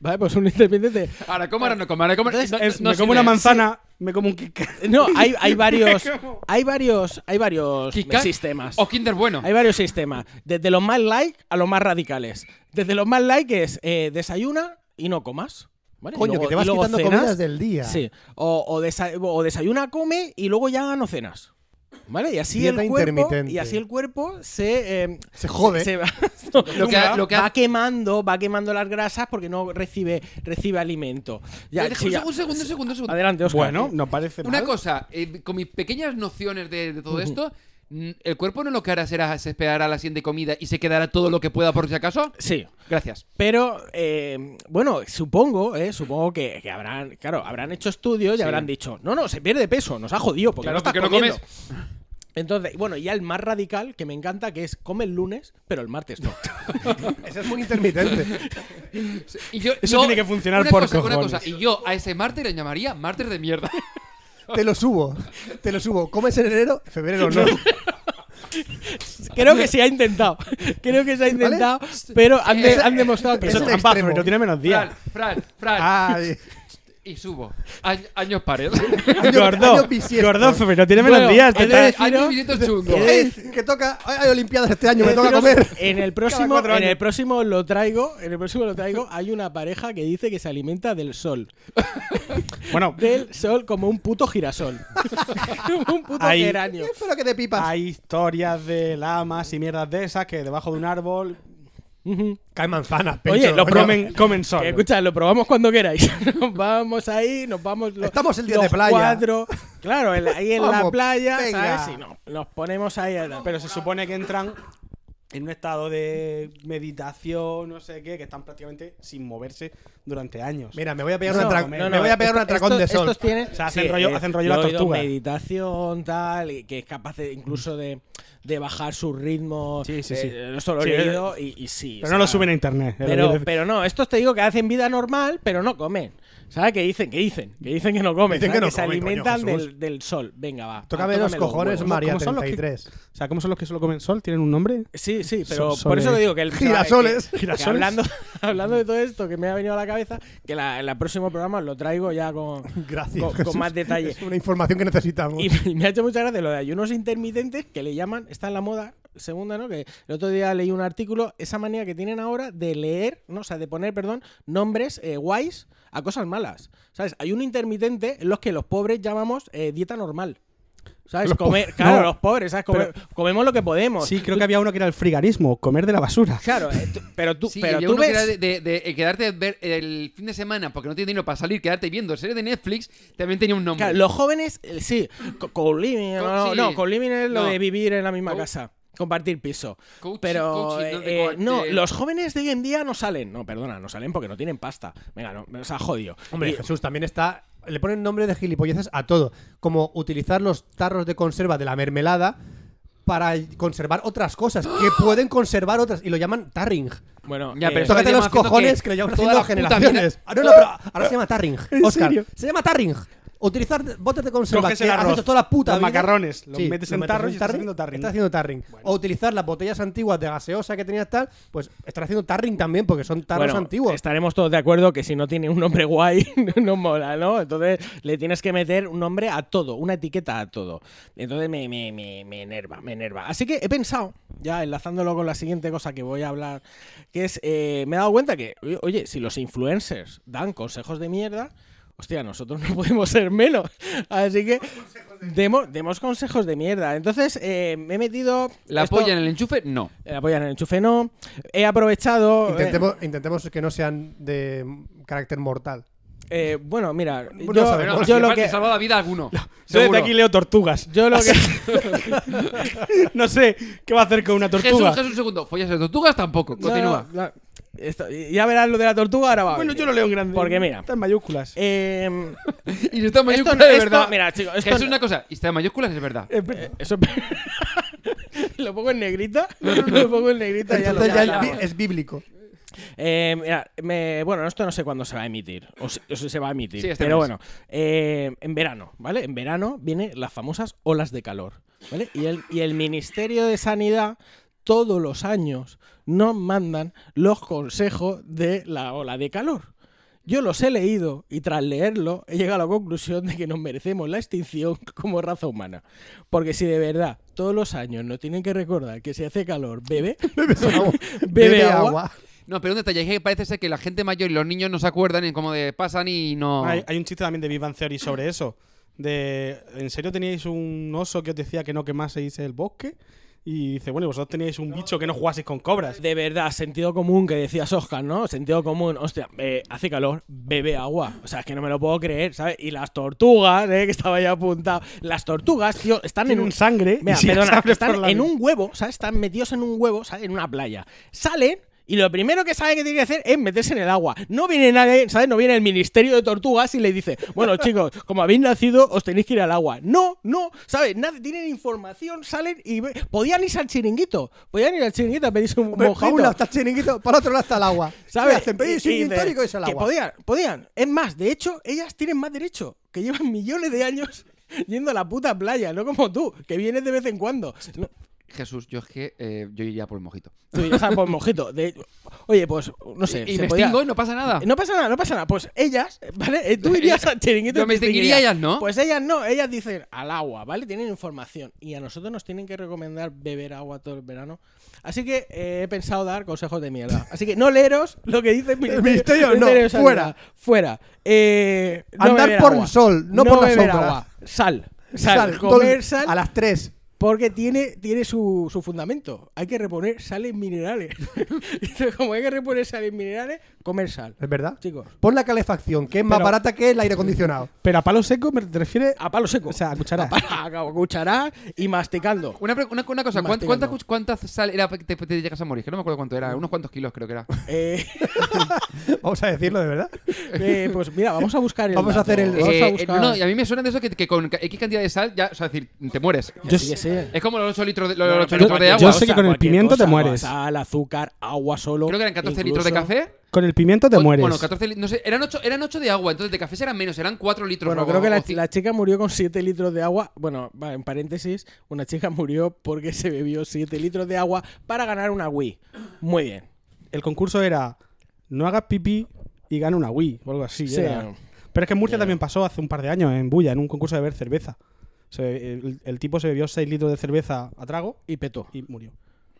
Speaker 1: Vale, pues un intermitente.
Speaker 3: Ahora, ¿cómo ahora no como? Ahora como. No, no,
Speaker 2: Es,
Speaker 3: no
Speaker 2: me como
Speaker 3: sirve.
Speaker 2: una
Speaker 3: <laughs>
Speaker 2: manzana, me como un Kit Kat.
Speaker 1: No, hay, hay
Speaker 4: <laughs>
Speaker 1: varios.
Speaker 2: ¿Cómo?
Speaker 1: Hay varios. Hay varios
Speaker 3: Kit Kat
Speaker 1: sistemas.
Speaker 3: O Kinder Bueno.
Speaker 1: <laughs> Hay varios sistemas. Desde los más like a los más radicales. Desde los más like es eh, desayuna y no comas. ¿vale? Y
Speaker 4: Coño,
Speaker 1: luego-
Speaker 4: que te vas
Speaker 1: y luego
Speaker 4: quitando
Speaker 1: cenas.
Speaker 4: comidas del día.
Speaker 1: Sí. O, o desa- o desayuna, come y luego ya no cenas. ¿Vale? Y así
Speaker 4: Dieta
Speaker 1: el cuerpo.
Speaker 4: intermitente.
Speaker 1: Y así el cuerpo se. eh,
Speaker 4: Se jode.
Speaker 1: <laughs> se- se va,
Speaker 3: Lo que ha- lo que ha-
Speaker 1: va quemando, va quemando las grasas porque no recibe, recibe alimento. Ya,
Speaker 3: Eh, Deja-
Speaker 1: sí,
Speaker 3: un
Speaker 1: ya.
Speaker 3: segundo, un segundo, un segundo, un segundo.
Speaker 1: Adelante, Oscar.
Speaker 2: Bueno, no parece
Speaker 3: Una
Speaker 2: mal.
Speaker 3: cosa, eh, con mis pequeñas nociones de, de todo esto, mm, ¿el cuerpo no lo que hará será se esperará la siguiente comida y se quedará todo lo que pueda por si acaso?
Speaker 1: Sí.
Speaker 3: Gracias.
Speaker 1: Pero, eh, bueno, supongo, eh, supongo que, que habrán, claro, habrán hecho estudios y habrán dicho, no, no, se pierde peso, nos ha jodido porque
Speaker 3: Claro,
Speaker 1: no estás
Speaker 3: porque no
Speaker 1: comiendo". Entonces, bueno, y ya el más radical, que me encanta, que es come el lunes, pero el martes no. <laughs>
Speaker 4: Ese es muy intermitente.
Speaker 3: Y yo-
Speaker 2: Eso
Speaker 3: yo-
Speaker 2: tiene que funcionar
Speaker 3: una
Speaker 2: por
Speaker 3: cosa, una
Speaker 2: cojones.
Speaker 3: cosa, y yo a ese martes le llamaría martes de mierda.
Speaker 4: Te lo subo. Te lo subo. Comes en enero,
Speaker 1: <laughs>
Speaker 4: febrero no.
Speaker 1: Creo que se ha intentado, <laughs> creo que se ha intentado, pero han, de-
Speaker 3: Ese-
Speaker 1: han demostrado que
Speaker 4: ese
Speaker 2: Eso
Speaker 1: no.
Speaker 2: es
Speaker 4: el
Speaker 2: trampa,
Speaker 4: extremo.
Speaker 2: pero tiene menos días.
Speaker 3: Fran, Fran, Fran.
Speaker 2: Ah.
Speaker 4: Ay,
Speaker 3: Y subo. Año- años pares.
Speaker 2: <laughs>
Speaker 4: año-
Speaker 2: Gordo,
Speaker 4: año bisiesto.
Speaker 2: gordo, pero tiene menos
Speaker 1: Bueno,
Speaker 2: días.
Speaker 3: eh,
Speaker 1: he de
Speaker 2: total.
Speaker 1: decir-
Speaker 3: años vinitos chungos.
Speaker 4: He de decir que toca. Hay hay Olimpiadas este año, me toca
Speaker 1: Deciros,
Speaker 4: comer.
Speaker 1: En el próximo,
Speaker 2: cuatro
Speaker 1: en el
Speaker 2: años.
Speaker 1: próximo lo traigo, en el próximo lo traigo, hay una pareja que dice que se alimenta del sol.
Speaker 2: Bueno,
Speaker 1: Del sol como un puto girasol. <laughs> como un puto
Speaker 2: Ahí-
Speaker 1: geranio.
Speaker 4: Espero que te pipas.
Speaker 2: hay historias de lamas y mierdas de esas que debajo de un árbol
Speaker 1: Ujú.
Speaker 4: Caen manzanas,
Speaker 1: Oye,
Speaker 4: Pencho.
Speaker 1: lo promen-
Speaker 2: comen, comen sol.
Speaker 1: Que, escucha, lo probamos cuando queráis. <laughs> Nos vamos ahí, nos vamos los,
Speaker 4: Estamos el día
Speaker 1: los
Speaker 4: de playa.
Speaker 1: cuatro. Claro, en la- ahí en la
Speaker 4: Vamos,
Speaker 1: playa,
Speaker 4: venga.
Speaker 1: ¿sabes? Y no, nos ponemos ahí. a-
Speaker 2: Pero se supone que entran en un estado de meditación, no sé qué, que están prácticamente sin moverse durante años.
Speaker 4: Mira, me voy a pegar,
Speaker 1: No,
Speaker 4: una
Speaker 1: no,
Speaker 4: tra-
Speaker 1: no,
Speaker 4: me voy a pegar
Speaker 1: esto-
Speaker 4: un atracón
Speaker 1: esto-
Speaker 4: de sol.
Speaker 1: Estos tienen, eh,
Speaker 2: O sea, hacen rollo- hacen rollo la
Speaker 1: lo he oído,
Speaker 2: tortuga.
Speaker 1: meditación, tal, y que es capaz de- incluso de, de bajar su ritmo.
Speaker 2: Sí, sí, sí.
Speaker 1: Eh, eso lo he
Speaker 2: Sí,
Speaker 1: leído y, y sí.
Speaker 2: Pero
Speaker 1: o
Speaker 2: no lo
Speaker 1: sea,
Speaker 2: suben a
Speaker 4: eh,
Speaker 2: internet. es lo que
Speaker 1: Pero,
Speaker 2: dice.
Speaker 1: pero no, estos te digo que hacen vida normal, pero no comen. ¿Sabes qué dicen? ¿Qué dicen? Que dicen que no comen.
Speaker 4: Dicen
Speaker 1: ¿sabes?
Speaker 4: que no
Speaker 1: se
Speaker 4: comen, coño,
Speaker 1: alimentan
Speaker 4: Jesús.
Speaker 1: del, del sol. Venga, va.
Speaker 4: Tócame
Speaker 1: va,
Speaker 4: los
Speaker 1: tócame
Speaker 4: cojones,
Speaker 1: huevos.
Speaker 4: María
Speaker 2: ¿Cómo son los que-
Speaker 4: 33.
Speaker 2: O sea, ¿cómo son los que solo comen sol? ¿Tienen un nombre?
Speaker 1: Sí, sí, pero
Speaker 2: Son
Speaker 1: por eso
Speaker 2: soles.
Speaker 1: lo digo que
Speaker 2: <laughs>
Speaker 1: el que-
Speaker 4: Girasoles.
Speaker 1: que- que
Speaker 2: Girasoles.
Speaker 1: hablando, <laughs> hablando de todo esto que me ha venido a la cabeza, que la, en el próximo programa os lo traigo ya con,
Speaker 2: <laughs>
Speaker 4: <laughs> Gracias.
Speaker 1: con- con más detalle.
Speaker 4: Es una información que necesitamos.
Speaker 1: Y, y me ha hecho mucha gracia lo de ayunos intermitentes que le llaman, está en la moda segunda, ¿no? Que el otro día leí un artículo, esa manía que tienen ahora de leer, ¿no? O sea, de poner, perdón, nombres eh, guays a cosas malas. ¿Sabes? Hay un intermitente en los que los pobres llamamos eh, dieta normal. ¿Sabes?
Speaker 2: Los
Speaker 1: Comer,
Speaker 2: po-
Speaker 1: claro,
Speaker 2: no.
Speaker 1: los pobres, ¿sabes? Comer- comemos lo que podemos.
Speaker 2: Sí, creo que había uno que era el frigarismo, comer de la basura.
Speaker 1: Claro, eh, tú- pero tú,
Speaker 3: Sí,
Speaker 1: pero
Speaker 3: había
Speaker 1: tú
Speaker 3: uno que
Speaker 1: ves...
Speaker 3: era de, de- de, eh, quedarte a ver el fin de semana porque no tiene dinero para salir, quedarte viendo series de Netflix, también tenía un nombre.
Speaker 1: Claro, los jóvenes, eh, sí, co- co-living,
Speaker 3: Co-
Speaker 1: no,
Speaker 3: sí.
Speaker 1: no, co-living es lo
Speaker 3: No.
Speaker 1: de vivir en la misma
Speaker 3: Co-
Speaker 1: casa, compartir piso.
Speaker 3: Coaching,
Speaker 1: Pero
Speaker 3: coaching, no, de
Speaker 1: eh,
Speaker 3: coach,
Speaker 1: no,
Speaker 3: de-
Speaker 1: los jóvenes de hoy en día no salen. No, perdona, no salen porque no tienen pasta. Venga, no, o sea, jodido.
Speaker 4: Hombre,
Speaker 1: Y-
Speaker 4: Jesús, también está. Le ponen nombre de gilipolleces a todo. Como utilizar los tarros de conserva de la mermelada para conservar otras cosas. Que pueden conservar otras. Y lo llaman tarring.
Speaker 1: bueno,
Speaker 3: Ya,
Speaker 1: eh,
Speaker 3: pero esto
Speaker 4: Tócate
Speaker 3: le
Speaker 4: los
Speaker 3: llaman haciendo
Speaker 4: cojones
Speaker 3: que
Speaker 4: que le llevan
Speaker 3: toda
Speaker 4: haciendo
Speaker 3: la puta
Speaker 4: generaciones.
Speaker 3: vida-
Speaker 4: Ahora no, pero ahora se llama tarring.
Speaker 2: ¿En
Speaker 4: Oscar,
Speaker 2: serio?
Speaker 4: se llama tarring. Utilizar botes de conserva
Speaker 2: Coges
Speaker 4: que
Speaker 2: el
Speaker 4: has
Speaker 2: arroz,
Speaker 4: hecho toda la puta
Speaker 2: los
Speaker 4: vida.
Speaker 2: macarrones, los metes en tarros y estás haciendo tarring.
Speaker 4: Estás haciendo tarring. O utilizar las botellas antiguas de gaseosa que tenías tal, pues estás haciendo tarring también porque son tarros
Speaker 1: bueno,
Speaker 4: antiguos.
Speaker 1: Estaremos todos de acuerdo que si no tiene un nombre guay, <laughs> no mola, ¿no? Entonces le tienes que meter un nombre a todo, una etiqueta a todo. Entonces me, me, me, me enerva, me enerva. Así que he pensado, ya enlazándolo con la siguiente cosa que voy a hablar, que es, eh, me he dado cuenta que, oye, oye, si los influencers dan consejos de mierda... Hostia, nosotros no <laughs> podemos ser menos. Así que demos, demos consejos de mierda. Entonces, eh, me he metido.
Speaker 3: ¿La
Speaker 1: esto-
Speaker 3: polla en el enchufe? No.
Speaker 1: eh, apoyan en el enchufe, no. He aprovechado. eh,
Speaker 4: Intentemos, intentemos que no sean de carácter mortal.
Speaker 1: Eh, bueno, mira,
Speaker 4: No
Speaker 1: yo,
Speaker 4: sabemos.
Speaker 1: yo
Speaker 4: Bueno,
Speaker 3: Yo
Speaker 1: lo que...
Speaker 3: salva la vida a alguno.
Speaker 2: Yo desde
Speaker 3: Seguro.
Speaker 2: aquí leo tortugas.
Speaker 1: Yo lo que...
Speaker 2: no sé qué va a hacer con una
Speaker 3: Jesús,
Speaker 2: tortuga.
Speaker 3: Jesús, un segundo. Follas de tortugas tampoco.
Speaker 1: No,
Speaker 3: Continúa.
Speaker 1: no, no. Esto- ya verás lo de la tortuga, ahora va.
Speaker 2: Bueno, yo lo leo en grande.
Speaker 1: Porque mira.
Speaker 2: Está en mayúsculas.
Speaker 1: Eh,
Speaker 3: Y si está en mayúsculas,
Speaker 1: no-
Speaker 3: es
Speaker 1: esto-
Speaker 3: verdad.
Speaker 1: mira, chico, esto
Speaker 3: Jesús,
Speaker 1: no- <laughs>
Speaker 3: una cosa. Y está en mayúsculas, es verdad.
Speaker 2: Es verdad.
Speaker 1: eso... lo pongo en negrita. Lo pongo en negrita. ya lo-
Speaker 4: Entonces ya,
Speaker 1: ya,
Speaker 4: es,
Speaker 1: ya.
Speaker 4: bí- es bíblico.
Speaker 1: Eh, mira, me- bueno, esto no sé cuándo se va a emitir. O si, o si se va a emitir.
Speaker 3: Sí, este
Speaker 1: pero
Speaker 3: mes.
Speaker 1: bueno, eh, en verano, ¿vale? En verano vienen las famosas olas de calor, ¿vale? Y el, y el Ministerio de Sanidad todos los años nos mandan los consejos de la ola de calor. Yo los he leído y tras leerlo he llegado a la conclusión de que nos merecemos la extinción <laughs> como raza humana. Porque si de verdad todos los años nos tienen que recordar que si hace calor bebe, <laughs> bebe agua.
Speaker 3: No, pero un detalle, es que parece ser que la gente mayor y los niños no se acuerdan y como de pasan y
Speaker 1: oh.
Speaker 3: no...
Speaker 2: Hay, hay un chiste también de Big Bang Theory sobre eso. De, ¿En serio teníais un oso que os decía que no quemaseis el bosque? Y dice, bueno, y vosotros teníais un bicho que no jugaseis con cobras.
Speaker 1: De verdad, sentido común que decías Oscar, ¿no? Sentido común, hostia, eh, hace calor, bebe agua. O sea, es que no me lo puedo creer, ¿sabes? Y las tortugas, ¿eh? <laughs> Que estaba ya apuntado. Las tortugas, tío, están en
Speaker 2: Tienen
Speaker 1: un...
Speaker 2: un
Speaker 4: ¿Eh?
Speaker 2: sangre. y
Speaker 1: Mira,
Speaker 2: si
Speaker 1: perdona,
Speaker 2: las abres por
Speaker 1: están
Speaker 2: la
Speaker 1: en
Speaker 2: nariz-
Speaker 1: un huevo, ¿sabes? Están metidos en un huevo, ¿sabes? En una playa. Salen y lo primero que saben que tienen que hacer es meterse en el agua. No viene nadie, ¿sabes? No viene el Ministerio de Tortugas y le dice,
Speaker 4: <laughs>
Speaker 1: bueno, chicos, como habéis nacido, os tenéis que ir al agua. No, no, ¿sabes? Nada, tienen información, salen y ve- podían irse al chiringuito. Podían ir al chiringuito a pedirse un
Speaker 4: Hombre, Para un lado
Speaker 1: mojito.
Speaker 4: está el chiringuito, para otro lado está el agua. ¿Sabes?
Speaker 1: ¿Sabes?
Speaker 4: Hacen
Speaker 1: Y-
Speaker 4: pedir
Speaker 1: y
Speaker 4: sin
Speaker 1: dice
Speaker 4: tónico y es el
Speaker 1: que
Speaker 4: agua.
Speaker 1: podían, podían. Es más, de hecho, ellas tienen más derecho, que llevan <laughs> millones de años yendo a la puta playa, no como tú, que vienes de vez en cuando. No-
Speaker 3: Jesús, yo es que eh, yo iría por el mojito.
Speaker 1: Tú ya sabes, por pues, mojito. De... Oye, pues, no sé.
Speaker 3: y
Speaker 1: se
Speaker 3: me
Speaker 1: podía-
Speaker 3: extingo y no pasa nada.
Speaker 1: No pasa nada, no pasa nada. Pues ellas, ¿vale? Eh, Tú
Speaker 3: <laughs>
Speaker 1: irías al chiringuito. y
Speaker 3: Yo me
Speaker 1: te
Speaker 3: extinguiría,
Speaker 1: dirías,
Speaker 3: ellas no.
Speaker 1: Pues ellas no, ellas dicen al agua, ¿vale? Tienen información. Y a nosotros nos tienen que recomendar beber agua todo el verano. Así que eh, he pensado dar consejos de mierda. Así que no leeros lo que dice el Ministerio,
Speaker 4: ministerio, no,
Speaker 1: de Sanidad.
Speaker 4: fuera.
Speaker 1: Fuera. Eh, no
Speaker 4: Andar
Speaker 1: beber
Speaker 4: por
Speaker 1: agua.
Speaker 4: el sol, no por la
Speaker 1: beber
Speaker 4: sombra.
Speaker 1: agua. Sal. Sal.
Speaker 4: Sal, todo-
Speaker 1: comer sal.
Speaker 4: A las 3.
Speaker 1: Porque tiene, tiene su, su fundamento. Hay que reponer sales minerales. <laughs> Entonces, como hay que reponer sales minerales, comer sal.
Speaker 4: ¿Es verdad?
Speaker 1: Chicos,
Speaker 4: Pon la calefacción, que es más
Speaker 2: Pero-
Speaker 4: barata que el aire acondicionado.
Speaker 2: Pero a palo seco me refiere a,
Speaker 1: a palo seco.
Speaker 2: o sea, a
Speaker 4: <laughs>
Speaker 2: cuchara.
Speaker 1: <laughs> a a cuchará y
Speaker 2: <laughs>
Speaker 1: masticando.
Speaker 3: Una, pre- una- una cosa, ¿cuán-
Speaker 1: Masticando.
Speaker 3: ¿cuántas cuch- cuántas sal era que te, te llegas a morir? Que no me acuerdo cuánto era, unos cuantos kilos creo
Speaker 1: <laughs>
Speaker 3: que era.
Speaker 1: Eh,
Speaker 4: Vamos a decirlo de verdad.
Speaker 1: eh, pues mira, vamos a buscar el.
Speaker 4: Vamos a
Speaker 1: dato.
Speaker 4: hacer el-
Speaker 1: Vamos a
Speaker 3: Eh,
Speaker 1: buscar.
Speaker 3: no, y a mí me suena de eso que, que con X cantidad de sal ya, o sea, es decir, te mueres.
Speaker 1: Yo sí, sí.
Speaker 3: Es como los 8 litros de, los
Speaker 1: No,
Speaker 3: ocho
Speaker 1: pero
Speaker 3: litros de
Speaker 1: cualquier
Speaker 3: Eh, agua.
Speaker 2: Yo sé que
Speaker 1: cosa,
Speaker 2: con el
Speaker 1: cualquier
Speaker 2: pimiento te
Speaker 1: cosa,
Speaker 2: mueres.
Speaker 1: Sal, azúcar, agua solo.
Speaker 3: Creo que eran 14 litros de
Speaker 1: incluso-
Speaker 3: café.
Speaker 2: Con el pimiento te
Speaker 3: O-
Speaker 2: mueres.
Speaker 3: Bueno, 14 litros, no sé, eran 8, eran ocho de agua, entonces de café serán menos, eran 4 litros.
Speaker 1: Bueno,
Speaker 3: o-
Speaker 1: creo que
Speaker 3: o
Speaker 1: la,
Speaker 3: cinco.
Speaker 1: la chica murió con 7 litros de agua. Bueno, va, en paréntesis, una chica murió porque se bebió 7 litros de agua para ganar una Wii. Muy bien.
Speaker 2: El concurso era no hagas pipí y gana una Wii o algo así.
Speaker 1: Sí.
Speaker 2: era. Pero es que en Murcia también pasó hace un par de años en Bulla, en un concurso de beber cerveza. Se- el, el tipo se bebió 6 litros de cerveza a trago
Speaker 1: Y petó,
Speaker 2: y murió.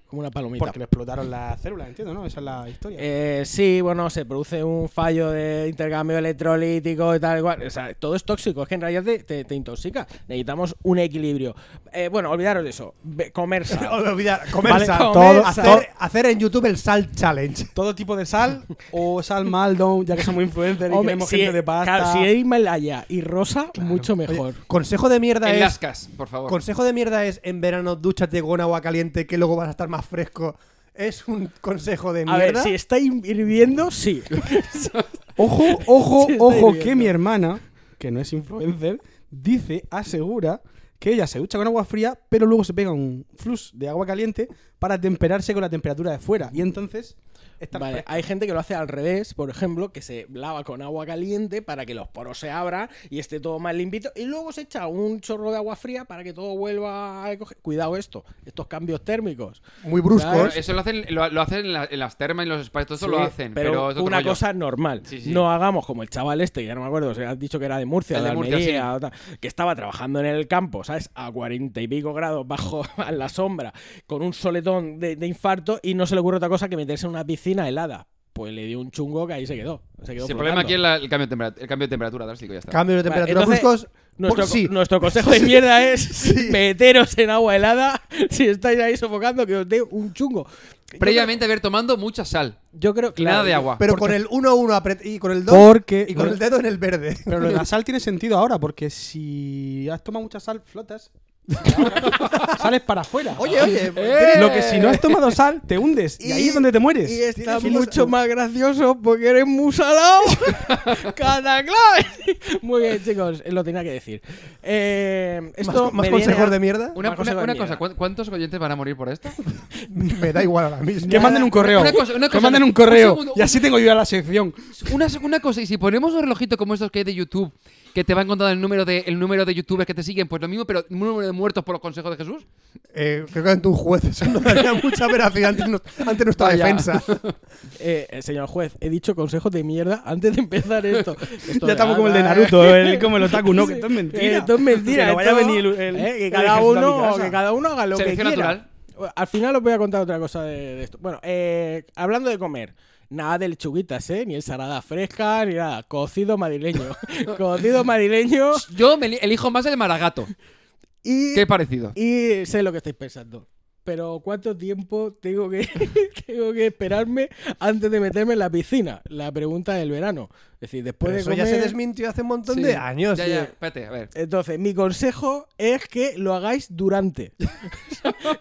Speaker 1: como una palomita.
Speaker 2: Porque le explotaron las células, entiendo, ¿no? Esa es la historia.
Speaker 1: Eh, sí, bueno, se produce un fallo de intercambio electrolítico y tal y cual. O sea, todo es tóxico, es que en realidad te, te- te intoxica. Necesitamos un equilibrio. Eh, bueno, olvidaros de eso. Be-
Speaker 2: <laughs>
Speaker 1: comer sal.
Speaker 4: Olvidar, comer
Speaker 1: Vale,
Speaker 4: sal.
Speaker 1: comer
Speaker 2: todo-
Speaker 1: sal.
Speaker 2: todo-
Speaker 4: Hacer, hacer en YouTube el Sal Challenge.
Speaker 2: Todo tipo de sal o sal Maldon, ya que somos influencers y
Speaker 1: Hombre,
Speaker 2: queremos
Speaker 1: si,
Speaker 2: gente
Speaker 1: es-
Speaker 2: de pasta.
Speaker 1: claro, si es Himalaya y rosa, mucho mejor.
Speaker 4: Consejo de mierda
Speaker 3: En
Speaker 4: es.
Speaker 3: Lascas, por favor.
Speaker 4: Consejo de mierda es en verano dúchate con agua caliente que luego vas a estar más fresco. Es un consejo de
Speaker 1: A ver,
Speaker 4: mierda.
Speaker 1: si está hirviendo, sí. <laughs>
Speaker 2: Ojo, ojo,
Speaker 1: Sí, estoy
Speaker 2: ojo,
Speaker 1: viendo.
Speaker 2: que mi hermana, que no es influencer, dice, asegura que ella se ducha con agua fría, pero luego se pega un flux de agua caliente para temperarse con la temperatura de fuera. Y entonces está
Speaker 1: Vale,
Speaker 2: fresca.
Speaker 1: hay gente que lo hace al revés, por ejemplo, que se lava con agua caliente para que los poros se abran y esté todo más limpito y luego se echa un chorro de agua fría para que todo vuelva a coger. Cuidado esto, estos cambios térmicos.
Speaker 4: Muy bruscos.
Speaker 1: Claro,
Speaker 3: Eso lo hacen, lo, lo hacen en, la- en las termas, en los spas, todo eso
Speaker 1: Sí,
Speaker 3: lo hacen. Pero, es otro
Speaker 1: una
Speaker 3: rollo.
Speaker 1: cosa normal.
Speaker 3: Sí, sí.
Speaker 1: No hagamos como el chaval este, que ya no me acuerdo, se ha dicho que era de Murcia,
Speaker 3: El
Speaker 1: de,
Speaker 3: de Murcia,
Speaker 1: Almería,
Speaker 3: sí.
Speaker 1: o tal, que estaba trabajando en el campo, ¿sabes? A cuarenta y pico grados bajo <laughs> a la sombra, con un soletón de, de infarto y no se le ocurre otra cosa que meterse en una piscina helada. Pues le dio un chungo que ahí se quedó. Se quedó
Speaker 3: Sí,
Speaker 1: flotando.
Speaker 3: el problema aquí es la- el, cambio de tempera- el cambio de temperatura drástico, ya está.
Speaker 4: Cambio de
Speaker 1: Vale,
Speaker 4: temperatura
Speaker 1: entonces,
Speaker 4: bruscos.
Speaker 1: Nuestro,
Speaker 4: Por- Pues sí.
Speaker 1: nuestro consejo de mierda
Speaker 4: <laughs>
Speaker 1: es meteros en agua helada <laughs> si estáis ahí sofocando que os dé un chungo. Yo
Speaker 3: Previamente haber tomado mucha sal
Speaker 1: creo- Yo creo
Speaker 3: y
Speaker 1: que
Speaker 3: nada de agua.
Speaker 4: Pero con el 1-1 apret- y con el 2
Speaker 2: Porque-
Speaker 4: y con el dedo en el verde. <laughs>
Speaker 1: <laughs>
Speaker 2: Pero lo de la sal tiene sentido ahora, porque si has tomado mucha sal, flotas Sales para afuera.
Speaker 5: Oye, oye.
Speaker 4: pues,
Speaker 2: Lo que si no has tomado sal, te hundes. Y, ahí es donde te mueres.
Speaker 1: Eh. Y está
Speaker 5: Tienes un-
Speaker 1: mucho más gracioso porque eres muy salado. Cataclay. <laughs> Muy bien, chicos, lo tenía que decir. Eh,
Speaker 4: Más,
Speaker 1: esto
Speaker 4: más
Speaker 1: me viene
Speaker 4: consejos
Speaker 1: a-
Speaker 4: de mierda.
Speaker 3: <laughs> Una,
Speaker 1: Una cosa
Speaker 3: una-
Speaker 1: de
Speaker 3: una
Speaker 1: mierda.
Speaker 3: cosa, ¿cuán- ¿cuántos oyentes van a morir por
Speaker 1: <laughs>
Speaker 3: esto?
Speaker 4: Me da igual ahora
Speaker 2: <laughs>
Speaker 4: mismo.
Speaker 2: Que manden un correo.
Speaker 3: Una cosa- una
Speaker 2: que
Speaker 3: cosa-
Speaker 2: manden un
Speaker 3: un
Speaker 2: correo.
Speaker 3: segundo,
Speaker 2: y así tengo yo a la sección.
Speaker 3: Una, una cosa, y si ponemos un relojito como estos que hay de YouTube, que te van contando el número de el número de youtubers que te siguen, pues lo mismo, pero el número de muertos por los consejos de Jesús.
Speaker 4: Eh, creo que ante un juez eso <laughs> no daría mucha veracidad ante, nos- ante nuestra
Speaker 3: Vaya.
Speaker 4: <laughs> defensa.
Speaker 1: Eh, eh, señor juez, he dicho consejos de mierda antes de empezar esto. Esto
Speaker 2: <laughs> Ya estamos como el
Speaker 1: <laughs>
Speaker 2: de
Speaker 1: nada,
Speaker 2: Naruto,
Speaker 1: eh.
Speaker 2: el- como el otaku, no, que esto es
Speaker 1: Sí.
Speaker 2: mentira.
Speaker 1: Eh, esto es mentira.
Speaker 2: Que no vaya a
Speaker 1: esto-
Speaker 2: venir el- el-
Speaker 1: eh, que
Speaker 2: el
Speaker 1: cada
Speaker 2: Jesús a mi
Speaker 1: uno,
Speaker 2: casa.
Speaker 1: que cada uno haga lo que
Speaker 3: Selección
Speaker 1: quiera.
Speaker 3: natural.
Speaker 1: Al final os voy a contar otra cosa de, de esto. Bueno, eh, hablando de comer. Nada de lechuguitas, ¿eh? Ni ensalada fresca, ni nada. Cocido madrileño. <laughs> Cocido madrileño.
Speaker 3: Yo me eli- elijo más el de Maragato.
Speaker 1: Y,
Speaker 3: Qué parecido.
Speaker 1: y sé lo que estáis pensando. Pero ¿cuánto tiempo tengo que, <laughs> tengo que esperarme antes de meterme en la piscina? La pregunta del verano. Es decir, después
Speaker 4: Pero
Speaker 1: de
Speaker 4: eso
Speaker 1: comer...
Speaker 4: ya se desmintió hace un montón
Speaker 3: Sí.
Speaker 4: de años.
Speaker 3: Ya,
Speaker 4: tío.
Speaker 3: ya, espérate, a ver.
Speaker 1: Entonces, mi consejo es que lo hagáis durante. <laughs>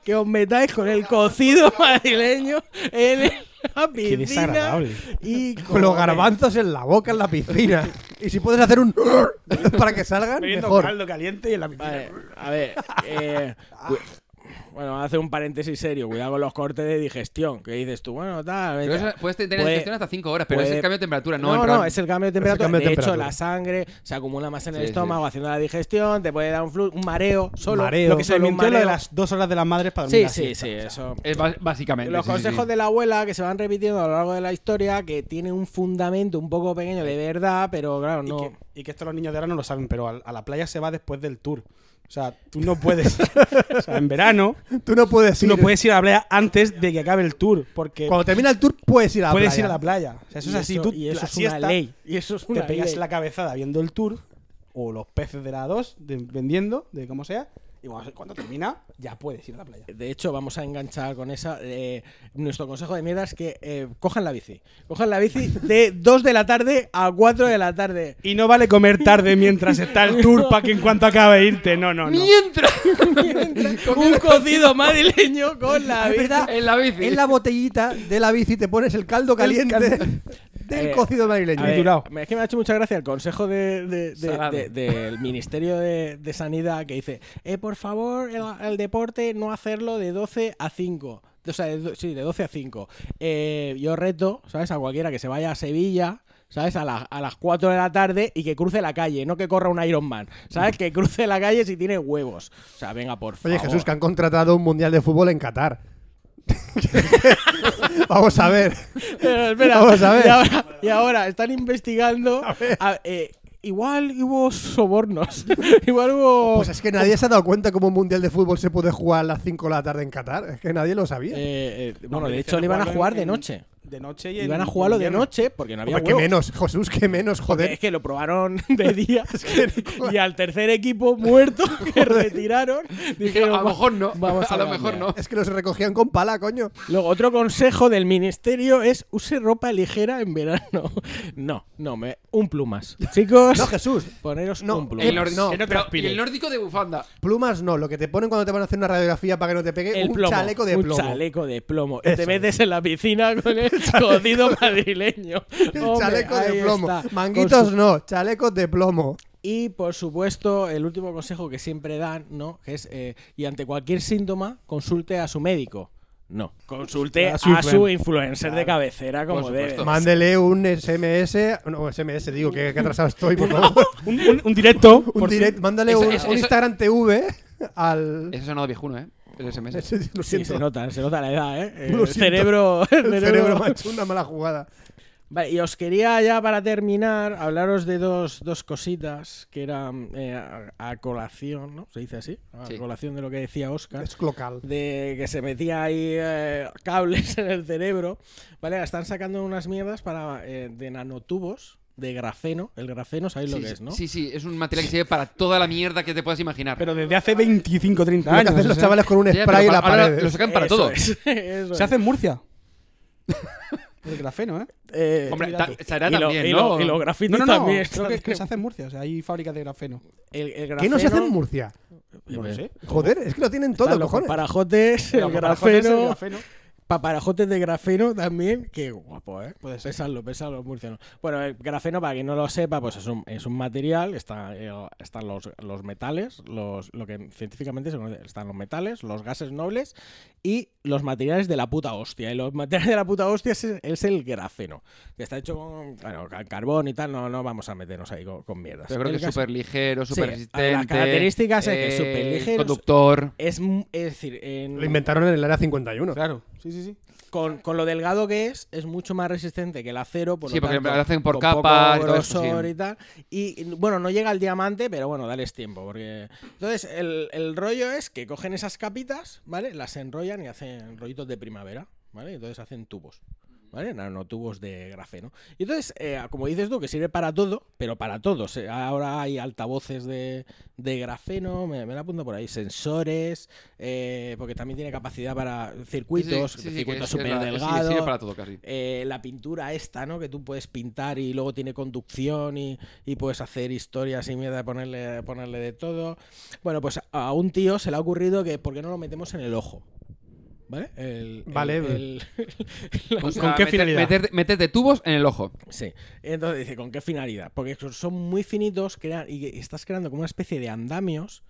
Speaker 1: que os metáis con el cocido <laughs> madrileño en la piscina.
Speaker 2: Qué desagradable.
Speaker 1: Y
Speaker 4: Con los
Speaker 1: comer.
Speaker 4: garbanzos en la boca, en la piscina. <laughs> y si puedes hacer un... <laughs> para que salgan,
Speaker 2: Bebiendo
Speaker 4: mejor.
Speaker 2: caldo caliente y en la piscina.
Speaker 1: Vale, a ver. eh, cu- bueno, vamos a hacer un paréntesis serio. Cuidado con los cortes de digestión. Que dices tú, bueno, tal.
Speaker 3: Pero
Speaker 1: venga.
Speaker 3: eso- puedes tener
Speaker 1: Puede-
Speaker 3: digestión hasta 5 horas, pero es
Speaker 1: puede-
Speaker 3: el cambio de temperatura, no,
Speaker 1: No,
Speaker 3: en
Speaker 1: no,
Speaker 3: plan-
Speaker 1: es el cambio de temperatura.
Speaker 4: cambio de
Speaker 1: de hecho,
Speaker 4: temperatura.
Speaker 1: la sangre se acumula más en el
Speaker 3: Sí, sí.
Speaker 1: estómago haciendo la digestión. Te puede dar un, flu- un mareo solo.
Speaker 4: Mareo.
Speaker 2: Lo que se
Speaker 1: solo un
Speaker 2: mintió lo de
Speaker 1: mareo.
Speaker 2: las dos horas de las madres para dormir.
Speaker 1: Sí,
Speaker 2: la
Speaker 1: sí,
Speaker 2: siesta.
Speaker 1: sí, eso.
Speaker 3: Es bas- básicamente.
Speaker 1: Los
Speaker 3: sí, sí, sí.
Speaker 1: consejos de la abuela que se van repitiendo a lo largo de la historia, que tiene un fundamento un poco pequeño de verdad, pero claro,
Speaker 2: Y,
Speaker 1: no.
Speaker 2: que, y que esto los niños de ahora no lo saben, pero al- a, la playa se va después del tour. O sea, tú no
Speaker 1: <laughs>
Speaker 2: puedes. o sea, en verano,
Speaker 4: Tú no puedes
Speaker 2: tú
Speaker 4: ir.
Speaker 2: no puedes ir a la playa antes de que acabe el tour. Porque
Speaker 4: Cuando termina el tour, puedes ir a la
Speaker 2: puedes
Speaker 4: playa.
Speaker 2: ir a la playa. O sea, eso
Speaker 1: Y
Speaker 2: es así.
Speaker 1: eso-
Speaker 2: Tú
Speaker 1: y eso
Speaker 2: la
Speaker 1: es una
Speaker 2: siesta,
Speaker 1: ley. Y eso es
Speaker 2: te
Speaker 1: una
Speaker 2: pegas
Speaker 1: ley.
Speaker 2: la cabezada viendo el tour o los peces de la 2, dependiendo de cómo sea. Y bueno, cuando termina, ya puedes ir a la playa.
Speaker 1: De hecho, vamos a enganchar con esa. eh, nuestro consejo de mierda es que eh, cojan la bici. Cojan la bici de 2 de la tarde a 4 de la tarde.
Speaker 2: Y no vale comer tarde mientras está el tour para que en cuanto acabe irte. No, no, no.
Speaker 3: Mientras
Speaker 1: Un cocido madrileño con la
Speaker 4: Es
Speaker 1: bici.
Speaker 4: verdad.
Speaker 3: en la bici.
Speaker 4: En la botellita de la bici te pones el caldo caliente <laughs> del
Speaker 1: Eh,
Speaker 4: cocido
Speaker 1: A
Speaker 4: madrileño.
Speaker 1: ver,
Speaker 4: Triturado.
Speaker 1: me- es que me ha hecho mucha gracia el consejo de- de- de-
Speaker 3: Salado.
Speaker 1: de- del Ministerio de, de Sanidad que dice, eh, por favor, el, el deporte no hacerlo de 12 a 5. O sea, de do- sí, de 12 a 5. Eh, yo reto, ¿sabes? A cualquiera que se vaya a Sevilla. ¿Sabes? A, la- a las 4 de la tarde y que cruce la calle, no que corra un Ironman. ¿Sabes? Que cruce la calle si tiene huevos. O sea, venga, por favor.
Speaker 4: Oye, Jesús, que han contratado un mundial de fútbol en Qatar. <laughs> Vamos a ver. <laughs>
Speaker 1: Pero espera,
Speaker 4: Vamos a ver.
Speaker 1: Y ahora, y ahora están investigando. a- eh, igual hubo sobornos. <laughs> igual hubo.
Speaker 4: Pues es que nadie se ha dado cuenta cómo un mundial de fútbol se puede jugar a las 5 de la tarde en Qatar. Es que nadie lo sabía.
Speaker 1: Eh, eh,
Speaker 2: No,
Speaker 1: bueno,
Speaker 2: me
Speaker 1: de
Speaker 2: dicen
Speaker 1: hecho le iban a
Speaker 2: jugarlo
Speaker 1: jugar
Speaker 2: en-
Speaker 1: de
Speaker 2: en-
Speaker 1: noche.
Speaker 2: De noche y en-
Speaker 1: Iban a jugarlo
Speaker 2: en
Speaker 1: de
Speaker 2: invierno.
Speaker 1: noche porque no había
Speaker 4: Hombre, que
Speaker 1: huevos.
Speaker 4: menos, Jesús, que menos,
Speaker 1: Porque
Speaker 4: joder.
Speaker 1: es que lo
Speaker 4: <laughs>
Speaker 1: probaron de día y al tercer equipo muerto
Speaker 4: <laughs>
Speaker 1: que retiraron
Speaker 3: Dijeron,
Speaker 1: <laughs> dijeron
Speaker 3: a lo mejor no.
Speaker 1: vamos
Speaker 3: <laughs> a,
Speaker 1: a
Speaker 3: lo
Speaker 1: cambiar".
Speaker 3: mejor no.
Speaker 4: Es que los recogían con pala, coño.
Speaker 1: Luego, otro consejo del ministerio es use ropa ligera en verano. <laughs> No, no, me, un
Speaker 4: <laughs>
Speaker 1: plumas. Chicos,
Speaker 4: No, Jesús.
Speaker 1: poneros
Speaker 4: No,
Speaker 1: un plumas.
Speaker 3: El,
Speaker 4: Eh,
Speaker 3: nor- pero-
Speaker 4: no,
Speaker 2: no
Speaker 3: y
Speaker 2: transpires.
Speaker 3: el nórdico de bufanda.
Speaker 4: Plumas no, lo que te ponen cuando te van a hacer una radiografía para que no te <laughs> pegue
Speaker 1: El
Speaker 4: un
Speaker 1: plomo,
Speaker 4: chaleco de plomo.
Speaker 1: Un chaleco de plomo. Y
Speaker 4: Eso
Speaker 1: te
Speaker 4: es.
Speaker 1: metes en la piscina con
Speaker 4: <laughs>
Speaker 1: el cocido madrileño.
Speaker 4: El
Speaker 1: Hombre,
Speaker 4: chaleco de
Speaker 1: ahí
Speaker 4: plomo.
Speaker 1: está. Con
Speaker 4: Manguitos
Speaker 1: su-
Speaker 4: no, chalecos de plomo.
Speaker 1: Y por supuesto, el último consejo que siempre dan, ¿no? Que es, eh, y ante cualquier síntoma, consulte a su médico. No, consulte a
Speaker 2: A
Speaker 1: su,
Speaker 2: su
Speaker 1: influencer de cabecera como
Speaker 3: Por
Speaker 1: debe.
Speaker 3: supuesto.
Speaker 4: Mándele un SMS. No, SMS, digo, que, que atrasado estoy, por
Speaker 1: <laughs>
Speaker 4: favor.
Speaker 2: Un, un- un directo.
Speaker 4: un
Speaker 2: por ti.
Speaker 4: direct, mándale
Speaker 3: Eso-
Speaker 4: un,
Speaker 3: eso-
Speaker 4: un
Speaker 3: eso-
Speaker 4: Instagram TV al.
Speaker 3: Eso sonado viejuno, ¿eh? El SMS.
Speaker 4: <laughs> Lo
Speaker 1: Sí, se
Speaker 4: siento.
Speaker 1: nota, se nota la edad, ¿eh?
Speaker 4: Lo
Speaker 1: El
Speaker 4: siento.
Speaker 1: cerebro,
Speaker 4: <laughs> El cerebro me ha hecho una mala jugada.
Speaker 1: Vale, y os quería ya para terminar hablaros de dos, dos cositas que eran eh, a, a colación, ¿no? Se dice así, a
Speaker 3: Sí.
Speaker 1: colación de lo que decía Oscar,
Speaker 4: Es local.
Speaker 1: de que se metía ahí eh, cables <laughs> en el cerebro. Vale, están sacando unas mierdas para, eh, de nanotubos de grafeno. El grafeno, ¿sabéis lo
Speaker 3: sí,
Speaker 1: que es, no?
Speaker 3: sí, sí, es un material que sirve para toda la mierda que te puedas imaginar.
Speaker 2: Pero desde hace 25, 30
Speaker 4: Lo que
Speaker 2: años.
Speaker 4: hacen
Speaker 2: o
Speaker 4: los
Speaker 1: ¿eh?
Speaker 2: sea,
Speaker 4: chavales con un
Speaker 3: Ya,
Speaker 4: spray
Speaker 3: pero
Speaker 4: en la
Speaker 3: para- ahora
Speaker 4: pared.
Speaker 3: Lo sacan para
Speaker 1: <laughs> Eso
Speaker 3: todo.
Speaker 1: es, eso
Speaker 2: Se
Speaker 1: es.
Speaker 2: hace en Murcia. <laughs> El grafeno, ¿eh?
Speaker 1: Eh,
Speaker 3: Hombre,
Speaker 1: mira
Speaker 3: ta-
Speaker 1: tú.
Speaker 3: será
Speaker 1: y lo-
Speaker 3: también,
Speaker 1: y lo-
Speaker 3: ¿no?
Speaker 1: y los grafitis
Speaker 2: No, no, no.
Speaker 1: también.
Speaker 2: Creo que, que se hace en Murcia. O sea, hay fábricas de grafeno.
Speaker 1: El, el grafeno,
Speaker 4: ¿Qué no se hace en Murcia?
Speaker 1: yo qué sé.
Speaker 4: Joder, es que lo tienen todo,
Speaker 1: Están los
Speaker 4: cojones.
Speaker 1: paparajotes, el
Speaker 2: Pero para joderse, el
Speaker 1: grafeno,
Speaker 2: grafeno.
Speaker 1: paparajotes de grafeno también, qué guapo, ¿eh?
Speaker 2: Puede ser.
Speaker 1: Pesadlo, pesadlo, murciano. Bueno, el grafeno, para quien no lo sepa, pues es un, es un material, está, eh, están los, los metales, los, lo que científicamente se conoce, están los metales, los gases nobles y los materiales de la puta hostia. Y los materiales de la puta hostia es, es el grafeno, que está hecho con bueno, con carbón y tal, no, no vamos a meternos ahí con, con mierdas.
Speaker 3: Yo creo
Speaker 1: El
Speaker 3: que es
Speaker 1: gas-
Speaker 3: súper ligero,
Speaker 1: Sí,
Speaker 3: súper resistente.
Speaker 1: las características es que es
Speaker 3: eh,
Speaker 1: superligero,
Speaker 3: Conductor.
Speaker 1: es, mu- es decir, en-
Speaker 4: Lo inventaron en el área 51.
Speaker 2: Claro, sí, sí, sí.
Speaker 1: con, con lo delgado que es, es mucho más resistente que el acero. Por
Speaker 3: Sí,
Speaker 1: lo
Speaker 3: porque
Speaker 1: tanto,
Speaker 3: lo hacen por
Speaker 1: con poco
Speaker 3: capas y todo eso,
Speaker 1: grosor
Speaker 3: sí.
Speaker 1: y tal. Y bueno, no llega al diamante, pero bueno, dales tiempo. porque Entonces, el, el rollo es que cogen esas capitas, ¿vale? Las enrollan y hacen rollitos de primavera, ¿vale? Y Entonces hacen tubos. ¿Vale? Nanotubos de grafeno. Y entonces, eh, como dices tú, que sirve para todo, pero para todos. Eh, Ahora hay altavoces de, de grafeno, me, me la apunto por ahí, sensores, eh, porque también tiene capacidad para circuitos,
Speaker 3: Sí, sí, sí, sí,
Speaker 1: circuitos
Speaker 3: que es- que
Speaker 1: súper
Speaker 3: es la- sí,
Speaker 1: delgados.
Speaker 3: sirve para
Speaker 2: <laughs>
Speaker 3: todo casi.
Speaker 1: Eh, la pintura esta, ¿no? Que tú puedes pintar y luego tiene conducción y, y puedes hacer historias y mierda, ponerle, ponerle de todo. Bueno, pues a- a un tío se le ha ocurrido que ¿por qué no lo metemos en el ojo? ¿Vale? El- el-
Speaker 4: Vale.
Speaker 1: el-
Speaker 3: ¿Con,
Speaker 2: con qué finalidad?
Speaker 3: Meterte, meterte tubos en el ojo.
Speaker 1: sí. Entonces dice, ¿con qué finalidad? Porque son muy finitos crean, y que estás creando como una especie de andamios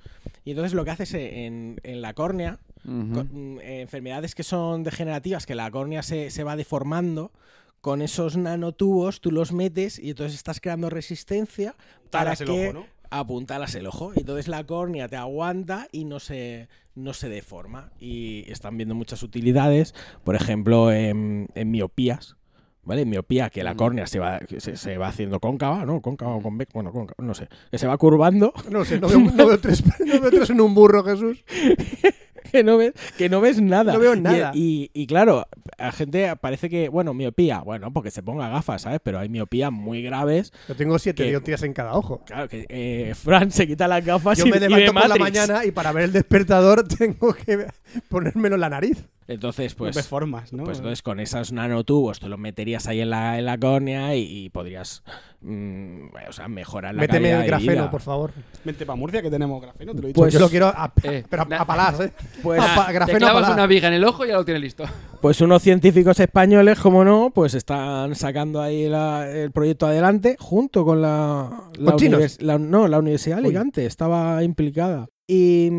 Speaker 1: y entonces lo que haces en, en la córnea
Speaker 3: Ujú.
Speaker 1: co- mm, eh, enfermedades que son degenerativas, que la córnea se, se va deformando, con esos nanotubos tú los metes y entonces estás creando resistencia para
Speaker 2: Talas el
Speaker 1: que
Speaker 2: ojo, ¿no?
Speaker 1: apuntalas el ojo. Entonces la córnea te aguanta y no se, no se deforma. Y están viendo muchas utilidades, por ejemplo, en, en miopías. ¿Vale? En miopía, que la
Speaker 3: Mm.
Speaker 1: córnea se va, se, se va haciendo cóncava, ¿no? Cóncava o convex, bueno, cóncava, no sé. Que se va curvando
Speaker 4: No lo sé, no veo, no veo tres, <laughs> no veo tres en un burro, Jesús.
Speaker 1: <laughs> que no ves, que no ves nada.
Speaker 4: No veo
Speaker 1: Y-
Speaker 4: nada.
Speaker 1: Y, y claro, a gente parece que, bueno, miopía, bueno, porque se ponga gafas, ¿sabes? Pero hay miopías muy graves.
Speaker 4: Yo tengo siete
Speaker 1: ¿Qué?
Speaker 4: dioptrías en cada ojo.
Speaker 1: Claro, que eh, <laughs> Fran se quita las gafas
Speaker 4: Yo
Speaker 1: y, Ah,
Speaker 4: me
Speaker 1: y ve
Speaker 4: levanto por la
Speaker 1: Matrix.
Speaker 4: mañana y para ver el despertador <laughs> tengo que ponérmelo en la nariz.
Speaker 1: Entonces,
Speaker 2: Pues,
Speaker 1: pues.
Speaker 2: ves formas, ¿no?
Speaker 1: Pues entonces con esos nanotubos tú los meterías ahí en la, en la córnea y, y podrías mm, o sea, mejorar la
Speaker 4: Méteme
Speaker 1: calidad
Speaker 4: el
Speaker 1: de
Speaker 4: grafeno,
Speaker 1: vida.
Speaker 4: por favor.
Speaker 2: Vente para Murcia que tenemos grafeno, te lo he dicho.
Speaker 1: Pues-
Speaker 4: Pues yo lo quiero a,
Speaker 3: Eh,
Speaker 4: pero a,
Speaker 3: na-
Speaker 4: a palás, ¿eh?
Speaker 1: Pues-
Speaker 4: A pa-
Speaker 3: Te
Speaker 4: grafeno a
Speaker 3: clavas
Speaker 4: palás.
Speaker 3: una viga en el ojo y ya lo tienes listo. <laughs>
Speaker 1: Pues unos científicos españoles, como no, pues están sacando ahí la- el proyecto adelante junto con la, la
Speaker 4: Con chinos.
Speaker 1: univers- la- no, la Universidad de
Speaker 4: Uy.
Speaker 1: Alicante estaba implicada. Y,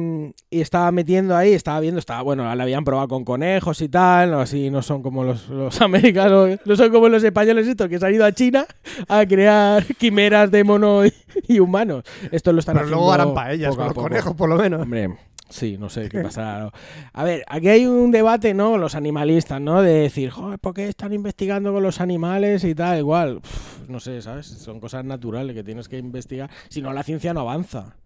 Speaker 1: y estaba metiendo ahí, estaba viendo, estaba, bueno, la habían probado con conejos y tal, no, así no son como los, los <laughs> americanos, no son como los españoles estos que se han ido a China a crear quimeras de mono y, y humanos. Esto lo están
Speaker 4: Pero
Speaker 1: haciendo
Speaker 4: luego harán
Speaker 1: poco
Speaker 4: paellas con
Speaker 1: a
Speaker 4: los
Speaker 1: poco.
Speaker 4: conejos, por lo menos.
Speaker 1: Hombre, sí, no sé qué pasará. A ver, aquí hay un debate, ¿no? Los animalistas, ¿no? De decir, joder, ¿por qué están investigando con los animales y tal? Igual, Pff, no sé, ¿sabes? Son cosas naturales que tienes que investigar. Si no, la ciencia no avanza.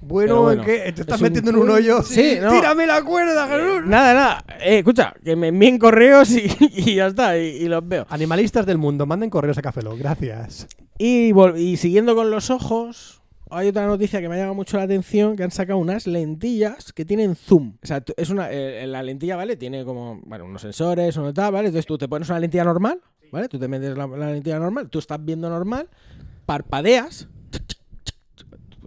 Speaker 4: Bueno,
Speaker 1: Pero bueno,
Speaker 4: que te estás
Speaker 1: es un-
Speaker 4: metiendo en un hoyo.
Speaker 1: Sí, no.
Speaker 4: ¡Tírame la cuerda, Jesús!
Speaker 1: Nada, nada. Eh, escucha, que me envíen correos y, <laughs> y ya está, y, y los veo.
Speaker 4: Animalistas del mundo, manden correos a Cafeló, gracias.
Speaker 1: Y, vol- y siguiendo con los ojos, hay otra noticia que me ha llamado mucho la atención, que han sacado unas lentillas que tienen zoom. O sea, tú- es una, eh, la lentilla, ¿vale? Tiene como, bueno, unos sensores, una tal, ¿vale? Entonces tú te pones una lentilla normal, ¿vale? Tú te metes la, la lentilla normal, tú estás viendo normal, parpadeas...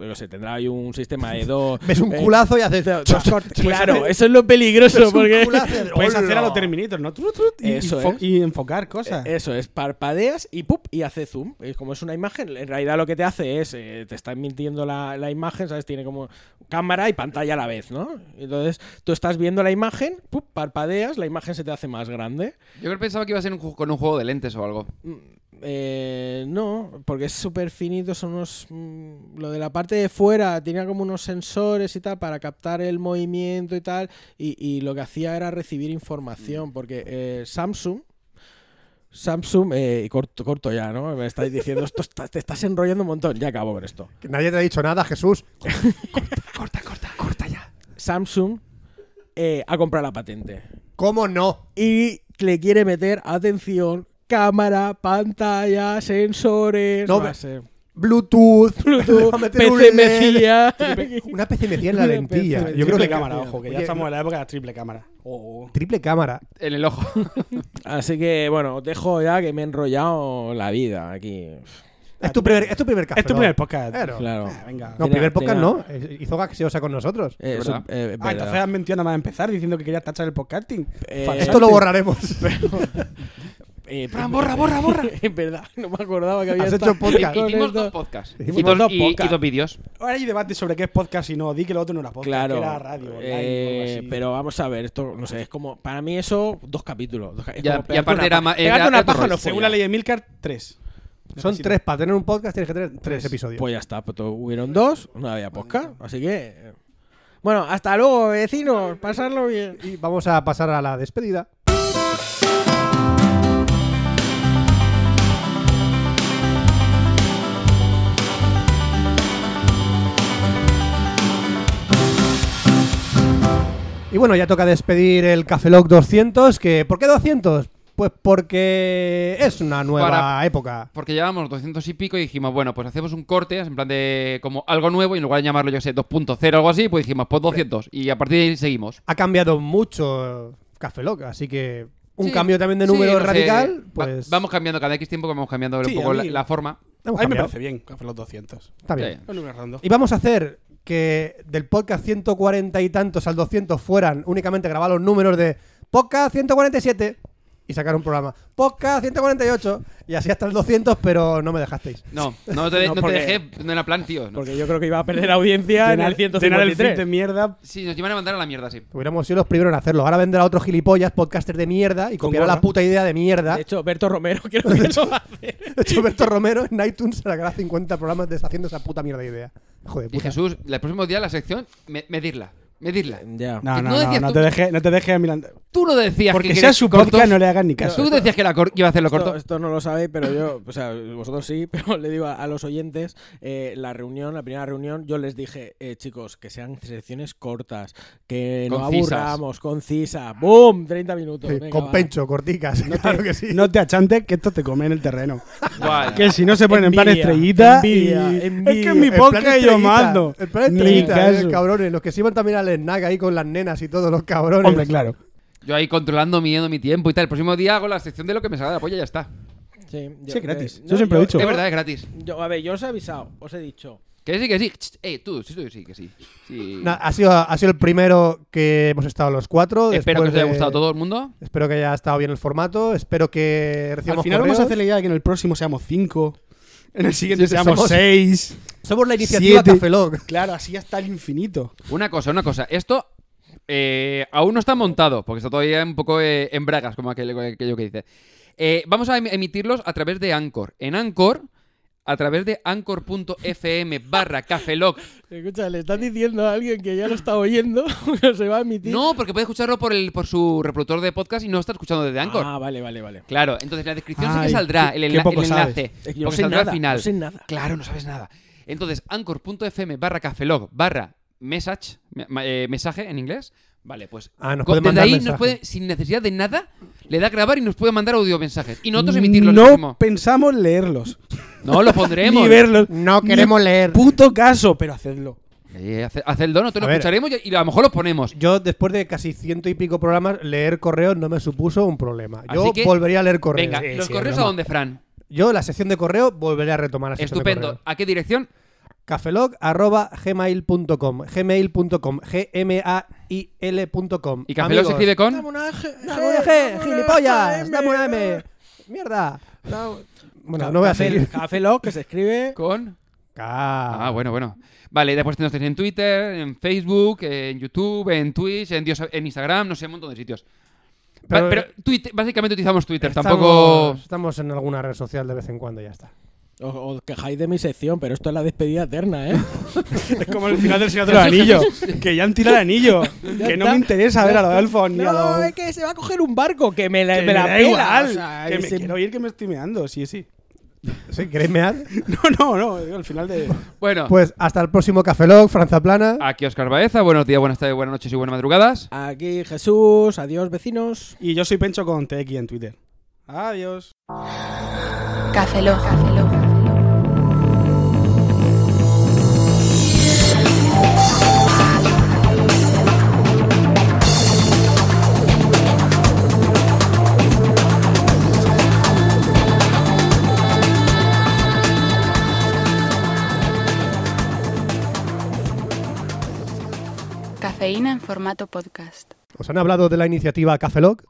Speaker 1: Pero se tendrá ahí un sistema de dos...
Speaker 4: <laughs> Ves un
Speaker 1: eh,
Speaker 4: culazo y haces.
Speaker 1: dos
Speaker 4: <laughs>
Speaker 1: cortes. Claro, eso es lo peligroso,
Speaker 4: Ves un
Speaker 1: porque...
Speaker 4: culazo y
Speaker 1: <laughs>
Speaker 4: haces,
Speaker 2: Puedes
Speaker 4: "Hola".
Speaker 2: hacer a los Terminator, ¿no? Tru, tru, y,
Speaker 1: Eso
Speaker 2: y fo-
Speaker 1: es. Eh,
Speaker 2: y enfocar cosas.
Speaker 1: E-, Eso es, parpadeas y ¡pup! y hace zoom. Y como es una imagen, en realidad lo que te hace es, eh, te está mintiendo la, la imagen, ¿sabes? Tiene como cámara y pantalla a la vez, ¿no? Entonces tú estás viendo la imagen, ¡pup! parpadeas, la imagen se te hace más grande.
Speaker 3: Yo creo- pensaba que iba a ser un ju- con un juego de lentes o algo.
Speaker 1: Mm, eh, no, porque es súper finito, son unos... mm, lo de la parte de fuera tenía como unos sensores y tal para captar el movimiento y tal, y, y lo que hacía era recibir información, porque eh, Samsung... Samsung, eh, y corto, corto ya, ¿no? Me estáis diciendo, esto está- te estás enrollando un montón, ya acabo con esto.
Speaker 4: Que Nadie te ha dicho nada, Jesús.
Speaker 3: Corta, corta, corta ya.
Speaker 1: Samsung eh, ha comprado la patente.
Speaker 4: ¿Cómo no?
Speaker 1: y le quiere meter, atención, cámara, pantalla, sensores.
Speaker 4: No,
Speaker 1: va a ser-
Speaker 4: Bluetooth,
Speaker 1: Bluetooth,
Speaker 4: <laughs> va a meter un
Speaker 1: PC
Speaker 4: LED,
Speaker 1: Mecía.
Speaker 4: <laughs> una PCMC en la lentilla. eh, Yo creo
Speaker 2: triple
Speaker 4: que
Speaker 2: cámara, ojo, que ya
Speaker 4: Oye,
Speaker 2: estamos en la época de la triple cámara. Oh,
Speaker 4: Triple cámara.
Speaker 3: En
Speaker 1: <laughs>
Speaker 3: el ojo.
Speaker 1: <laughs> Así que bueno, os dejo ya que me he enrollado la vida aquí.
Speaker 4: Es tu primer, es tu primer café.
Speaker 2: Es tu primer podcast.
Speaker 4: Claro.
Speaker 1: Claro.
Speaker 2: Ah, venga.
Speaker 4: No,
Speaker 1: Tenía-
Speaker 4: primer podcast
Speaker 1: tenía-
Speaker 4: no. eh, Hizo gaseosa con nosotros.
Speaker 1: Eh,
Speaker 3: Es
Speaker 1: eso,
Speaker 3: verdad.
Speaker 1: eh, es
Speaker 2: Ah, entonces
Speaker 1: verdad.
Speaker 2: has mentido nada más empezar diciendo que querías tachar el podcasting.
Speaker 1: Eh,
Speaker 2: Falsante.
Speaker 4: Esto lo borraremos.
Speaker 1: Eh,
Speaker 3: Fran, borra, borra, borra.
Speaker 1: es <laughs> verdad, no me acordaba que había
Speaker 4: Has
Speaker 1: estado
Speaker 4: hecho podcast.
Speaker 1: con
Speaker 3: Hicimos
Speaker 1: esto.
Speaker 3: dos podcasts.
Speaker 4: Hicimos
Speaker 3: Y dos-
Speaker 1: dos
Speaker 3: y-
Speaker 1: podcasts.
Speaker 3: y dos vídeos.
Speaker 2: Ahora hay debate sobre qué es podcast y no. Di que lo otro no era podcast,
Speaker 1: Claro.
Speaker 2: que era radio. online
Speaker 1: eh,
Speaker 2: o algo así.
Speaker 1: pero vamos a ver, esto, no sé, es como. Para mí, eso, dos capítulos. dos ca- es
Speaker 3: Ya-
Speaker 1: como
Speaker 3: y
Speaker 1: pegarte
Speaker 3: aparte
Speaker 1: una
Speaker 3: era
Speaker 1: pa-
Speaker 3: ma-
Speaker 1: pegarte
Speaker 3: era-
Speaker 1: una
Speaker 3: era
Speaker 1: paja
Speaker 3: terrorista.
Speaker 1: no
Speaker 2: Según la ley de Milcar, tres.
Speaker 4: Son
Speaker 2: Necesito.
Speaker 4: tres. Para tener un podcast tienes que tener tres
Speaker 2: Tres.
Speaker 4: episodios.
Speaker 1: Pues ya está, pues to- hubieron dos, no había podcast. Así que. eh, Bueno, hasta luego, vecinos. Pasarlo bien.
Speaker 4: Y vamos a pasar a la despedida. Y bueno, ya toca despedir el Cafeloc 200, que ¿por qué 200? Pues porque es una nueva
Speaker 3: Para-
Speaker 4: época.
Speaker 3: Porque llevábamos 200 y pico y dijimos, bueno, pues hacemos un corte, en plan de como algo nuevo y en lugar de llamarlo, yo qué sé, 2.0 o algo así, pues dijimos, pues 200. Y a partir de ahí seguimos.
Speaker 4: Ha cambiado mucho Cafeloc, así que un
Speaker 3: Sí,
Speaker 4: cambio también de
Speaker 3: sí,
Speaker 4: número
Speaker 3: no sé,
Speaker 4: radical,
Speaker 3: va-
Speaker 4: pues
Speaker 3: vamos cambiando cada X tiempo, vamos cambiando
Speaker 2: Sí,
Speaker 3: un poco
Speaker 2: a
Speaker 3: la,
Speaker 2: mí-
Speaker 3: la forma.
Speaker 4: hemos
Speaker 2: A mí me
Speaker 4: cambiado.
Speaker 2: parece bien, Café los 200.
Speaker 4: Está bien.
Speaker 3: Sí.
Speaker 2: Un número redondo.
Speaker 4: Y vamos a hacer que del podcast 140 y tantos al 200 fueran únicamente grabar los números de podcast 147 y sacar un programa. Podcast 148 y así hasta el 200, pero no me dejasteis.
Speaker 3: No, no
Speaker 1: No,
Speaker 3: te, no te
Speaker 1: porque-
Speaker 3: dejé, no era plan, tío. no.
Speaker 1: Porque yo creo que iba a perder audiencia en el
Speaker 2: Llenar el feed de
Speaker 1: 153.
Speaker 2: mierda
Speaker 3: Sí, nos iban a mandar a la mierda, sí.
Speaker 4: Hubiéramos sido los primeros en hacerlo. Ahora vendrá otro gilipollas, podcaster de mierda y
Speaker 2: Con
Speaker 4: copiará la
Speaker 2: gorra.
Speaker 4: puta idea de mierda.
Speaker 1: De hecho, Berto Romero <laughs> creo que lo va a hacer.
Speaker 4: De <laughs> hecho, Berto Romero en iTunes sacará 50 programas deshaciendo esa puta mierda de idea. Joder,
Speaker 3: Y
Speaker 4: puta.
Speaker 3: Jesús, el próximo día la sección, me- medirla. Medirla.
Speaker 1: Ya.
Speaker 2: No, no,
Speaker 3: Que Eh, no
Speaker 2: no,
Speaker 3: decías
Speaker 2: no
Speaker 3: tú-
Speaker 2: te dejes no te dejes a Milán.
Speaker 3: Tú no decías
Speaker 2: Porque
Speaker 3: que
Speaker 2: sea
Speaker 3: querías
Speaker 2: su
Speaker 3: cortos.
Speaker 2: podcast, no le hagas ni caso.
Speaker 3: Tú decías que era cor- que iba a hacerlo
Speaker 1: Esto,
Speaker 3: corto.
Speaker 1: esto no lo sabéis, pero yo, o sea, vosotros sí, <laughs> pero le digo a, a los oyentes, eh, la reunión, la primera reunión, yo les dije, eh, chicos, que sean secciones cortas, que no
Speaker 3: Concisas.
Speaker 1: aburramos, concisa, ¡boom! 30 minutos.
Speaker 4: Sí,
Speaker 1: venga,
Speaker 4: con
Speaker 1: va.
Speaker 4: pencho, corticas. <laughs> claro que sí.
Speaker 2: <laughs> No te achantes que esto te come en el terreno.
Speaker 3: Guay.
Speaker 2: Que si no se ponen en plan
Speaker 1: Envidia,
Speaker 2: estrellita.
Speaker 1: envidia,
Speaker 2: y-
Speaker 1: envidia.
Speaker 2: Es que en mi
Speaker 4: El plan
Speaker 2: podcast yo
Speaker 4: estrellita,
Speaker 2: mando.
Speaker 4: El plan
Speaker 2: Ni
Speaker 4: estrellita, eh,
Speaker 2: caso.
Speaker 4: cabrones. Los que se iban también al snack ahí con las nenas y todos los cabrones.
Speaker 2: Hombre, claro.
Speaker 3: Yo ahí controlando, midiendo mi tiempo y tal. El próximo día hago la sección de lo que me salga de la polla y ya está.
Speaker 1: Sí, yo-
Speaker 2: Sí, gratis.
Speaker 1: eh,
Speaker 2: Yo siempre lo he dicho.
Speaker 3: Es verdad, es gratis.
Speaker 1: yo- a ver, yo os he avisado, os he dicho.
Speaker 3: Que sí, que sí. Ch, Eh, tú, sí, tú, sí, que sí. Sí.
Speaker 4: Na- ha, sido, ha sido el primero que hemos estado los cuatro.
Speaker 3: Espero que
Speaker 4: después
Speaker 3: os haya
Speaker 4: pues de-
Speaker 3: gustado a todo el mundo.
Speaker 4: Espero que haya estado bien el formato. Espero que recibamos
Speaker 2: Al final vamos
Speaker 4: correos.
Speaker 2: a hacer la idea de que en el próximo seamos cinco. En el siguiente
Speaker 4: Sí,
Speaker 2: seamos
Speaker 4: somos-
Speaker 2: seis.
Speaker 4: Somos la iniciativa
Speaker 2: Siete.
Speaker 4: Café Lock.
Speaker 2: Claro, así hasta el infinito.
Speaker 3: Una cosa, una cosa. Esto eh, aún no está montado, porque está todavía un poco eh, en bragas, como aquel- aquello que dice. Eh, vamos a em- emitirlos a través de Anchor. En Anchor, a través de anchor.fm barra cafeloc.
Speaker 1: Escucha, le estás diciendo a alguien que ya lo está oyendo, <laughs> que se va a emitir.
Speaker 3: No, porque puede escucharlo por, el, por su reproductor de podcast y no está escuchando desde Anchor.
Speaker 1: Ah, vale, vale, vale.
Speaker 3: Claro, entonces la descripción sí
Speaker 2: Ay,
Speaker 3: que saldrá,
Speaker 2: qué-
Speaker 3: el,
Speaker 2: qué
Speaker 3: enla-
Speaker 2: poco
Speaker 3: el
Speaker 2: sabes.
Speaker 3: enlace.
Speaker 1: Es que yo
Speaker 3: porque
Speaker 1: sé
Speaker 3: saldrá
Speaker 1: nada,
Speaker 3: al final.
Speaker 1: no sé nada.
Speaker 3: Claro, no sabes nada. Entonces, anchor.fm barra cafelog barra message, me- ma- eh, mensaje en inglés. Vale, pues
Speaker 4: Ah, nos
Speaker 3: co-
Speaker 4: pueden
Speaker 3: desde
Speaker 4: mandar
Speaker 3: ahí
Speaker 4: mensajes.
Speaker 3: nos puede, sin necesidad de nada, le da a grabar y nos puede mandar audio mensajes. Y nosotros emitirlos.
Speaker 2: No
Speaker 3: mismo.
Speaker 2: pensamos leerlos.
Speaker 3: no lo
Speaker 4: <laughs>
Speaker 3: pondremos.
Speaker 2: Ni verlos.
Speaker 4: No
Speaker 2: Ni
Speaker 4: queremos leer.
Speaker 2: Puto caso, pero hacedlo.
Speaker 3: Eh, hace, hace el dono, te
Speaker 4: A
Speaker 3: lo
Speaker 4: ver.
Speaker 3: escucharemos y, y a lo mejor lo ponemos.
Speaker 4: Yo, después de casi ciento y pico programas, leer correos no me supuso un problema. Yo
Speaker 3: Así que-
Speaker 4: volvería a leer correos.
Speaker 3: Venga,
Speaker 4: Sí,
Speaker 3: los
Speaker 4: sí,
Speaker 3: correos a
Speaker 4: broma.
Speaker 3: dónde, Fran.
Speaker 4: Yo la sección de correo volveré a retomar la sección de correo.
Speaker 3: Estupendo. ¿A qué dirección?
Speaker 4: cafelog.gmail.com gmail.com gmail.com
Speaker 3: Y Cafelog se escribe con.
Speaker 4: ¡Dame una G! ¡Gilipollas! ¡Dame una M! ¡Mierda! No- Bueno, no voy a
Speaker 1: Café-
Speaker 4: seguir.
Speaker 1: Café Lock, que se escribe.
Speaker 3: Con. Ah,
Speaker 4: Ah,
Speaker 3: bueno, bueno. Vale, después nos tenéis en Twitter, en Facebook, en YouTube, en Twitch, en, Dios- en Instagram, no sé, un montón de sitios. Va-
Speaker 4: Pero-
Speaker 3: Pero, Twitter- básicamente utilizamos Twitter,
Speaker 4: estamos-
Speaker 3: tampoco...
Speaker 4: Estamos en alguna red social de vez en cuando, ya está.
Speaker 1: Os, os quejáis de mi sección, pero esto es la despedida eterna, ¿eh?
Speaker 2: Es como el final del Señor de los Anillos. Que ya han tirado
Speaker 1: <laughs>
Speaker 2: el anillo. Que no
Speaker 1: está.
Speaker 2: me interesa ver a los elfos ni
Speaker 1: No,
Speaker 2: a los.
Speaker 1: es que se va a coger un barco que me la,
Speaker 2: que
Speaker 1: me
Speaker 2: me
Speaker 1: la
Speaker 2: da
Speaker 1: pela,
Speaker 2: igual.
Speaker 1: o sea,
Speaker 2: que me
Speaker 1: ese-
Speaker 2: quiero ir que me estoy meando, sí, <laughs> sí.
Speaker 4: ¿Sí? ¿eh? ¿Queréis mear?
Speaker 2: No, no, no. digo, al final de.
Speaker 3: Bueno,
Speaker 4: Pues hasta el próximo Cafelog, Franza Plana.
Speaker 3: aquí Oscar Baeza, buenos días, buenas tardes, buenas noches y buenas madrugadas.
Speaker 1: Aquí Jesús, adiós vecinos.
Speaker 2: Y yo soy Pencho con TX en Twitter. Adiós.
Speaker 5: Café Lock. Cafeína en formato podcast.
Speaker 4: ¿Os han hablado de la iniciativa Cafeloc?